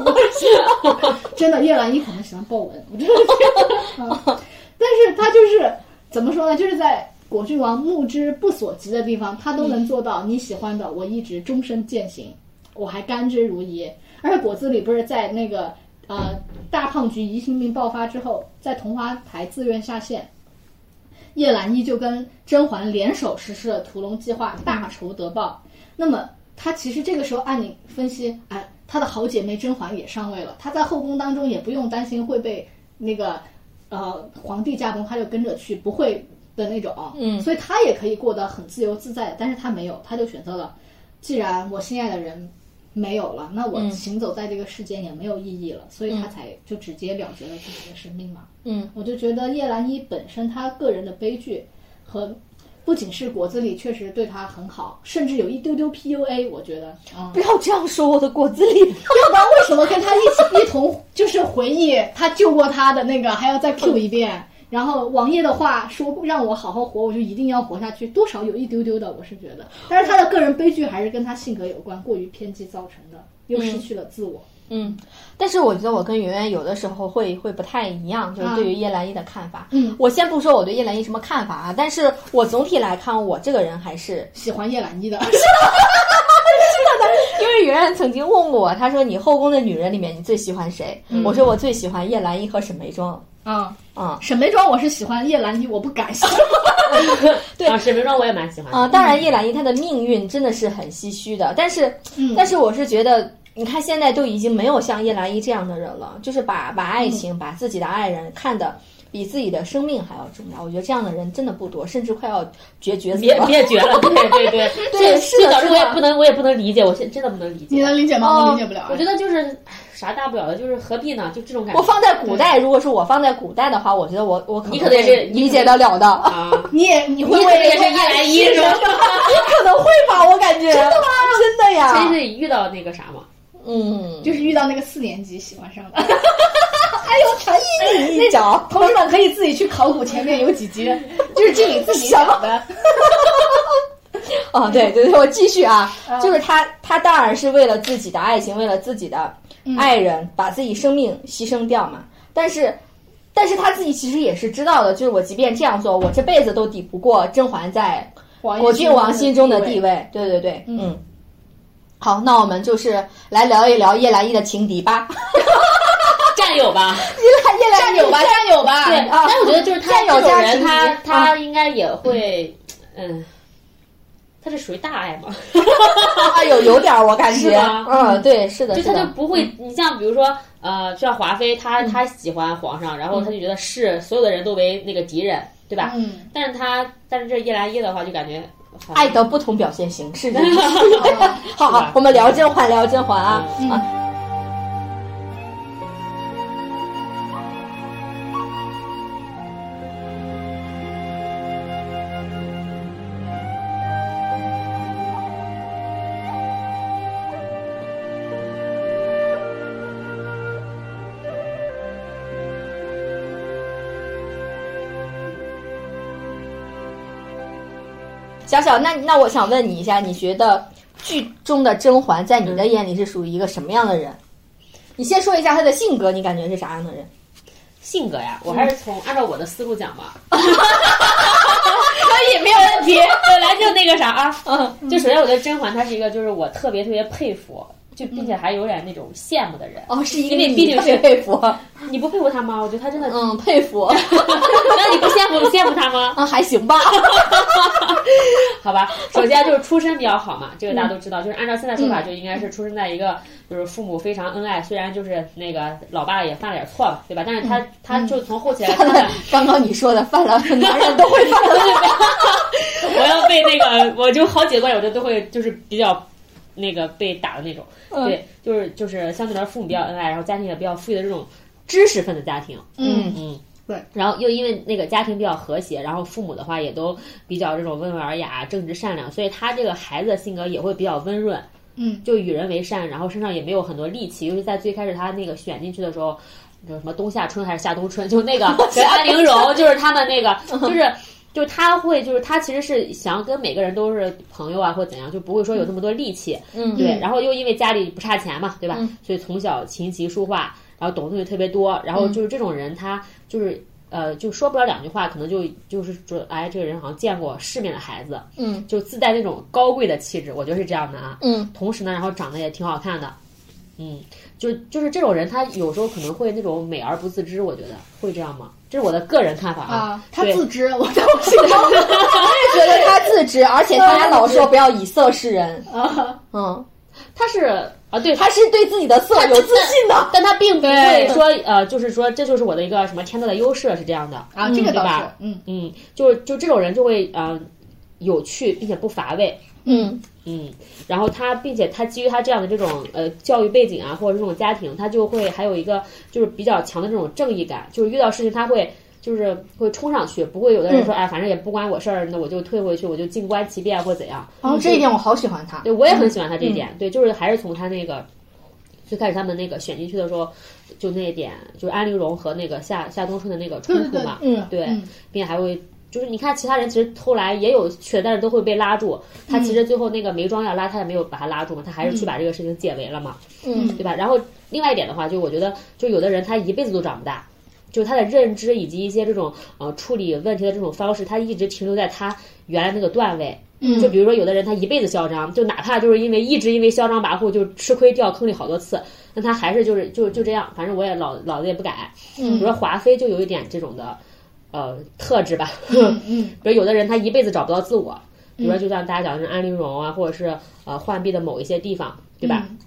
Speaker 3: 真的，叶澜依可能喜欢豹纹，我真的觉得。嗯但是他就是怎么说呢？就是在果郡王目之不所及的地方，他都能做到你喜欢的，我一直终身践行，我还甘之如饴。而且果子狸不是在那个呃大胖菊疑心病爆发之后，在桐花台自愿下线，叶澜依就跟甄嬛联手实施了屠龙计划，大仇得报。那么她其实这个时候按你分析，哎，她的好姐妹甄嬛也上位了，她在后宫当中也不用担心会被那个呃皇帝驾崩，她就跟着去，不会的那种。嗯，所以她也可以过得很自由自在，但是她没有，她就选择了，既然我心爱的人。没有了，那我行走在这个世间也没有意义了，所以她才就直接了结了自己的生命嘛。我就觉得叶澜依本身她个人的悲剧和不仅是果子狸确实对她很好，甚至有一丢丢 PUA，我觉得 啊，
Speaker 2: 不要这样说我的果子狸。
Speaker 3: 要不然为什么跟她一起一同就是回忆她救过她的那个，还要再 Q 一遍？然后王爷的话说让我好好活，我就一定要活下去，多少有一丢丢的，我是觉得。但是她的个人悲剧还是跟她性格有关，过于偏激造成的，又失去了自我。
Speaker 2: 嗯，但是我觉得我跟圆圆有的时候会会不太一样，就是对于叶澜依的看法。
Speaker 3: 嗯
Speaker 2: 我先不说我对叶澜依什么看法啊，但是我总体来看，我这个人还是
Speaker 3: 喜欢叶澜依 的，
Speaker 2: 因为圆圆曾经问过我，她说你后宫的女人里面你最喜欢谁？我说我最喜欢叶澜依和沈眉庄。
Speaker 4: 嗯
Speaker 3: 啊，
Speaker 2: 啊、
Speaker 3: 沈眉庄我是喜欢叶澜依，我不敢喜 欢。
Speaker 2: 对
Speaker 4: 啊，沈眉庄我也蛮喜欢的
Speaker 2: 啊、当然叶澜依她的命运真的是很唏嘘的，但是，
Speaker 3: 嗯
Speaker 2: 但是我是觉得，你看现在都已经没有像叶澜依这样的人了，就是把把爱情、把自己的爱人看得比自己的生命还要重要。我觉得这样的人真的不多，甚至快要绝绝子
Speaker 4: 别
Speaker 2: 了。
Speaker 4: 别绝了，对对对，
Speaker 2: 对
Speaker 4: 这
Speaker 2: 是的
Speaker 4: 这导致
Speaker 2: 是的
Speaker 4: 我也不能，我也不能理解，我现真的不能理
Speaker 3: 你
Speaker 4: 解。
Speaker 3: 能理解吗？我理解不了。啊
Speaker 4: 哦我觉得就是唉啥大不了的，就是何必呢？就这种感
Speaker 2: 我
Speaker 4: 觉
Speaker 2: 放在古代，如果是我放在古代的话，我觉得我我可
Speaker 4: 你
Speaker 2: 能
Speaker 4: 可能
Speaker 2: 会
Speaker 4: 是你
Speaker 2: 理
Speaker 4: 可
Speaker 2: 解得了的，
Speaker 4: 啊，
Speaker 3: 你也你
Speaker 4: 你
Speaker 3: 会
Speaker 4: 可
Speaker 3: 为
Speaker 4: 能也是一来一是吧？
Speaker 2: 可能会吧，我感觉真的吗？真的
Speaker 4: 所以
Speaker 2: 呀，
Speaker 4: 是遇到那个啥嘛，
Speaker 2: 嗯，
Speaker 3: 就是遇到那个四年级喜欢上的。
Speaker 2: 一脚。
Speaker 3: 同志们可以自己去考古，前面有几集， 就是这里自己想 的。
Speaker 2: 哦，对对对，我继续啊，
Speaker 4: 嗯
Speaker 2: 就是他，他当然是为了自己的爱情，为了自己的
Speaker 4: 嗯
Speaker 2: 爱人，把自己生命牺牲掉嘛。但是，但是他自己其实也是知道的，就是我即便这样做，我这辈子都抵不过甄嬛在果郡王心中的地
Speaker 3: 位，
Speaker 2: 位。对对对，嗯。好，那我们就是来聊一聊叶澜依的情敌吧。
Speaker 4: 战友
Speaker 2: 啊
Speaker 4: 吧，
Speaker 2: 叶澜叶澜依
Speaker 3: 战 友吧，战友吧。
Speaker 4: 对。但哎我觉得就是他
Speaker 2: 啊战友
Speaker 4: 这种
Speaker 2: 加
Speaker 4: 人，
Speaker 2: 情
Speaker 4: 他
Speaker 2: 敌啊
Speaker 4: 他应该也会，嗯，他是属于大爱 嘛，
Speaker 2: 啊，有有点儿我感
Speaker 4: 是
Speaker 2: 觉
Speaker 4: 吧，
Speaker 2: 嗯，对，是的，
Speaker 4: 就是他
Speaker 2: 的嗯
Speaker 4: 就不会，你像比如说，呃，像华妃，她她喜欢皇上，然后她就觉得是所有的人都为那个敌人，对吧？
Speaker 3: 嗯，
Speaker 4: 但是她，但是这叶澜依的话，就感觉好像
Speaker 2: 爱的不同表现形式。 好
Speaker 4: 是
Speaker 2: 好
Speaker 4: 吧，
Speaker 2: 我们聊甄嬛，聊甄嬛啊
Speaker 4: 嗯
Speaker 2: 啊！小小，那那我想问你一下，你觉得剧中的甄嬛在你的眼里是属于一个什么样的人？你先说一下她的性格，你感觉是啥样的人？
Speaker 4: 性格呀，我还是从按照我的思路讲吧。
Speaker 2: 可以，没有问题。
Speaker 4: 本来就那个啥啊，嗯，就首先我觉得甄嬛她是一个，就是我特别特别佩服，就并且还有点那种羡慕的人。
Speaker 2: 哦，是一个
Speaker 4: 因为
Speaker 2: 你
Speaker 4: 毕竟是
Speaker 2: 特别佩服，
Speaker 4: 你不佩服她吗？我觉得她真的，
Speaker 2: 嗯，佩 服，
Speaker 4: 那你不羡慕羡慕她吗？
Speaker 2: 嗯，还 行吧。
Speaker 4: 好吧，首先就是出身比较好嘛，这个大家都知道，就是按照现在说法，就应该是出生在一个就是父母非常恩爱，虽然就是那个老爸也犯了点错嘛，对吧？但是他他就从后期来看看，
Speaker 2: 刚刚你说的犯了，男人都 会犯了。
Speaker 4: 我要被那个，我就好几个怪我就都会就是比较那个被打的那种，对，就是就是相对来说父母比较恩爱，然后家庭也比较富裕的这种知识分子家庭，
Speaker 3: 嗯
Speaker 4: 嗯，
Speaker 3: 对。
Speaker 4: 然后又因为那个家庭比较和谐，然后父母的话也都比较这种温文尔雅、正直善良，所以他这个孩子的性格也会比较温润。
Speaker 3: 嗯，
Speaker 4: 就与人为善，然后身上也没有很多戾气，尤其在最开始他那个选进去的时候，有什么冬夏春还是夏冬春，就那 个跟安陵容，就是他们那个，就是就是他会就是他其实是想要跟每个人都是朋友啊或怎样，就不会说有那么多戾气，
Speaker 2: 嗯
Speaker 4: 对，然后又因为家里不差钱嘛，对吧？所以从小琴棋书画，然后懂的东西特别多，然后
Speaker 2: 嗯
Speaker 4: 就是这种人，他就是呃，就说不了两句话，可能就就是说，哎，这个人好像见过世面的孩子，
Speaker 2: 嗯
Speaker 4: 就自带那种高贵的气质，我觉得是这样的啊。
Speaker 2: 嗯
Speaker 4: 同时呢，然后长得也挺好看的，嗯，就就是这种人，他有时候可能会那种美而不自知，我觉得会这样吗？这是我的个人看法
Speaker 3: 啊，他
Speaker 4: 嗯对
Speaker 3: 自知，我都不知道
Speaker 2: 觉得他自知，而且他还老说不要以色示人。
Speaker 3: 啊，
Speaker 2: 嗯，
Speaker 4: 他是啊，对，
Speaker 2: 他是对自己的色有自信的。
Speaker 4: 但他并不会
Speaker 3: 对
Speaker 4: 说呃，就是说这就是我的一个什么天大的优势是这样的，
Speaker 3: 啊这个
Speaker 4: 对
Speaker 3: 倒是
Speaker 4: 吧，
Speaker 3: 嗯，
Speaker 4: 嗯，就就这种人就会呃有趣并且不乏味，
Speaker 2: 嗯
Speaker 4: 嗯，然后他并且他基于他这样的这种呃教育背景啊或者这种家庭，他就会还有一个就是比较强的这种正义感，就是遇到事情他会。就是会冲上去，不会有的人说，哎，反正也不关我事儿，那我就退回去，我就静观其变或怎样。
Speaker 2: 哦，这一点我好喜欢他。
Speaker 4: 对，我也很喜欢他
Speaker 3: 嗯
Speaker 4: 这一点。对，就是还是从他那个最开始他们那个选进去的时候，就那一点，就是安陵容和那个夏夏冬春的那个冲
Speaker 3: 对对
Speaker 4: 突
Speaker 3: 对
Speaker 4: 嘛，，
Speaker 2: 嗯
Speaker 4: 对
Speaker 3: 嗯
Speaker 4: 并且还会。就是你看，其他人其实后来也有去，但是都会被拉住。他
Speaker 3: 嗯
Speaker 4: 其实最后那个眉庄要拉，他也没有把他拉住嘛，他还是去把这个事情解围了嘛，
Speaker 2: 嗯
Speaker 4: 对吧？然后另外一点的话，就我觉得，就有的人他一辈子都长不大，就是他的认知以及一些这种呃处理问题的这种方式，他一直停留在他原来那个段位。
Speaker 3: 嗯
Speaker 4: 就比如说有的人他一辈子嚣张，就哪怕就是因为一直因为嚣张跋扈就吃亏掉坑里好多次，那他还是就是就就这样，反正我也老老子也不改。比如
Speaker 2: 嗯
Speaker 4: 说华妃就有一点这种的，呃特质吧。
Speaker 3: 嗯嗯
Speaker 4: 比如有的人他一辈子找不到自我，比如说就像大家讲的是安陵容啊，或者是呃浣碧的某一些地方，对吧？
Speaker 3: 嗯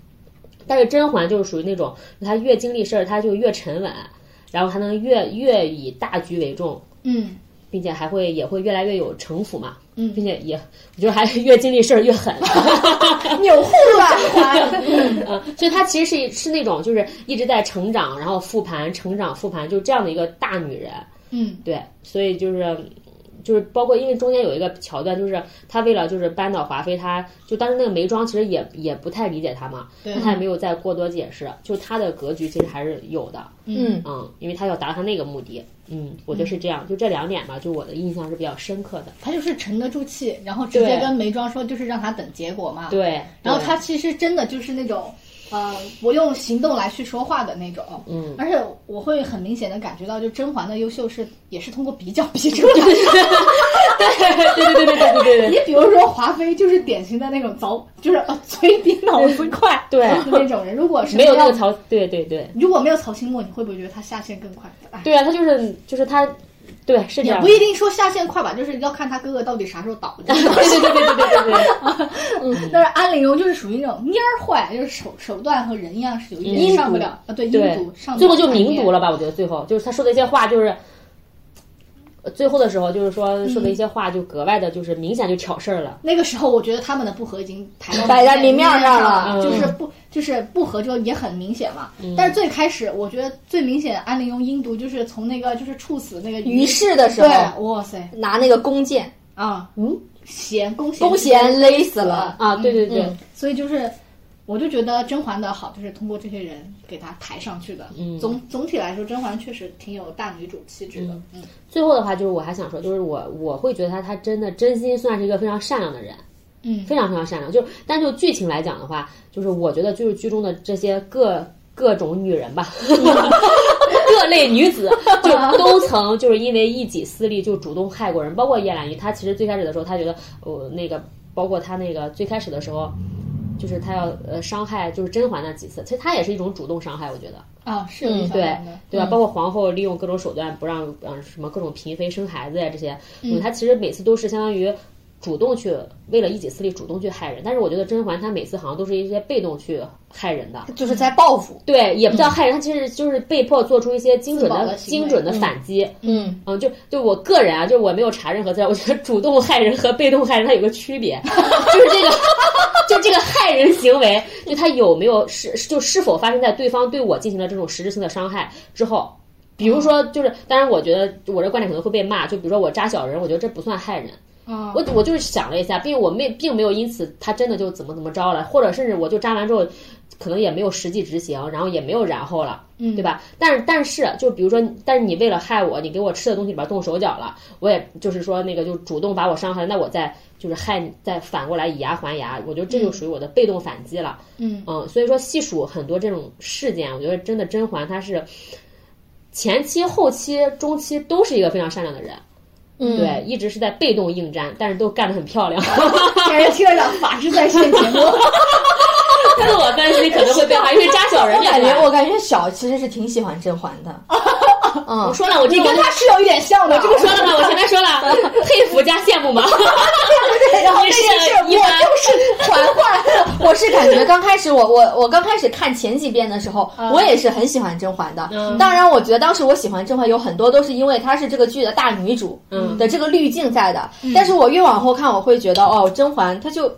Speaker 4: 但是甄嬛就是属于那种，她越经历事儿，她就越沉稳，然后她能越越以大局为重，
Speaker 3: 嗯
Speaker 4: 并且还会也会越来越有城府嘛，
Speaker 3: 嗯
Speaker 4: 并且也我觉得还是越经历事儿越狠，
Speaker 2: 钮祜了。
Speaker 4: 嗯，所以她其实是是那种就是一直在成长，然后复盘、成长、复盘，就这样的一个大女人，
Speaker 3: 嗯
Speaker 4: 对，所以就是就是包括因为中间有一个桥段，就是她为了就是扳倒华妃，她就当时那个眉庄其实也也不太理解她嘛，
Speaker 3: 对
Speaker 4: 那她也没有再过多解释，就是她的格局其实还是有的，
Speaker 2: 嗯
Speaker 4: 嗯，因为她要达到她那个目的，嗯，我觉得是这样，就这两点吧，就我的印象是比较深刻的，
Speaker 3: 他就是沉得住气，然后直接
Speaker 4: 对
Speaker 3: 跟眉庄说，就是让他等结果嘛。，
Speaker 4: 对，
Speaker 3: 然后
Speaker 4: 对
Speaker 3: 他其实真的就是那种，呃，我用行动来去说话的那种。
Speaker 4: 嗯
Speaker 3: 而且我会很明显的感觉到，就甄嬛的优秀是也是通过比较 比 出来的。
Speaker 4: 对对对对对对对 对
Speaker 3: 你比如说华妃就是典型的那种早，就是呃 嘴比脑子快
Speaker 4: 对嗯
Speaker 3: 的那种人。如果是
Speaker 4: 没有那
Speaker 3: 要
Speaker 4: 个，曹，对对对，
Speaker 3: 如果没有曹清墨，你会不会觉得他下线更快？哎，
Speaker 4: 对啊，他就是就是他，对是这
Speaker 3: 也
Speaker 4: 样
Speaker 3: 不，一定说下线快吧，就是要看他哥哥到底啥时候 倒。
Speaker 4: 对对对对对对 对对，
Speaker 3: 但是安陵容就是属于那种蔫儿坏，就是手手段和人一样是有一点上不了啊，对阴
Speaker 4: 对
Speaker 3: 毒上不了台面。
Speaker 4: 最后就明读了吧？我觉得最后就是他说的一些话，就是呃最后的时候，就是
Speaker 3: 嗯
Speaker 4: 说说的一些话，就格外的，就是明显就挑事儿了。
Speaker 3: 那个时候，我觉得他们的不和已经排到
Speaker 2: 摆在明面上
Speaker 3: 了，
Speaker 2: 了
Speaker 3: 就是不就是不和之后也很明显嘛。但是最开始，我觉得最明显，安陵容阴毒就是从那个就是处死那个
Speaker 2: 于氏的时
Speaker 3: 对，
Speaker 2: 候，
Speaker 3: 哇塞
Speaker 2: 拿那个弓箭，
Speaker 3: 啊，
Speaker 4: 嗯
Speaker 3: 弦弓弦
Speaker 2: 弓弦勒死了。
Speaker 4: 啊，对对对，
Speaker 2: 嗯
Speaker 3: 所以就是，我就觉得甄嬛的好，就是通过这些人给她抬上去的。
Speaker 4: 嗯
Speaker 3: 总总体来说，甄嬛确实挺有大女主气质的。嗯
Speaker 4: 最后的话就是我还想说，就是我我会觉得他他真的真心算是一个非常善良的人，
Speaker 3: 嗯
Speaker 4: 非常非常善良。就是但就剧情来讲的话，就是我觉得就是剧中的这些各各种女人吧， 各类女子就都曾就是因为一己私利就主动害过人，包括叶澜依，她其实最开始的时候，她觉得呃那个，包括她那个最开始的时候。就是她要呃伤害，就是甄嬛那几次，其实她也是一种主动伤害，我觉得，
Speaker 3: 啊，是有
Speaker 2: 嗯
Speaker 3: 影响
Speaker 4: 对
Speaker 3: 力的。
Speaker 4: 对吧？包括皇后利用各种手段不让嗯什么各种嫔妃生孩子呀这些，嗯，她其实每次都是相当于主动去为了一己私利主动去害人，但是我觉得甄嬛她每次好像都是一些被动去害人的，
Speaker 2: 就是在报复，
Speaker 4: 对，也不叫害人，她其实就是被迫做出一些精
Speaker 3: 自
Speaker 4: 准
Speaker 3: 保
Speaker 4: 的
Speaker 3: 的行为
Speaker 4: 精准的反击。
Speaker 2: 嗯，
Speaker 4: 嗯，就就我个人啊，就我没有查任何资料，我觉得主动害人和被动害人它有个 区别，就是这个，就这个害人行为，就它有没有是就是否发生在对方对我进行了这种实质性的伤害之后。比如说，就是当然，我觉得我这观点可能会被骂。就比如说我扎小人，我觉得这不算害人，
Speaker 3: 啊
Speaker 4: 我我就是想了一下，并我没并没有因此他真的就怎么怎么着了，或者甚至我就扎完之后，可能也没有实际执行，然后也没有然后了，
Speaker 3: 嗯
Speaker 4: 对吧？但是但是啊就比如说，但是你为了害我，你给我吃的东西里边动手脚了，我也就是说那个就主动把我伤害了，那我再就是害你，再反过来以牙还牙，我觉得这就属于我的被动反击了。
Speaker 3: 嗯
Speaker 4: 嗯，所以说细数很多这种事件，我觉得真的甄嬛她是前期、后期、中期都是一个非常善良的人。
Speaker 2: 嗯，
Speaker 4: 对，一直是在被动应战，但是都干得很漂亮。
Speaker 3: 感 觉听了档法制在线节目，
Speaker 4: 自我分析可能会被骂，因为扎小人
Speaker 2: 我
Speaker 4: 面
Speaker 2: 感觉
Speaker 4: 吧。
Speaker 2: 我感觉小其实是挺喜欢甄嬛的，嗯
Speaker 4: 我，说了，我这
Speaker 3: 你
Speaker 4: 个
Speaker 3: 跟他是有一点像的，这
Speaker 4: 我
Speaker 3: 个
Speaker 4: 说了吗？我前面说 了，佩服加羡慕嘛。
Speaker 2: 对，然后
Speaker 4: 你
Speaker 2: 那
Speaker 4: 是
Speaker 2: 件事儿我
Speaker 4: 一般
Speaker 2: 就是嬛嬛，我是感觉刚开始我 我我刚开始看前几遍的时候，我也是很喜欢甄嬛的。
Speaker 4: 啊嗯
Speaker 2: 当然，我觉得当时我喜欢甄嬛有很多都是因为她是这个剧的大女主
Speaker 4: 嗯
Speaker 2: 的这个滤镜在的。但是我越往后看，我会觉得哦，甄嬛她就。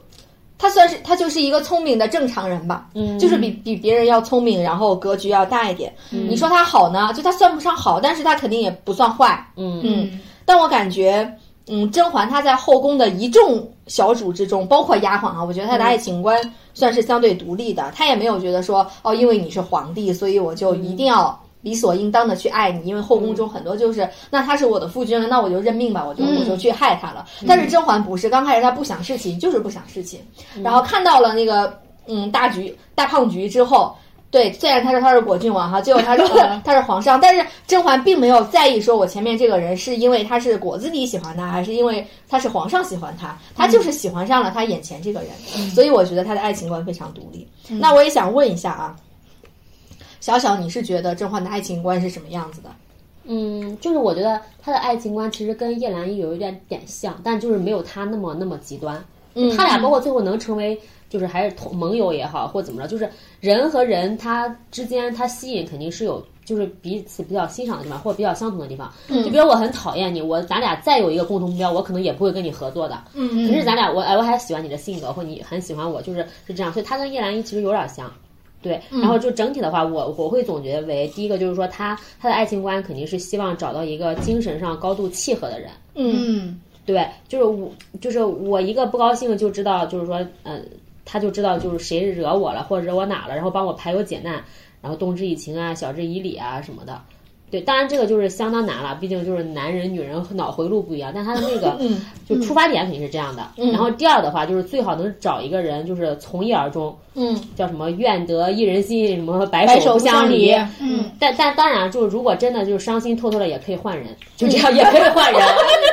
Speaker 2: 她算是她就是一个聪明的正常人吧，
Speaker 4: 嗯
Speaker 2: 就是比比别人要聪明，然后格局要大一点。
Speaker 4: 嗯
Speaker 2: 你说她好呢，就她算不上好，但是她肯定也不算坏，
Speaker 4: 嗯
Speaker 2: 嗯，但我感觉，嗯，甄嬛她在后宫的一众小主之中，包括丫鬟啊，我觉得她的爱情观算是相对独立的，她也没有觉得说，哦，因为你是皇帝，所以我就一定要。理所应当的去爱你，因为后宫中很多就是，那他是我的夫君了，那我就认命吧，我就、我就去害他了。但是甄嬛不是，刚开始她不想事情，就是不想事情，然后看到了那个嗯大局大胖菊之后，对，虽然他说他是果郡王哈，最后 他说他是皇上，但是甄嬛并没有在意说我前面这个人是因为他是果子狸喜欢他，还是因为他是皇上喜欢他，他就是喜欢上了他眼前这个人，所以我觉得他的爱情观非常独立。那我也想问一下啊，小小，你是觉得甄嬛的爱情观是什么样子的？
Speaker 4: 嗯，就是我觉得他的爱情观其实跟叶澜依有一点点像，但就是没有他那么那么极端。
Speaker 2: 嗯
Speaker 4: 他俩包括最后能成为，就是还是同盟友也好，或怎么着，就是人和人他之间他吸引肯定是有，就是彼此比较欣赏的地方，或者比较相同的地方。就比如我很讨厌你，我咱俩再有一个共同目标，我可能也不会跟你合作的。嗯，可是咱俩我哎我还喜欢你的性格，或你很喜欢我，就是是这样。所以他跟叶澜依其实有点像。对，然后就整体的话，我我会总结为第一个就是说他他的爱情观肯定是希望找到一个精神上高度契合的人，
Speaker 2: 嗯
Speaker 3: 嗯
Speaker 4: 对，就是我，就是我一个不高兴就知道，就是说，呃，他就知道就是谁惹我了或者惹我哪了，然后帮我排忧解难，然后动之以情啊，晓之以理啊什么的。对，当然这个就是相当难了，毕竟就是男人女人脑回路不一样，但他的那个
Speaker 2: 嗯
Speaker 4: 就出发点肯定是这样的。然后第二的话，就是最好能找一个人，就是从一而终，
Speaker 2: 嗯
Speaker 4: 叫什么愿得一人心，什么白
Speaker 2: 白
Speaker 4: 首
Speaker 2: 首
Speaker 4: 不
Speaker 2: 不相
Speaker 4: 离。
Speaker 2: 离
Speaker 3: 嗯
Speaker 4: 但但当然，就是如果真的就是伤心透透了，也可以换人，就这 样也可以换人。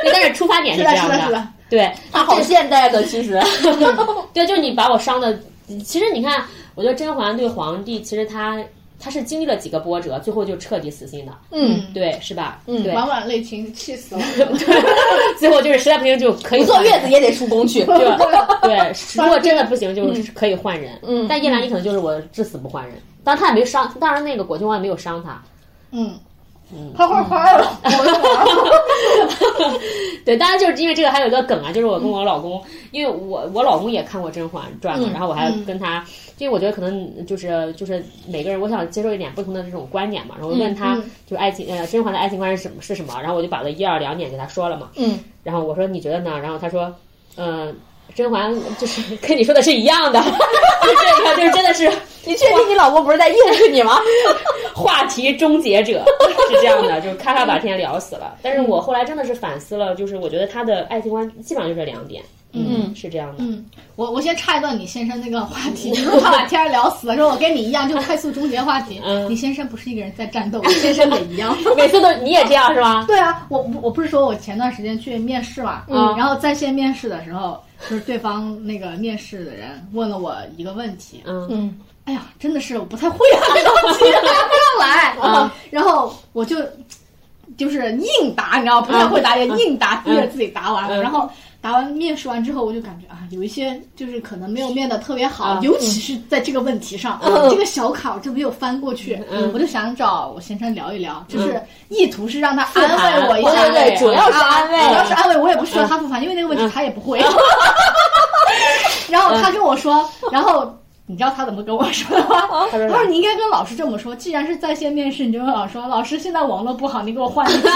Speaker 4: 对，但是出发点是这样
Speaker 3: 是的是的是
Speaker 4: 的
Speaker 3: 的。
Speaker 4: 对，
Speaker 2: 他好现代的，其实，
Speaker 4: 对，就是你把我伤的。其实你看，我觉得甄嬛对皇帝，其实她她是经历了几个波折，最后就彻底死心的，
Speaker 2: 嗯，
Speaker 4: 对，是吧？嗯对，
Speaker 3: 婉婉泪情，气死我了。
Speaker 4: 最后就是实在不行就可以
Speaker 2: 不坐
Speaker 4: 换人
Speaker 2: 月子也得出宫 去。
Speaker 4: 对对，如果真的不行，就是可以换人。嗯，但叶澜依可能就是我至死不换人，当然他也没伤，当然那个果郡王也没有伤他。
Speaker 3: 嗯，快快快了，
Speaker 4: 对，当然就是因为这个还有一个梗啊，就是我跟我老公，因为我我老公也看过《甄嬛传》嘛，然后我还跟他，因为我觉得可能就是就是每个人，我想接受一点不同的这种观点嘛，然后我问他就是爱情呃甄嬛的爱情观是什么是什么，然后我就把我的一二两点给他说了嘛，
Speaker 2: 嗯，
Speaker 4: 然后我说你觉得呢？然后他说，嗯、甄嬛就是 跟你说的是一样的， 就这一看就是真的是
Speaker 2: 你确定你老公不是在应付你吗？
Speaker 4: 话题终结者 是这样的，就是咔咔把天聊死了。但是我后来真的是反思了，就是我觉得他的爱情观基本上就这两点，嗯，是这样的。
Speaker 3: 嗯，我我先插一段你先生那个话题，你说他把天儿聊死了，说我跟你一样，就快速终结话题。
Speaker 4: 嗯
Speaker 3: 你先生不是一个人在战斗，我 先生也一样。
Speaker 4: 每次都你也这样是吧？
Speaker 3: 对啊，我我不是说我前段时间去面试嘛，
Speaker 4: 嗯
Speaker 3: 然后在线面试的时候，就是对方那个面试的人问了我一个问题，
Speaker 4: 嗯
Speaker 2: 嗯
Speaker 3: 哎呀，真的是我不太会啊，这种 题答不上来。
Speaker 4: 啊
Speaker 3: 然后我就就是硬答，你知道，不太会答也硬答，逼着自己答完了。
Speaker 4: 嗯
Speaker 3: 然后答完面试完之后，我就感觉啊，有一些就是可能没有面的特别好，
Speaker 4: 啊
Speaker 3: 尤其是在这个问题上，这个小坎儿就没有翻过去。
Speaker 4: 嗯
Speaker 3: 我就想找我先生聊一聊，就是意图是让他安慰
Speaker 4: 谈
Speaker 3: 我一
Speaker 4: 对
Speaker 3: 下，
Speaker 4: 对对主要
Speaker 2: 是安慰
Speaker 3: 啊主要是安慰。我也不需要他复盘，因为那个
Speaker 4: 嗯
Speaker 3: 问题他也不会。 然后他跟我 说，然后你知道他怎么跟我说的吗？
Speaker 4: 他说什么
Speaker 3: 他说你应该跟老师这么说，既然是在线面试，你就跟老师说，老师现在网络不好，你给我换一批。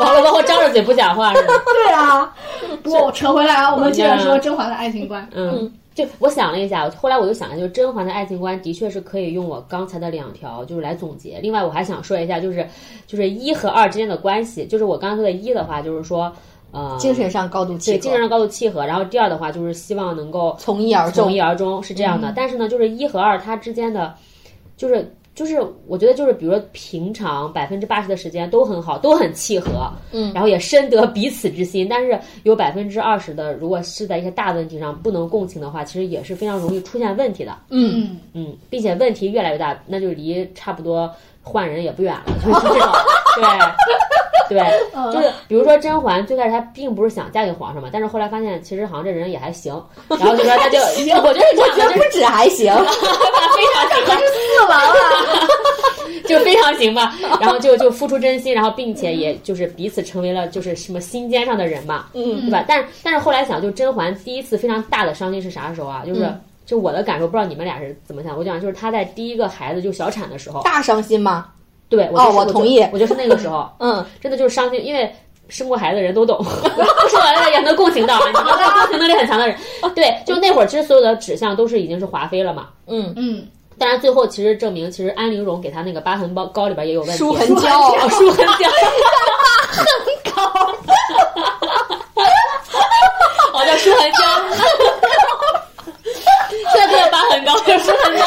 Speaker 4: 完了，包括张着嘴不讲话 是吧？
Speaker 3: 对啊，不过我扯回来啊，我们接着说
Speaker 4: 嗯
Speaker 3: 甄嬛的爱情观。
Speaker 4: 嗯，就我想了一下，后来我就想了，就是甄嬛的爱情观的确是可以用我刚才的两条就是来总结。另外，我还想说一下，就是就是一和二之间的关系，就是我刚才说的一的话，就是说呃
Speaker 2: 精神上高度契
Speaker 4: 对精神
Speaker 2: 合，
Speaker 4: 上高度契合，然后第二的话就是希望能够
Speaker 2: 从一而
Speaker 4: 从
Speaker 2: 终
Speaker 4: 一。而终是这样的。但是呢，就是一和二它之间的，就是就是我觉得就是比如说平常百分之八十的时间都很好，都很契合，
Speaker 2: 嗯
Speaker 4: 然后也深得彼此之心。但是有百分之二十的，如果是在一些大问题上不能共情的话，其实也是非常容易出现问题的。
Speaker 2: 嗯，
Speaker 3: 嗯，
Speaker 4: 嗯，并且问题越来越大，那就离差不多换人也不远了， 就是这种，对，
Speaker 3: 嗯
Speaker 4: 对，就是比如说甄嬛最开始她并不是想嫁给皇上嘛，但是后来发现其实好像这人也还行，然后就说那就，我觉得是这
Speaker 2: 我
Speaker 4: 样
Speaker 2: 觉得
Speaker 4: 的，
Speaker 2: 不
Speaker 4: 就是
Speaker 2: 止还 行，
Speaker 4: 非常行吧，
Speaker 2: 四完了。
Speaker 4: 就非常行 吧，然后就就付出真心，然后并且也就是彼此成为了就是什么心尖上的人嘛，
Speaker 2: 嗯
Speaker 4: 对吧？但但是后来想，就甄嬛第一次非常大的伤心是啥时候啊？就是。
Speaker 2: 嗯
Speaker 4: 就我的感受，不知道你们俩是怎么想。我讲就是她在第一个孩子就小产的时 候，
Speaker 2: 大伤心吗？
Speaker 4: 对，我
Speaker 2: 哦
Speaker 4: 就是
Speaker 2: 我同意
Speaker 4: 我就我就是那个时 候，
Speaker 2: 嗯，
Speaker 4: 真的就是伤心，因为生过孩子的人都 懂，不生完了也能共情到啊，你们都共情能力很强的 人。对，就那会儿，其实所有的指向都是已经是华妃了嘛。
Speaker 2: 嗯，
Speaker 3: 嗯，
Speaker 4: 当然，最后其实证明，其实安陵容给他那个疤痕包膏里边也有问题，
Speaker 2: 舒痕胶，
Speaker 4: 舒痕 胶，疤痕膏，哦，叫舒痕胶。现在不叫疤痕膏，叫舒痕胶。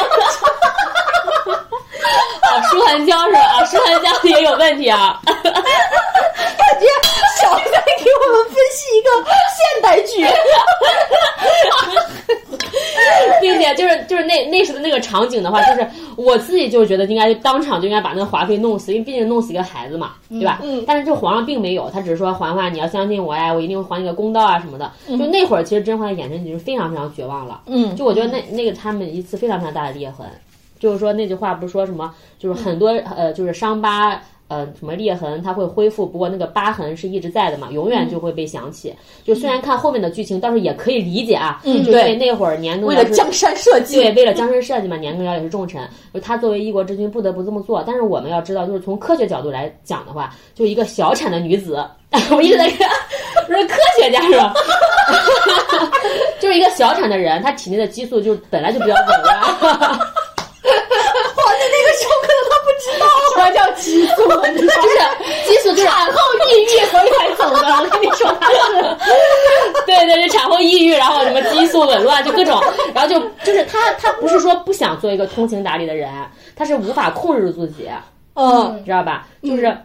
Speaker 4: 啊，舒痕胶是吧？啊，舒痕胶也有问题啊。
Speaker 2: 感觉小三给我们分析一个现代剧，
Speaker 4: 并且就是就是那那时的那个场景的话，就是我自己就觉得应该当场就应该把那个华妃弄死，因为毕竟弄死一个孩子嘛，对吧？
Speaker 2: 嗯嗯
Speaker 4: 但是这皇上并没有，他只是说嬛嬛你要相信我呀，我一定会还你个公道啊什么的。就那会儿，其实甄嬛的眼神已经是非常非常绝望了。
Speaker 2: 嗯
Speaker 4: 就我觉得那那个他们一次非常非常大的裂痕，就是说那句话不是说什么，就是很多、呃就是伤疤。呃，什么裂痕它会恢复，不过那个疤痕是一直在的嘛，永
Speaker 2: 嗯
Speaker 4: 远就会被想起。就虽然看后面的剧情，倒是也可以理解啊，
Speaker 2: 嗯
Speaker 4: 就因
Speaker 2: 对
Speaker 4: 为那会儿年羹
Speaker 2: 为
Speaker 4: 尧
Speaker 2: 了嗯
Speaker 4: 是
Speaker 2: 江山社
Speaker 4: 对，
Speaker 2: 稷，
Speaker 4: 为了江山社稷嘛，年羹尧也是重臣，就他作为一国之君不得不这么做。但是我们要知道，就是从科学角度来讲的话，就一个小产的女子， 我一直在看，我说科学家是吧？ 就是一个小产的人，她体内的激素就本来就比较啊紊乱。
Speaker 2: 皇帝那个时候可能他不知道啊什么叫激素，
Speaker 4: 就是激素，就是产后抑郁，所以才走的。我跟你说，他是，对对，就产后抑郁，然后什么激素紊乱，就各种，然后就就是他他不是说不想做一个通情达理的人，他是无法控制住自己，
Speaker 2: 嗯，
Speaker 4: 知道吧？就是。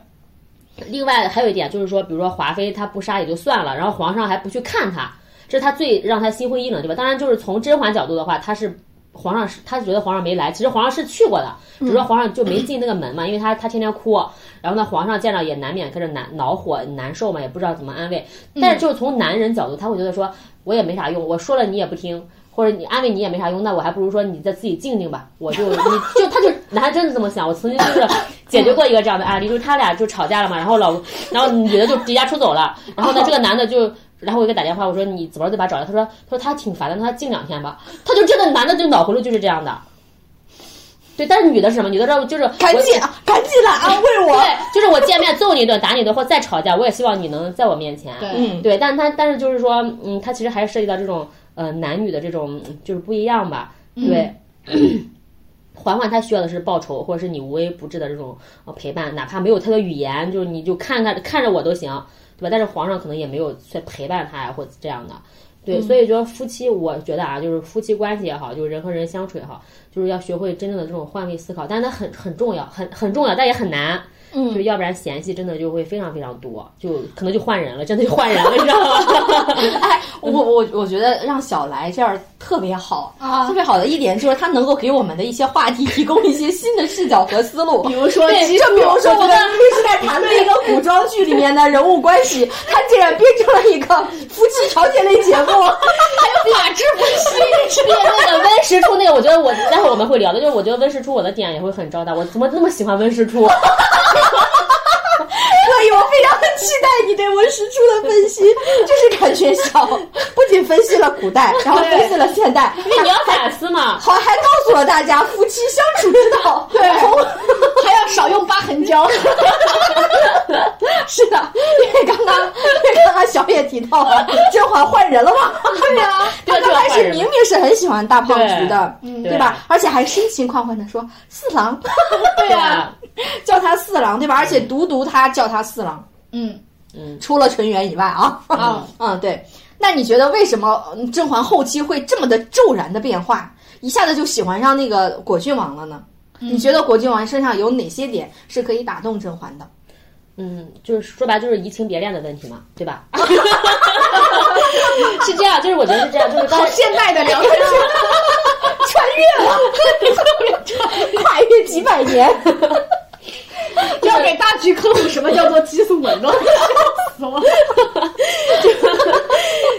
Speaker 4: 另外还有一点就是说，比如说华妃她不杀也就算了，然后皇上还不去看她，这是他最让他心灰意冷的地方。当然，就是从甄嬛角度的话，他是皇上是他觉得皇上没来，其实皇上是去过的，只是说皇上就没进那个门嘛，因为他他天天哭，然后呢，皇上见着也难免跟着难恼火难受嘛，也不知道怎么安慰。但是就是从男人角度，他会觉得说我也没啥用，我说了你也不听。或者你安慰你也没啥用，那我还不如说你再自己静静吧。我就你就他就男孩真的这么想。我曾经就是解决过一个这样的案例，就是他俩就吵架了嘛，然后老然后女的就离家出走了，然后呢这个男的就然后我就给他打电话，我说你怎么着就把他找来？他说他说他挺烦的，那他静两天吧。他就真的男的就脑回路就是这样的。对，但是女的是什么？女的这就是
Speaker 2: 赶
Speaker 4: 我
Speaker 2: 紧赶紧来安慰啊我，
Speaker 4: 对，就是我见面揍你一顿，打你一顿，或再吵架，我也希望你能在我面前。
Speaker 3: 对
Speaker 2: 嗯
Speaker 4: 对，但是他但是就是说，嗯，他其实还是涉及到这种呃男女的这种嗯就是不一样吧。对， 嬛嬛她需要的是报酬，或者是你无微不至的这种呃陪伴，哪怕没有她的语言，就是你就看看看着我都行，对吧？但是皇上可能也没有在陪伴她呀，或者这样的。对，所以说夫妻，我觉得啊，就是夫妻关系也好，就是人和人相处也好，就是要学会真正的这种换位思考，但是它很很重要，很很重要，但也很难。就
Speaker 2: 嗯，
Speaker 4: 要不然嫌弃真的就会非常非常多，就可能就换人了，真的就换人了，你知 道吗？
Speaker 2: 哎，我我我觉得让小来这样特别好
Speaker 3: 啊
Speaker 2: 特别好的一点就是他能够给我们的一些话题提供一些新的视角和思路
Speaker 3: 比。如说
Speaker 2: 对，
Speaker 3: 激
Speaker 2: 就
Speaker 3: 素，
Speaker 2: 比如说我们是在谈论一个古装剧里面的人物关系，它竟然变成了一个夫妻调解类 节目，
Speaker 4: 法治不 虚，对那个温实初那个，我觉得我待会儿我们会聊的，就是我觉得温实初我的点也会很招大，我怎么那么喜欢温实初？
Speaker 2: 所以我非常期待你对文史初的分析，就是感觉小不仅分析了古代，然后分析了现代，
Speaker 4: 因为你要反思嘛。
Speaker 2: 好还告诉了大家夫妻相处之道。
Speaker 3: 对，还要少用疤痕 胶。
Speaker 2: 是的，因为刚刚，因为刚刚小野提到 了甄嬛换人了嘛， 对呀、
Speaker 4: 对
Speaker 2: 她刚开
Speaker 4: 甄嬛
Speaker 2: 始
Speaker 4: 人
Speaker 2: 明明是很喜欢大胖菊的，
Speaker 4: 对
Speaker 2: 嗯
Speaker 4: 对
Speaker 2: 对吧？而且还深情款款的说四郎，
Speaker 4: 对啊呀，
Speaker 2: 叫他四郎，对吧？而且独独他叫他四郎，
Speaker 3: 嗯，
Speaker 2: 除了纯元以外啊，
Speaker 3: 啊，
Speaker 2: 嗯，对。那你觉得为什么嗯甄嬛后期会这么的骤然的变化，一下子就喜欢上那个果郡王了呢？你觉得果郡王身上有哪些点是可以打动甄嬛的？
Speaker 4: 嗯，就是说白了就是移情别恋的问题嘛，对吧？是这样，就是我觉得是这样，就是刚
Speaker 3: 好现代的聊天术。
Speaker 2: 跨越几百年，
Speaker 3: 要给大局科普什么叫做激素紊乱，笑死我了！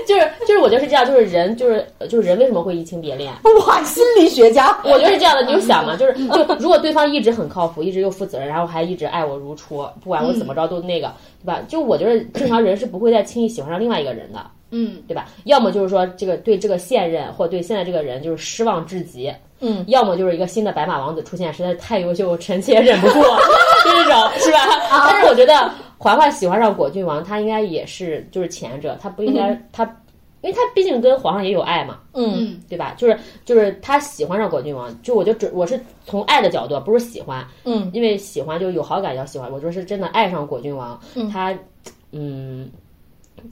Speaker 4: 就是就是我觉得是这样，就是人就是就是人为什么会移情别恋？
Speaker 2: 哇，心理学家，
Speaker 4: 我觉得是这样的，你就想嘛，就是就如果对方一直很靠谱，一直又负责任，然后还一直爱我如初，不管我怎么着都那个，对吧？就我觉得正常人是不会再轻易喜欢上另外一个人的，
Speaker 3: 嗯，
Speaker 4: 对吧？要么就是说这个对这个现任或对现在这个人就是失望至极，
Speaker 2: 嗯，
Speaker 4: 要么就是一个新的白马王子出现，实在是太优秀，臣妾忍不住， 就这种是吧？
Speaker 2: 啊
Speaker 4: 但是我觉得嬛嬛喜欢上果郡王，他应该也是就是前者，他不应该、他，因为他毕竟跟皇上也有爱嘛，
Speaker 2: 嗯
Speaker 3: 嗯
Speaker 4: 对吧？就是就是他喜欢上果郡王，就我就准我是从爱的角度，啊不是喜欢，
Speaker 2: 嗯
Speaker 4: 因为喜欢就有好感叫喜欢，我说是真的爱上果郡王，他嗯，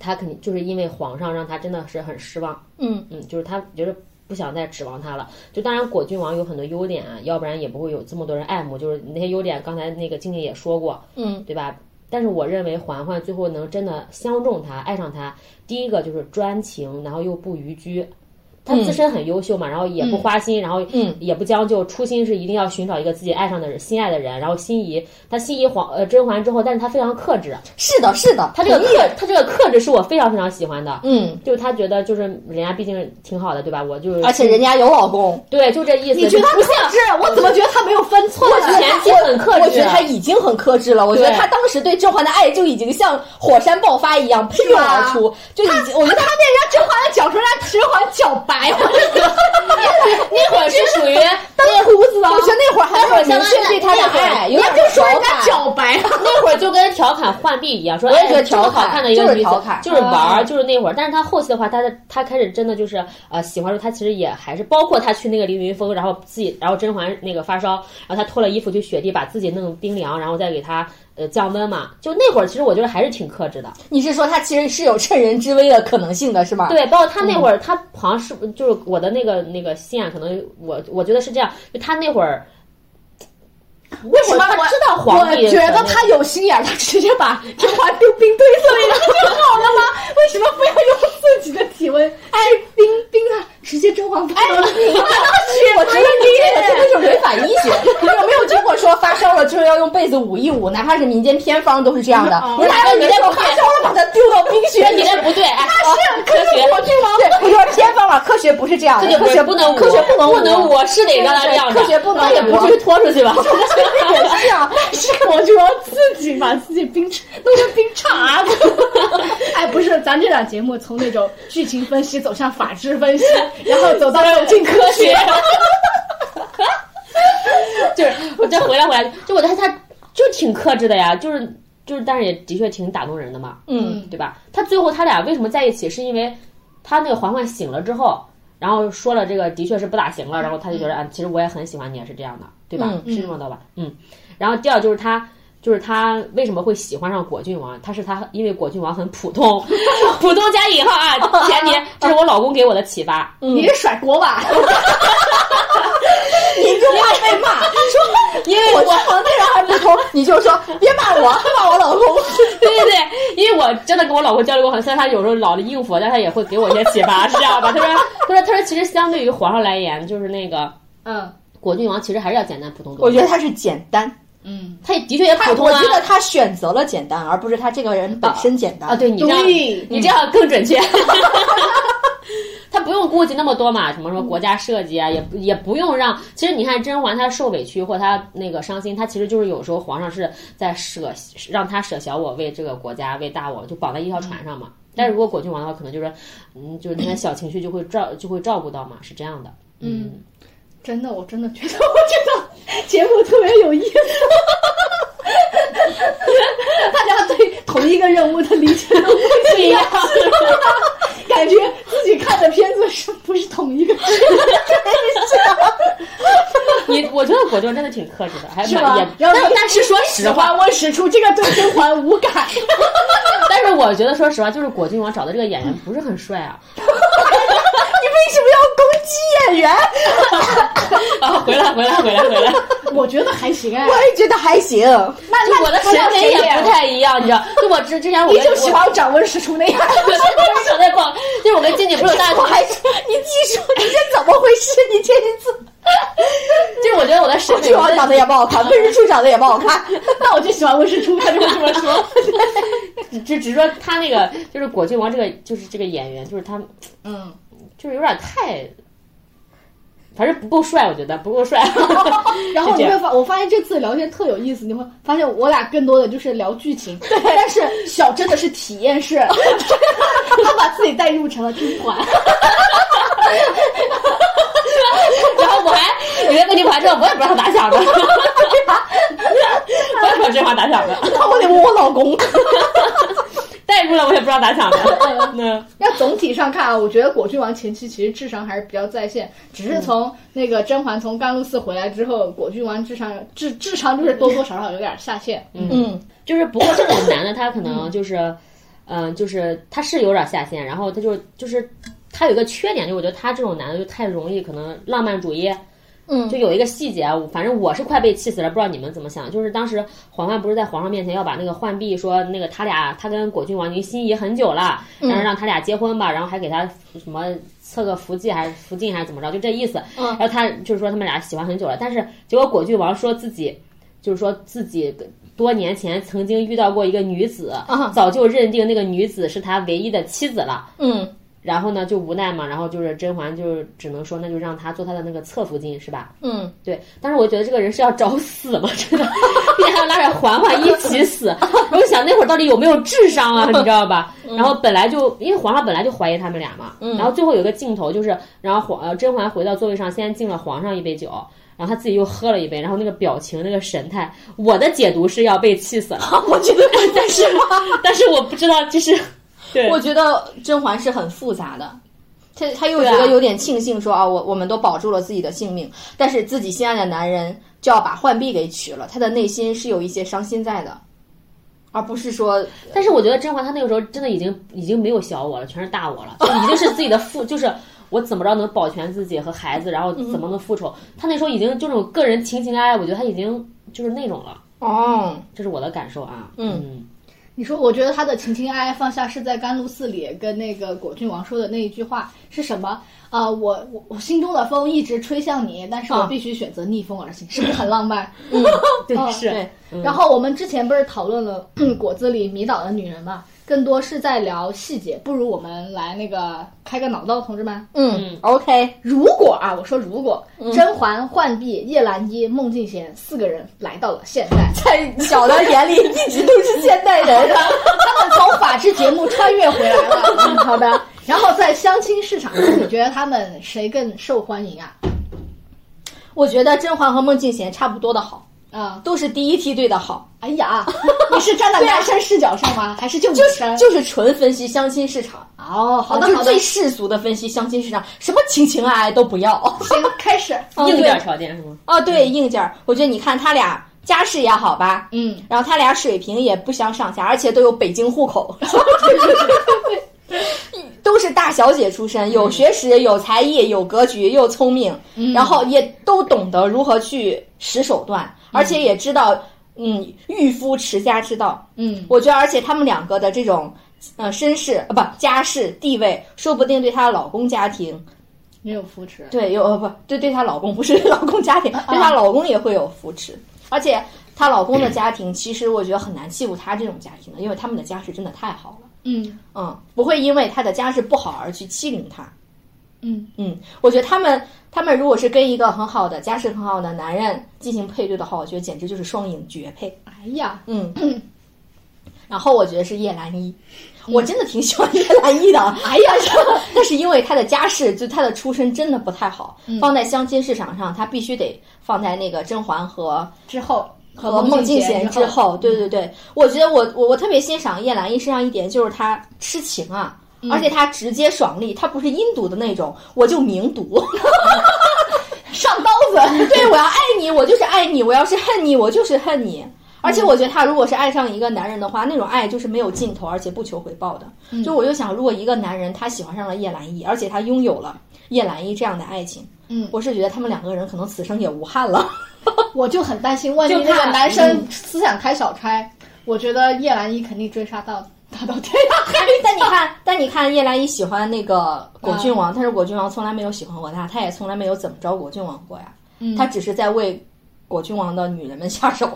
Speaker 4: 他肯定就是因为皇上让他真的是很失望，
Speaker 2: 嗯
Speaker 4: 嗯，就是他觉得不想再指望他了。就当然果郡王有很多优点啊，要不然也不会有这么多人爱慕。就是那些优点，刚才那个静静也说过，
Speaker 2: 嗯
Speaker 4: 对吧？但是我认为嬛嬛最后能真的相中他、爱上他，第一个就是专情，然后又不逾矩。她自身很优秀嘛，然后也不花心，然后
Speaker 2: 嗯
Speaker 4: 也不将就，初心是一定要寻找一个自己爱上的人、心爱的人。然后心仪，她心仪皇呃甄嬛之后，但是她非常克制，啊
Speaker 2: 是的，是的，
Speaker 4: 她这个克她这个克制是我非常非常喜欢的。
Speaker 2: 嗯，
Speaker 4: 就她觉得就是人家毕竟挺好的，对吧？我就是
Speaker 2: 而且人家有老公，
Speaker 4: 对，就这意思。
Speaker 2: 你觉得他
Speaker 4: 不
Speaker 2: 克
Speaker 4: 像
Speaker 2: 制？我怎么觉得他没有分寸啊呢？
Speaker 4: 我前期很克制
Speaker 2: 我觉得他已经很克制了。我觉得
Speaker 4: 对
Speaker 2: 他当时对甄嬛的爱就已经像火山爆发一样喷涌而出，就已经我觉得啊他面让甄嬛的脚说让甄嬛脚白，我觉得
Speaker 4: 那会儿是属于
Speaker 2: 那会儿哎
Speaker 4: 啊
Speaker 2: 我觉得那会儿还没有明确对他的
Speaker 4: 哎
Speaker 2: 爱，有点
Speaker 3: 就说人
Speaker 2: 调
Speaker 3: 家
Speaker 2: 侃
Speaker 3: 脚白了，
Speaker 4: 那会儿就跟调侃浣碧一样，说
Speaker 2: 啊我也
Speaker 4: 哎
Speaker 2: 觉得
Speaker 4: 这么
Speaker 2: 调侃
Speaker 4: 好看的一个
Speaker 2: 就是
Speaker 4: 女
Speaker 2: 调
Speaker 4: 子
Speaker 2: 侃，嗯
Speaker 4: 就是玩儿，就是那会儿。但是她后期的话，她的她开始真的就是呃喜欢上她，其实也还是包括她去那个凌云峰，然后自己，然后甄嬛那个发烧，然后她脱了衣服去雪地，把自己弄冰凉，然后再给她呃降温嘛。就那会儿，其实我觉得还是挺克制的。
Speaker 2: 你是说他其实是有趁人之危的可能性的，是吗？
Speaker 4: 对，包括她
Speaker 2: 嗯
Speaker 4: 那会儿，她好像是就是我的那个那个线，可能我我觉得是这样，就她那会儿。为
Speaker 2: 什么
Speaker 4: 她
Speaker 2: 我
Speaker 4: 知道
Speaker 3: 我
Speaker 4: 皇帝？
Speaker 3: 觉得他有心眼儿，他直接把甄嬛冰冰堆碎了，不就好了 吗？为什么非要用自己的体温去冰冰她？直接甄嬛发了，
Speaker 2: 我觉得你这个真的是违反医学。你有没有听过说发烧了之后要用被子捂一捂？哪怕是民间偏方都是这样的。
Speaker 3: 哦
Speaker 2: 你哪有你那种发烧了把它丢到冰
Speaker 4: 觉
Speaker 2: 雪
Speaker 4: 得
Speaker 2: 里
Speaker 4: 你？这不对，哎，是科学，
Speaker 2: 对，我说偏方嘛，科学不是这样的，
Speaker 4: 科
Speaker 2: 科
Speaker 4: 学
Speaker 2: 学
Speaker 4: 不能，
Speaker 2: 科学不能捂
Speaker 4: 不能，我是得让它晾着，
Speaker 2: 科学不能
Speaker 4: 那也不
Speaker 2: 捂
Speaker 4: 至于拖出去吧？
Speaker 2: 也是这样。
Speaker 3: 是我就要自己把自己冰弄成冰碴子。 哎，不是，咱这档节目从那种剧情分析走向法制分析，然后走到走进科
Speaker 4: 科
Speaker 3: 学
Speaker 4: 学。， 就是我再回来回来，就我觉得他就挺克制的呀，就是就是，但是也的确挺打动人的嘛，
Speaker 2: 嗯，
Speaker 4: 对吧？他最后他俩为什么在一起，是因为他那个嬛嬛醒了之后。然后说了这个的确是不咋行了，然后他就觉得啊，其实我也很喜欢你，也是这样的，对吧？
Speaker 2: 嗯
Speaker 4: 是这么的吧？嗯。然后第二就是他，就是他为什么会喜欢上果郡王？他是他因为果郡王很普通， 普通加引号啊，前提这是我老公给我的启发。
Speaker 2: 嗯
Speaker 3: 嗯你是甩锅吧？
Speaker 2: 你就怕被骂，说因为我床那人还不同，你就说别骂我，骂我老公。
Speaker 4: 对对对，因为我真的跟我老公交流过很，虽然他有时候老的应付，但他也会给我一些启发，是 这样吧？他说，他说，他说，其实相对于皇上来言，就是那个
Speaker 3: 嗯
Speaker 4: 果郡王其实还是要简单普通多。
Speaker 2: 我觉得他是简单，
Speaker 3: 嗯，
Speaker 4: 他也的确也
Speaker 2: 他
Speaker 4: 普通
Speaker 2: 我
Speaker 4: 啊
Speaker 2: 觉得他选择了简单，而不是他这个人本身简单
Speaker 4: 啊，对你这样，
Speaker 3: 对
Speaker 4: 你这样更准确。 他不用顾及那么多嘛，什么什么国家设计啊，也不也不用让。其实你看甄嬛，她受委屈或她那个伤心，她其实就是有时候皇上是在舍让她舍小我，为这个国家为大我，就绑在一
Speaker 3: 嗯
Speaker 4: 条船上嘛。但是如果果郡王的话，可能就是，嗯，就是那小情绪就会照就会照顾到嘛，是这样的。嗯，
Speaker 3: 真的，我真的觉得，我觉得节目特别有意思。 大家对同一个任务的理解都不
Speaker 4: 对
Speaker 3: 一
Speaker 4: 呀
Speaker 3: 样， 感觉自己看的片子是不是同一个？
Speaker 4: 你我觉得果舅真的挺克制的，还
Speaker 3: 是
Speaker 4: 蛮
Speaker 3: 吧
Speaker 4: 也，
Speaker 3: 然后
Speaker 4: 但
Speaker 3: 你
Speaker 4: 但是说实话，
Speaker 3: 我使出这个对甄嬛无感，
Speaker 4: 但是我觉得说实话，就是果郡王找的这个演员不是很帅啊。
Speaker 2: 为什么要攻击演员？
Speaker 4: 啊，回来回来回来回来，
Speaker 3: 我觉得还行哎
Speaker 2: 我。也觉得还行。那
Speaker 4: 就我的审美也不太一样，你知道？就我之之前我
Speaker 3: 你
Speaker 4: 跟
Speaker 3: 就喜
Speaker 4: 我
Speaker 3: 欢掌纹使出那样，
Speaker 4: 我真的是想在逛，就是我跟静姐不是有大
Speaker 2: 我还说 你技术，你这怎么回事？你这一 次，
Speaker 4: 就是我觉得我的审
Speaker 2: 国
Speaker 4: 美
Speaker 2: 郡王长得也不好看，温实初长得也不好看。
Speaker 3: 那我就喜欢温实初，他就会这么说。
Speaker 4: 只只说他那个就是果郡王这个就是这个演员，就是他
Speaker 3: 嗯，
Speaker 4: 就是有点太，反正不够帅，我觉得不够帅。
Speaker 3: 然后
Speaker 4: 是
Speaker 3: 你
Speaker 4: 这
Speaker 3: 会
Speaker 4: 样
Speaker 3: 发，我发现这次聊天特有意思，你会发现我俩更多的就是聊剧 情，但是小真的是体验 式，他把自己带入成了甄 嬛，
Speaker 4: 然后我还有人跟你玩之后，我也不知道他咋想的， 我也不知道这话咋想的，
Speaker 2: 那我得问我老 公。
Speaker 4: 带入了我也不知道咋想的。嗯那
Speaker 3: 要总体上看啊，我觉得果郡王前期其实智商还是比较在线，只是从那个甄嬛从甘露寺回来之后，果郡王智商智智商就是多多少少有点下线。
Speaker 2: 嗯，
Speaker 4: 就是不过这个男的他可能就是，嗯、就是他是有点下线，然后他就就是。他有一个缺点，就我觉得他这种男的就太容易可能浪漫主义，
Speaker 2: 嗯
Speaker 4: 就有一个细节啊，我反正我是快被气死了，不知道你们怎么想。就是当时嬛嬛不是在皇上面前要把那个浣碧说那个他俩他跟果郡王已经心仪很久了，然后让他俩结婚吧，然后还给他什么测个福晋还是福晋还是怎么着，就这意思。然后他就是说他们俩喜欢很久了，但是结果果郡王说自己就是说自己多年前曾经遇到过一个女子，早就认定那个女子是他唯一的妻子了。
Speaker 2: 嗯，
Speaker 4: 然后呢，就无奈嘛，然后就是甄嬛就是只能说，那就让他做他的那个侧福晋是吧？
Speaker 2: 嗯，
Speaker 4: 对，但是我觉得这个人是要找死吗？真的，并且还要拉着嬛嬛一起死。我就想那会儿到底有没有智商啊？你知道吧？然后本来就因为皇上本来就怀疑他们俩嘛，然后最后有个镜头就是，然后皇呃甄嬛回到座位上，先敬了皇上一杯酒。然后他自己又喝了一杯，然后那个表情、那个神态，我的解读是要被气死了。
Speaker 2: 我觉得但是
Speaker 4: 但是我不知道，就是，对，
Speaker 2: 我觉得甄嬛是很复杂的。她她又
Speaker 4: 对
Speaker 2: 觉
Speaker 4: 啊
Speaker 2: 得有点庆幸说，啊，我我们都保住了自己的性命，但是自己心爱的男人就要把浣碧给娶了，她的内心是有一些伤心在的，而不是说
Speaker 4: 但是我觉得甄嬛她那个时候真的已经已经没有小我了，全是大我了，就已经是自己的父，就是我怎么着能保全自己和孩子，然后怎么能复仇。她那时候已经就那种个人情情爱爱，我觉得她已经就是那种了，
Speaker 2: 哦，
Speaker 4: 这是我的感受啊。
Speaker 2: 嗯
Speaker 4: 嗯
Speaker 3: 你说，我觉得他的情情爱爱放下是在甘露寺里跟那个果郡王说的那一句话是什么？啊、我我我心中的风一直吹向你，但是我
Speaker 2: 啊
Speaker 3: 必须选择逆风而行，是不是很浪漫？
Speaker 4: 对
Speaker 3: 哦
Speaker 4: 是
Speaker 2: 对
Speaker 4: 嗯
Speaker 3: 然后我们之前不是讨论了 果子里迷倒的女人嘛，更多是在聊细节，不如我们来那个开个脑洞，同志们。
Speaker 2: 嗯，OK，
Speaker 3: 如果啊，我说如果甄嬛、浣碧、叶澜依、孟静娴四个人来到了现代，
Speaker 2: 在小的眼里一直都是现代 人，
Speaker 3: 他们从法制节目穿越回来了。嗯好的。然后在相亲市场上，你觉得他们谁更受欢迎啊？
Speaker 2: 我觉得甄嬛和孟静娴差不多的好，
Speaker 3: 啊、
Speaker 2: 都是第一梯队的好，
Speaker 3: 哎呀，你是站在男生视角上 吗？还是就女
Speaker 2: 就是
Speaker 3: 生？
Speaker 2: 就是纯分析相亲市场。
Speaker 3: 哦，好的
Speaker 2: 就是
Speaker 3: 好的
Speaker 2: 最，世俗的分析相亲市场，什么情情爱爱都不要。
Speaker 3: 行，开始。
Speaker 4: 硬
Speaker 2: 对
Speaker 4: 件条件是吗？
Speaker 2: 哦，对，硬件儿，我觉得你看他俩家世也好吧，
Speaker 3: 嗯，
Speaker 2: 然后他俩水平也不相上下，而且都有北京 户口，都是大小姐出
Speaker 3: 嗯
Speaker 2: 身，有学识，有才艺，有格局，又聪明，然后也都懂得如何去使手段，而且也知道，嗯，御夫持家之道。
Speaker 3: 嗯，
Speaker 2: 我觉得，而且他们两个的这种，呃，身世啊，不家世地位，说不定对她的老公家庭，
Speaker 3: 没有扶持。
Speaker 2: 对有呃不对对她老公不是 老公家庭，对她老公也会有扶持，而且她老公的家庭，其实我觉得很难欺负她这种家庭的，因为他们的家世真的太好了，
Speaker 3: 嗯
Speaker 2: 嗯，不会因为她的家世不好而去欺凌她，
Speaker 3: 嗯
Speaker 2: 嗯，我觉得他们他们如果是跟一个很好的家世很好的男人进行配对的话，我觉得简直就是双赢绝配。
Speaker 3: 哎呀，
Speaker 2: 嗯，然后我觉得是叶澜依，我真的挺喜欢叶澜依的。哎呀，但是因为她的家世，就她的出身真的嗯不太好，放在相亲市场上，她必须得放在那个甄嬛和
Speaker 3: 之后
Speaker 2: 和
Speaker 3: 孟
Speaker 2: 孟
Speaker 3: 敬
Speaker 2: 敬
Speaker 3: 贤
Speaker 2: 贤
Speaker 3: 之
Speaker 2: 之
Speaker 3: 后
Speaker 2: 后，对对对，我觉得我我我特别欣赏叶澜依身上一点就是她痴情啊，而且她直接爽利，她不是阴毒的那种，我就明毒。
Speaker 3: 上刀子，
Speaker 2: 对，我要爱你，我就是爱你；我要是恨你，我就是恨你。而且我觉得她如果是爱上一个男人的话，那种爱就是没有尽头，而且不求回报的。就我就想，如果一个男人他喜欢上了叶澜依，而且他拥有了叶澜依这样的爱情，
Speaker 3: 嗯
Speaker 2: 我是觉得他们两个人可能此生也无憾了。
Speaker 3: 我就嗯很担心，万一
Speaker 4: 就
Speaker 3: 那个
Speaker 4: 怕
Speaker 3: 男生思想开小差，我觉得叶澜依肯定追杀到他到天涯海角。
Speaker 2: 但你看，但你看，叶澜依喜欢那个果郡王，但是果郡王从来没有喜欢过她，她也从来没有怎么着果郡王过呀。她只是在为果郡王的女人们下手。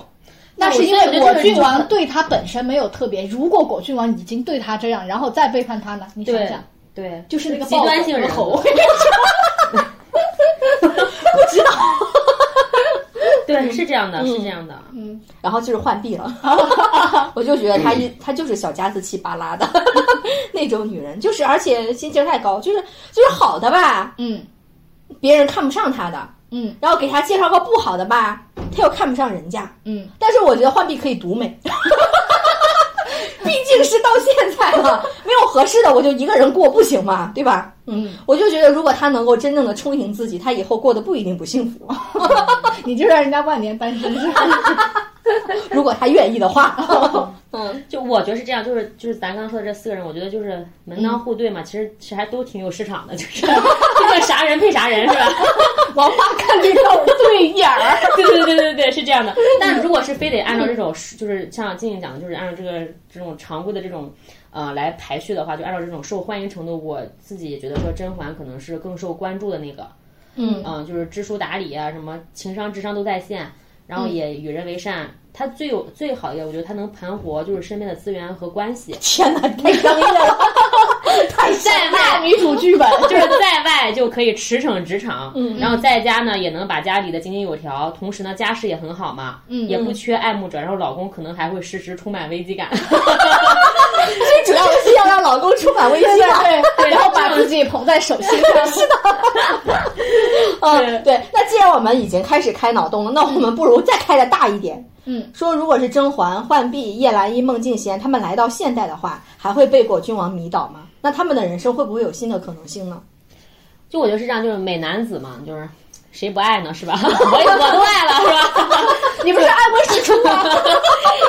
Speaker 3: 那是因
Speaker 4: 我觉
Speaker 3: 为
Speaker 4: 得
Speaker 3: 果
Speaker 4: 这个
Speaker 3: 郡
Speaker 4: 就
Speaker 3: 王对他本身没有特别，如果果郡王已经对他这样，然后再背叛他呢？你想
Speaker 4: 对
Speaker 3: 想，
Speaker 4: 对，
Speaker 3: 就是那个
Speaker 4: 极端性人
Speaker 3: 暴走
Speaker 4: 格
Speaker 3: 和猴。
Speaker 4: 嗯对，是这样的，是这样的。
Speaker 2: 然后就是浣碧了，我就觉得她一她就是小家子气巴拉的 那种女人，就是而且心情太高，就是就是好的吧，
Speaker 3: 嗯
Speaker 2: 别人看不上她的，
Speaker 3: 嗯
Speaker 2: 然后给她介绍个不好的吧，她又看不上人家。
Speaker 3: 嗯，
Speaker 2: 但是我觉得浣碧可以独美， 毕竟是到现在了，没有合适的我就一个人过不行嘛，对吧？
Speaker 3: 嗯，
Speaker 2: 我就觉得如果她能够真正的充盈自己，她以后过得不一定不幸福。
Speaker 3: 你就让人家万年单身是吧？
Speaker 2: 如果她愿意的 话，
Speaker 4: 就我觉得是这样，就是就是咱刚说的这四个人，我觉得就是门当户对嘛，其实其实还都挺有市场的，就是 就是啥人配啥人是吧？
Speaker 3: 王八看绿豆对眼儿。
Speaker 4: 对对对对对，是这样的。但如果是非得按照这种，就是像静静讲的，就是按照这个这种常规的这种呃来排序的话，就按照这种受欢迎程度，我自己也觉得说甄嬛可能是更受关注的那个，嗯就是知书达理啊，什么情商智商都在线，然后也与人为善。她最有最好的一点，我觉得她能盘活就是身边的资源和关系，
Speaker 2: 天哪，太商业 了，太 商业
Speaker 4: 在外
Speaker 3: 女主剧本，
Speaker 4: 就是在外就可以驰骋职场，然后在家呢也能把家里的井井有条，同时呢家世也很好嘛，也不缺爱慕者，然后老公可能还会时时充满危机 感，
Speaker 2: 最主要的是要让老公充满危
Speaker 3: 对
Speaker 2: 机感。
Speaker 3: 对，然后把自己捧在手心上。
Speaker 2: 嗯，对。那既然我们已经开始开脑洞了，那我们不如再开的大一点。
Speaker 3: 嗯，
Speaker 2: 说如果是甄嬛、浣碧、叶澜依、孟静娴他们来到现代的话，还会被果郡王迷倒吗？那他们的人生会不会有新的可能性呢？
Speaker 4: 就我觉得是这样，就是美男子嘛，就是谁不爱呢，是 吧？我也我都爱了，
Speaker 3: 你不是爱我使出吗？
Speaker 4: 是吧？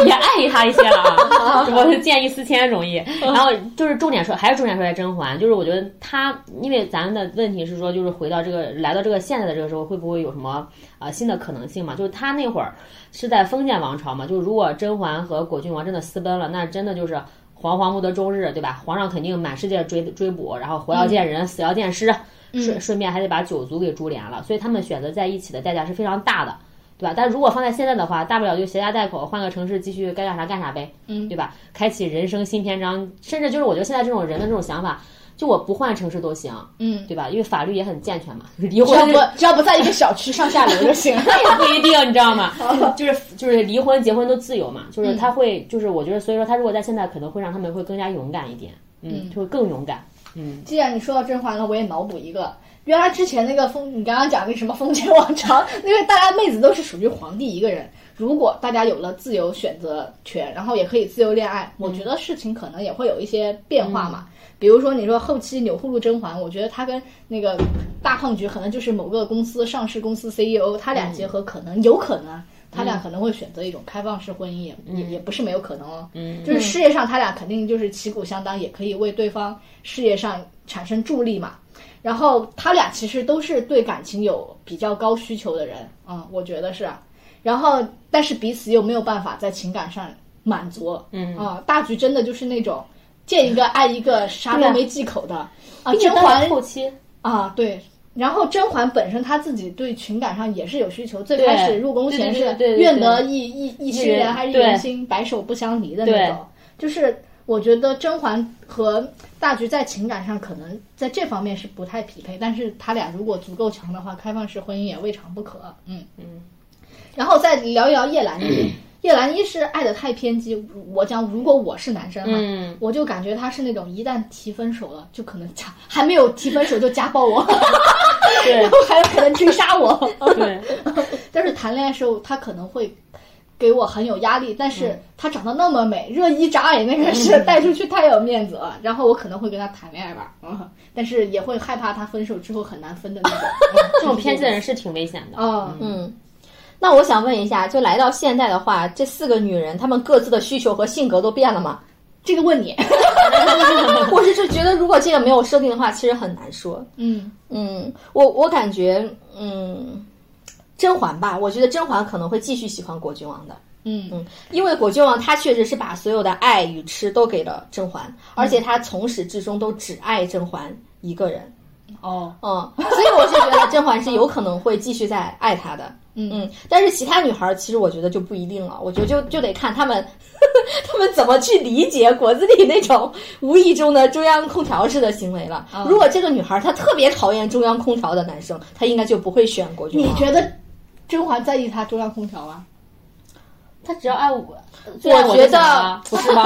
Speaker 4: 也爱他一些了 啊，我是见异思迁容易。然后就是重点说，还是重点说在甄嬛，就是我觉得她，因为咱们的问题是说，就是回到这个来到这个现在的这个时候，会不会有什么啊、呃新的可能性嘛？就是她那会儿是在封建王朝嘛，就是如果甄嬛和果郡王真的私奔了，那真的就是。惶惶不得终日，对吧？皇上肯定满世界追追捕，然后活要见人，
Speaker 3: 嗯
Speaker 4: 死要见尸，顺顺便还得把九族给株连了，所以他们选择在一起的代价是非常大的，对吧？但如果放在现在的话，大不了就携家带口，换个城市继续该干啥干啥呗，嗯，对吧？开启人生新篇章，甚至就是我觉得现在这种人的这种想法，就我不换城市都行，
Speaker 3: 嗯，
Speaker 4: 对吧？因为法律也很健 全嘛，离
Speaker 3: 只要
Speaker 4: 婚
Speaker 3: 不只要不在一个小区上下流就行了。
Speaker 4: 那也不一定，你知道吗？就是就是离婚结婚都自由嘛，
Speaker 2: 嗯
Speaker 4: 就是他会就是我觉得，所以说他如果在现在，可能会让他们会更加勇敢一点，嗯，就会更勇敢，嗯。
Speaker 3: 既然你说到甄嬛了，我也脑补一个。原来之前那个封，你刚刚讲那个什么封建王朝，因为大家妹子都是属于皇帝一个人。如果大家有了自由选择权，然后也可以自由恋爱，我
Speaker 4: 嗯
Speaker 3: 觉得事情可能也会有一些变化嘛。比如说你说后期钮祜禄甄嬛，我觉得她跟那个大胖菊可能就是某个公司上市公司 CEO，他俩结合可能、有可能啊，他俩可能会选择一种开放式婚姻，也、也也不是没有可能哦。嗯，就是事业上他俩肯定就是旗鼓相当，也可以为对方事业上产生助力嘛。然后他俩其实都是对感情有比较高需求的人，嗯，我觉得是、啊。然后，但是彼此又没有办法在情感上满足，嗯啊、大局真的就是那种见一个爱一个，啥都没忌口的啊。
Speaker 4: 并且
Speaker 3: 甄
Speaker 4: 到
Speaker 3: 嬛
Speaker 4: 了后期，
Speaker 3: 啊，对。然后甄嬛本身她自己对情感上也是有需求，最
Speaker 4: 对
Speaker 3: 开始入宫前是
Speaker 4: 对对对对对
Speaker 3: 愿得一一一心人还是一
Speaker 4: 对
Speaker 3: 人心，白首不相离的那
Speaker 4: 对
Speaker 3: 种。就是我觉得甄嬛和大菊在情感上可能在这方面是不太匹配，但是他俩如果足够强的话，开放式婚姻也未尝不可。嗯嗯。然后再聊一聊叶澜依，叶澜依是爱的太偏激。我讲，如果我是男生哈，
Speaker 4: 嗯
Speaker 3: 我就感觉他是那种一旦提分手了，就可能家还没有提分手就家暴我，
Speaker 4: 对
Speaker 3: 然后还有可能追杀我。
Speaker 4: 对，
Speaker 3: 但是谈恋爱时候，他可能会给我很有压力，但
Speaker 4: 嗯
Speaker 3: 是她长得那么美，热依扎眼那个是带出去太有面子了。然后我可能会跟她谈恋爱吧，嗯，但是也会害怕她分手之后很难分的那种。
Speaker 4: 这种偏激的人是挺危险的。
Speaker 3: 嗯，
Speaker 2: 嗯，那我想问一下，就来到现在的话，这四个女人她们各自的需求和性格都变了吗？
Speaker 3: 这个问 你，
Speaker 2: 我是就觉得，如果这个没有设定的话，其实很难说。
Speaker 3: 嗯
Speaker 2: 嗯，我我感觉，嗯，甄嬛吧，我觉得甄嬛可能会继续喜欢果郡王的。
Speaker 3: 嗯
Speaker 2: 嗯，因为果郡王他确实是把所有的爱与痴都给了甄嬛，而且他从始至终都只爱甄嬛一个人。
Speaker 3: 哦，
Speaker 2: 嗯，所以我是觉得甄嬛是有可能会继续再爱他的。
Speaker 3: 嗯
Speaker 2: 嗯，但是其他女孩儿其实我觉得就不一定了，我觉得就就得看她们， 她们怎么去理解果子狸那种无意中的中央空调式的行为了。
Speaker 3: 嗯
Speaker 2: 如果这个女孩儿她特别讨厌中央空调的男生，她应该就不会选国君
Speaker 3: 你
Speaker 2: 王。
Speaker 3: 觉得甄嬛在意她中央空调吗？
Speaker 4: 他只要爱我，最爱
Speaker 2: 我
Speaker 4: 我
Speaker 2: 觉
Speaker 4: 就行
Speaker 2: 得
Speaker 4: 了不是吧？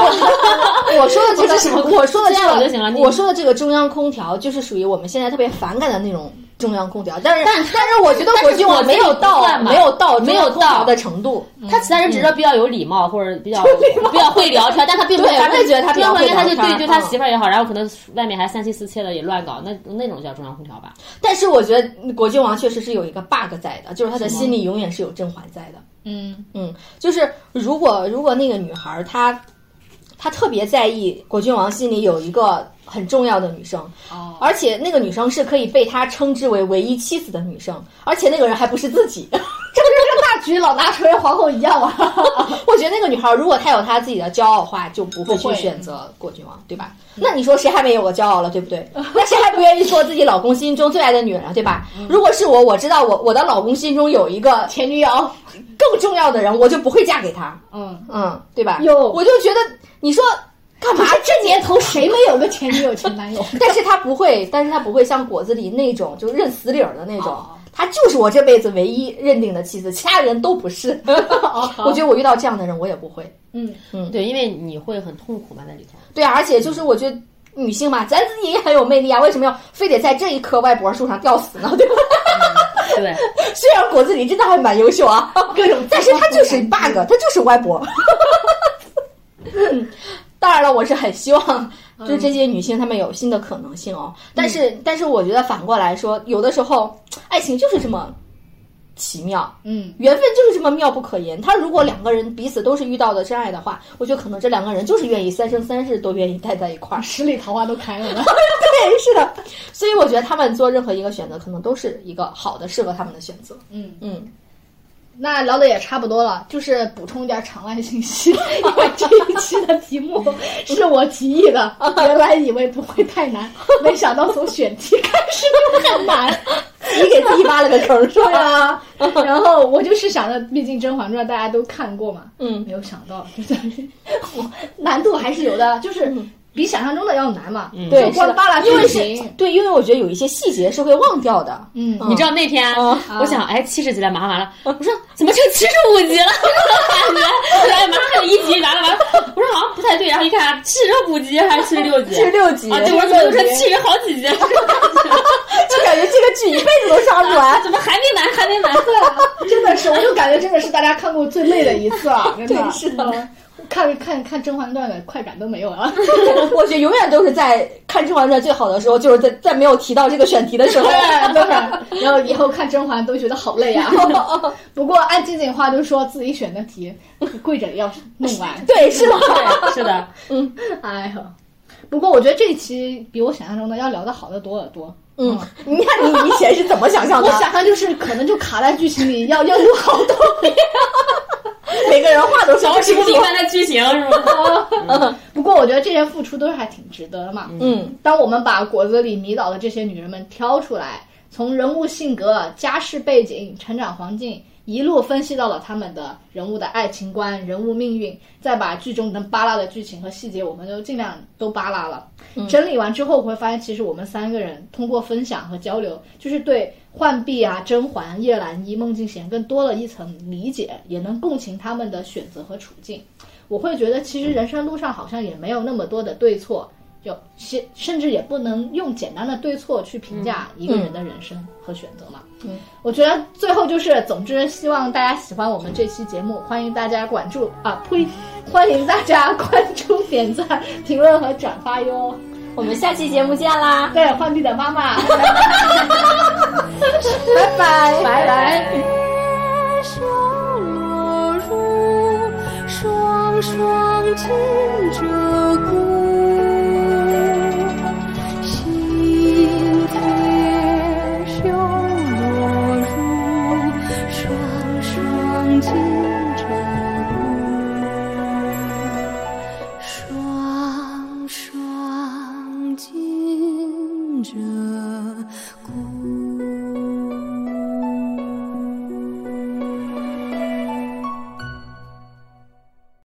Speaker 2: 我说的这个什么？我说的这
Speaker 4: 这样我就行了
Speaker 2: 个，
Speaker 4: 你
Speaker 2: 我说的这个中央空调就是属于我们现在特别反感的那种中央空调，但是但但是我觉得国君王没有
Speaker 4: 但是我觉
Speaker 2: 到
Speaker 4: 得
Speaker 2: 没有到
Speaker 4: 没有
Speaker 2: 中央空调
Speaker 4: 到嗯
Speaker 2: 的程度，
Speaker 4: 他其他人只知道比较有礼貌或者 比较比较会聊天，但他并不
Speaker 2: 对
Speaker 4: 会发
Speaker 2: 我也
Speaker 4: 现，
Speaker 2: 觉得他比
Speaker 4: 并
Speaker 2: 较
Speaker 4: 不
Speaker 2: 会
Speaker 4: 会他
Speaker 2: 聊
Speaker 4: 就
Speaker 2: 天
Speaker 4: 对对他
Speaker 2: 嗯
Speaker 4: 媳妇儿也好，然后可能外面还三妻四妾的也乱搞，那那种叫中央空调吧？
Speaker 2: 但是我觉得国君王确实是有一个 bug 在的，就是他的心里永远是有甄嬛在的。
Speaker 3: 嗯
Speaker 2: 嗯，就是如果如果那个女孩儿她她特别在意果郡王心里有一个很重要的女生，
Speaker 3: 哦
Speaker 2: 而且那个女生是可以被他称之为唯一妻子的女生，而且那个人还不是自己。
Speaker 3: 这不就跟大橘老大成为皇后一样 吗？
Speaker 2: 我觉得那个女孩儿如果她有她自己的骄傲的话，就不会
Speaker 3: 不
Speaker 2: 去
Speaker 3: 会嗯
Speaker 2: 选择果郡王，对吧？那你说谁还没有过骄傲了，对 不对？那谁还不愿意做自己老公心中最爱的女人了，对吧？
Speaker 3: 嗯
Speaker 2: 如果是我，我知道我我的老公心中有一个
Speaker 3: 前女友，
Speaker 2: 更重要的人，我就不会嫁给他，
Speaker 3: 嗯，
Speaker 2: 嗯，对吧？
Speaker 3: 有
Speaker 2: 我就觉得你说干嘛这
Speaker 3: 这
Speaker 2: 年
Speaker 3: 年
Speaker 2: 头
Speaker 3: 头
Speaker 2: 谁？
Speaker 3: 谁没有个前女友、前男 友？
Speaker 2: 但是他不会，但是他不会像果子狸那种就认死理儿的那种
Speaker 3: 哦，
Speaker 2: 他就是我这辈子唯一认定的妻子，其他人都不 是。我觉得我遇到这样的人，我也不会。
Speaker 3: 哦嗯，
Speaker 4: 对，因为你会很痛苦嘛，在里头。
Speaker 2: 对啊，而且就是我觉得女性嘛，咱自己也很有魅力啊，为什么要非得在这一棵歪脖树上吊死呢？对吧？
Speaker 4: 对，
Speaker 2: 虽然果子狸真的还蛮优秀啊，
Speaker 3: 各种，
Speaker 2: 但是它就是 bug，它就是歪脖。 当然了，我是很希望，就是这些女性她们有新的可能性哦。但是，但是我觉得反过来说，有的时候爱情就是这么奇妙，
Speaker 3: 嗯
Speaker 2: 缘分就是这么妙不可言。他如果两个人彼此都是遇到的真爱的话，我觉得可能这两个人就是愿意三生三世都愿意待在一块儿。
Speaker 3: 十里桃花都开了。
Speaker 2: 对，是的。所以我觉得他们做任何一个选择，可能都是一个好的、适合他们的选择。
Speaker 3: 嗯，
Speaker 2: 嗯，
Speaker 3: 那聊的也差不多了，就是补充一点场外信息，因为这一期的题目是我提议 的，原来以为不会太 难，没想到从选题开始就很 难。
Speaker 2: 你给自己挖了个坑，是
Speaker 3: 对
Speaker 2: 吧？
Speaker 3: 啊，然后我就是想着，毕竟《甄嬛传》大家都看过嘛，
Speaker 2: 嗯
Speaker 3: 没有想到，就是 我难度还是有的，就是
Speaker 2: 嗯
Speaker 3: 比想象中的要难嘛。
Speaker 4: 嗯
Speaker 2: 对
Speaker 3: 就光
Speaker 2: 是的
Speaker 3: 扒拉
Speaker 2: 因为
Speaker 3: 剧
Speaker 2: 是
Speaker 3: 情，
Speaker 2: 对，因为我觉得有一些细节是会忘掉的。
Speaker 3: 嗯，
Speaker 2: 嗯
Speaker 4: 你知道那天
Speaker 2: 啊
Speaker 4: 我想，哎，七十集了，马上完了。我说怎么成七十五集了？ 感觉哎，马上还有一集，完了完了。我说好像不太对，然后一看啊七十五集还是七十六集？
Speaker 2: 七十六集，
Speaker 4: 啊，对，我说怎么就成七十好几集了？
Speaker 2: 就感觉这个剧一辈子都上不完。
Speaker 4: 怎么还没完？还没完？
Speaker 3: 啊真的是，我就感觉真的是大家看过最累的一次了，真的是的。嗯看看看《甄嬛传》的快感都没有啊了，
Speaker 2: 我觉得永远都是在看《甄嬛传》最好的时候，就是在在没有提到这个选题的时候。
Speaker 3: 对对。然后以后看甄嬛都觉得好累 啊。不过按静静话就说自己选的题，跪着也要弄完。
Speaker 2: 对，是的。
Speaker 4: 对，是 的，
Speaker 3: 哎呀，不过我觉得这一期比我想象中的要聊的好得多得多。
Speaker 2: 嗯，你看你以前是怎么想象
Speaker 3: 我
Speaker 2: 的？
Speaker 3: 想象就是可能就卡在剧情里，要要有好多
Speaker 2: 每个人话都
Speaker 4: 小
Speaker 2: 少
Speaker 4: 指你看那剧情是吗？
Speaker 3: 不过我觉得这些付出都是还挺值得的嘛。
Speaker 2: 嗯，
Speaker 3: 当我们把果子里迷倒的这些女人们挑出来，从人物性格、家世背景、成长环境一路分析到了她们的人物的爱情观、人物命运，再把剧中能扒拉的剧情和细节，我们都尽量都扒拉了。整理完之后，我会发现，其实我们三个人通过分享和交流，就是对浣碧啊、甄嬛、叶澜依、孟静娴更多了一层理解，也能共情他们的选择和处境。我会觉得，其实人生路上好像也没有那么多的对错，就其甚至也不能用简单的对错去评价一个人的人生和选择嘛。
Speaker 2: 嗯，
Speaker 3: 我觉得最后就是，总之希望大家喜欢我们这期节目，欢迎大家关注啊，呸，欢迎大家关注、点赞、评论和转发哟。
Speaker 2: 我们下期节目见啦，
Speaker 3: 对，浣碧的妈妈，
Speaker 2: 拜拜，
Speaker 3: 拜拜。
Speaker 1: 手落入双双紧着鼓，心贴手落入双双紧着鼓，双双紧着鼓。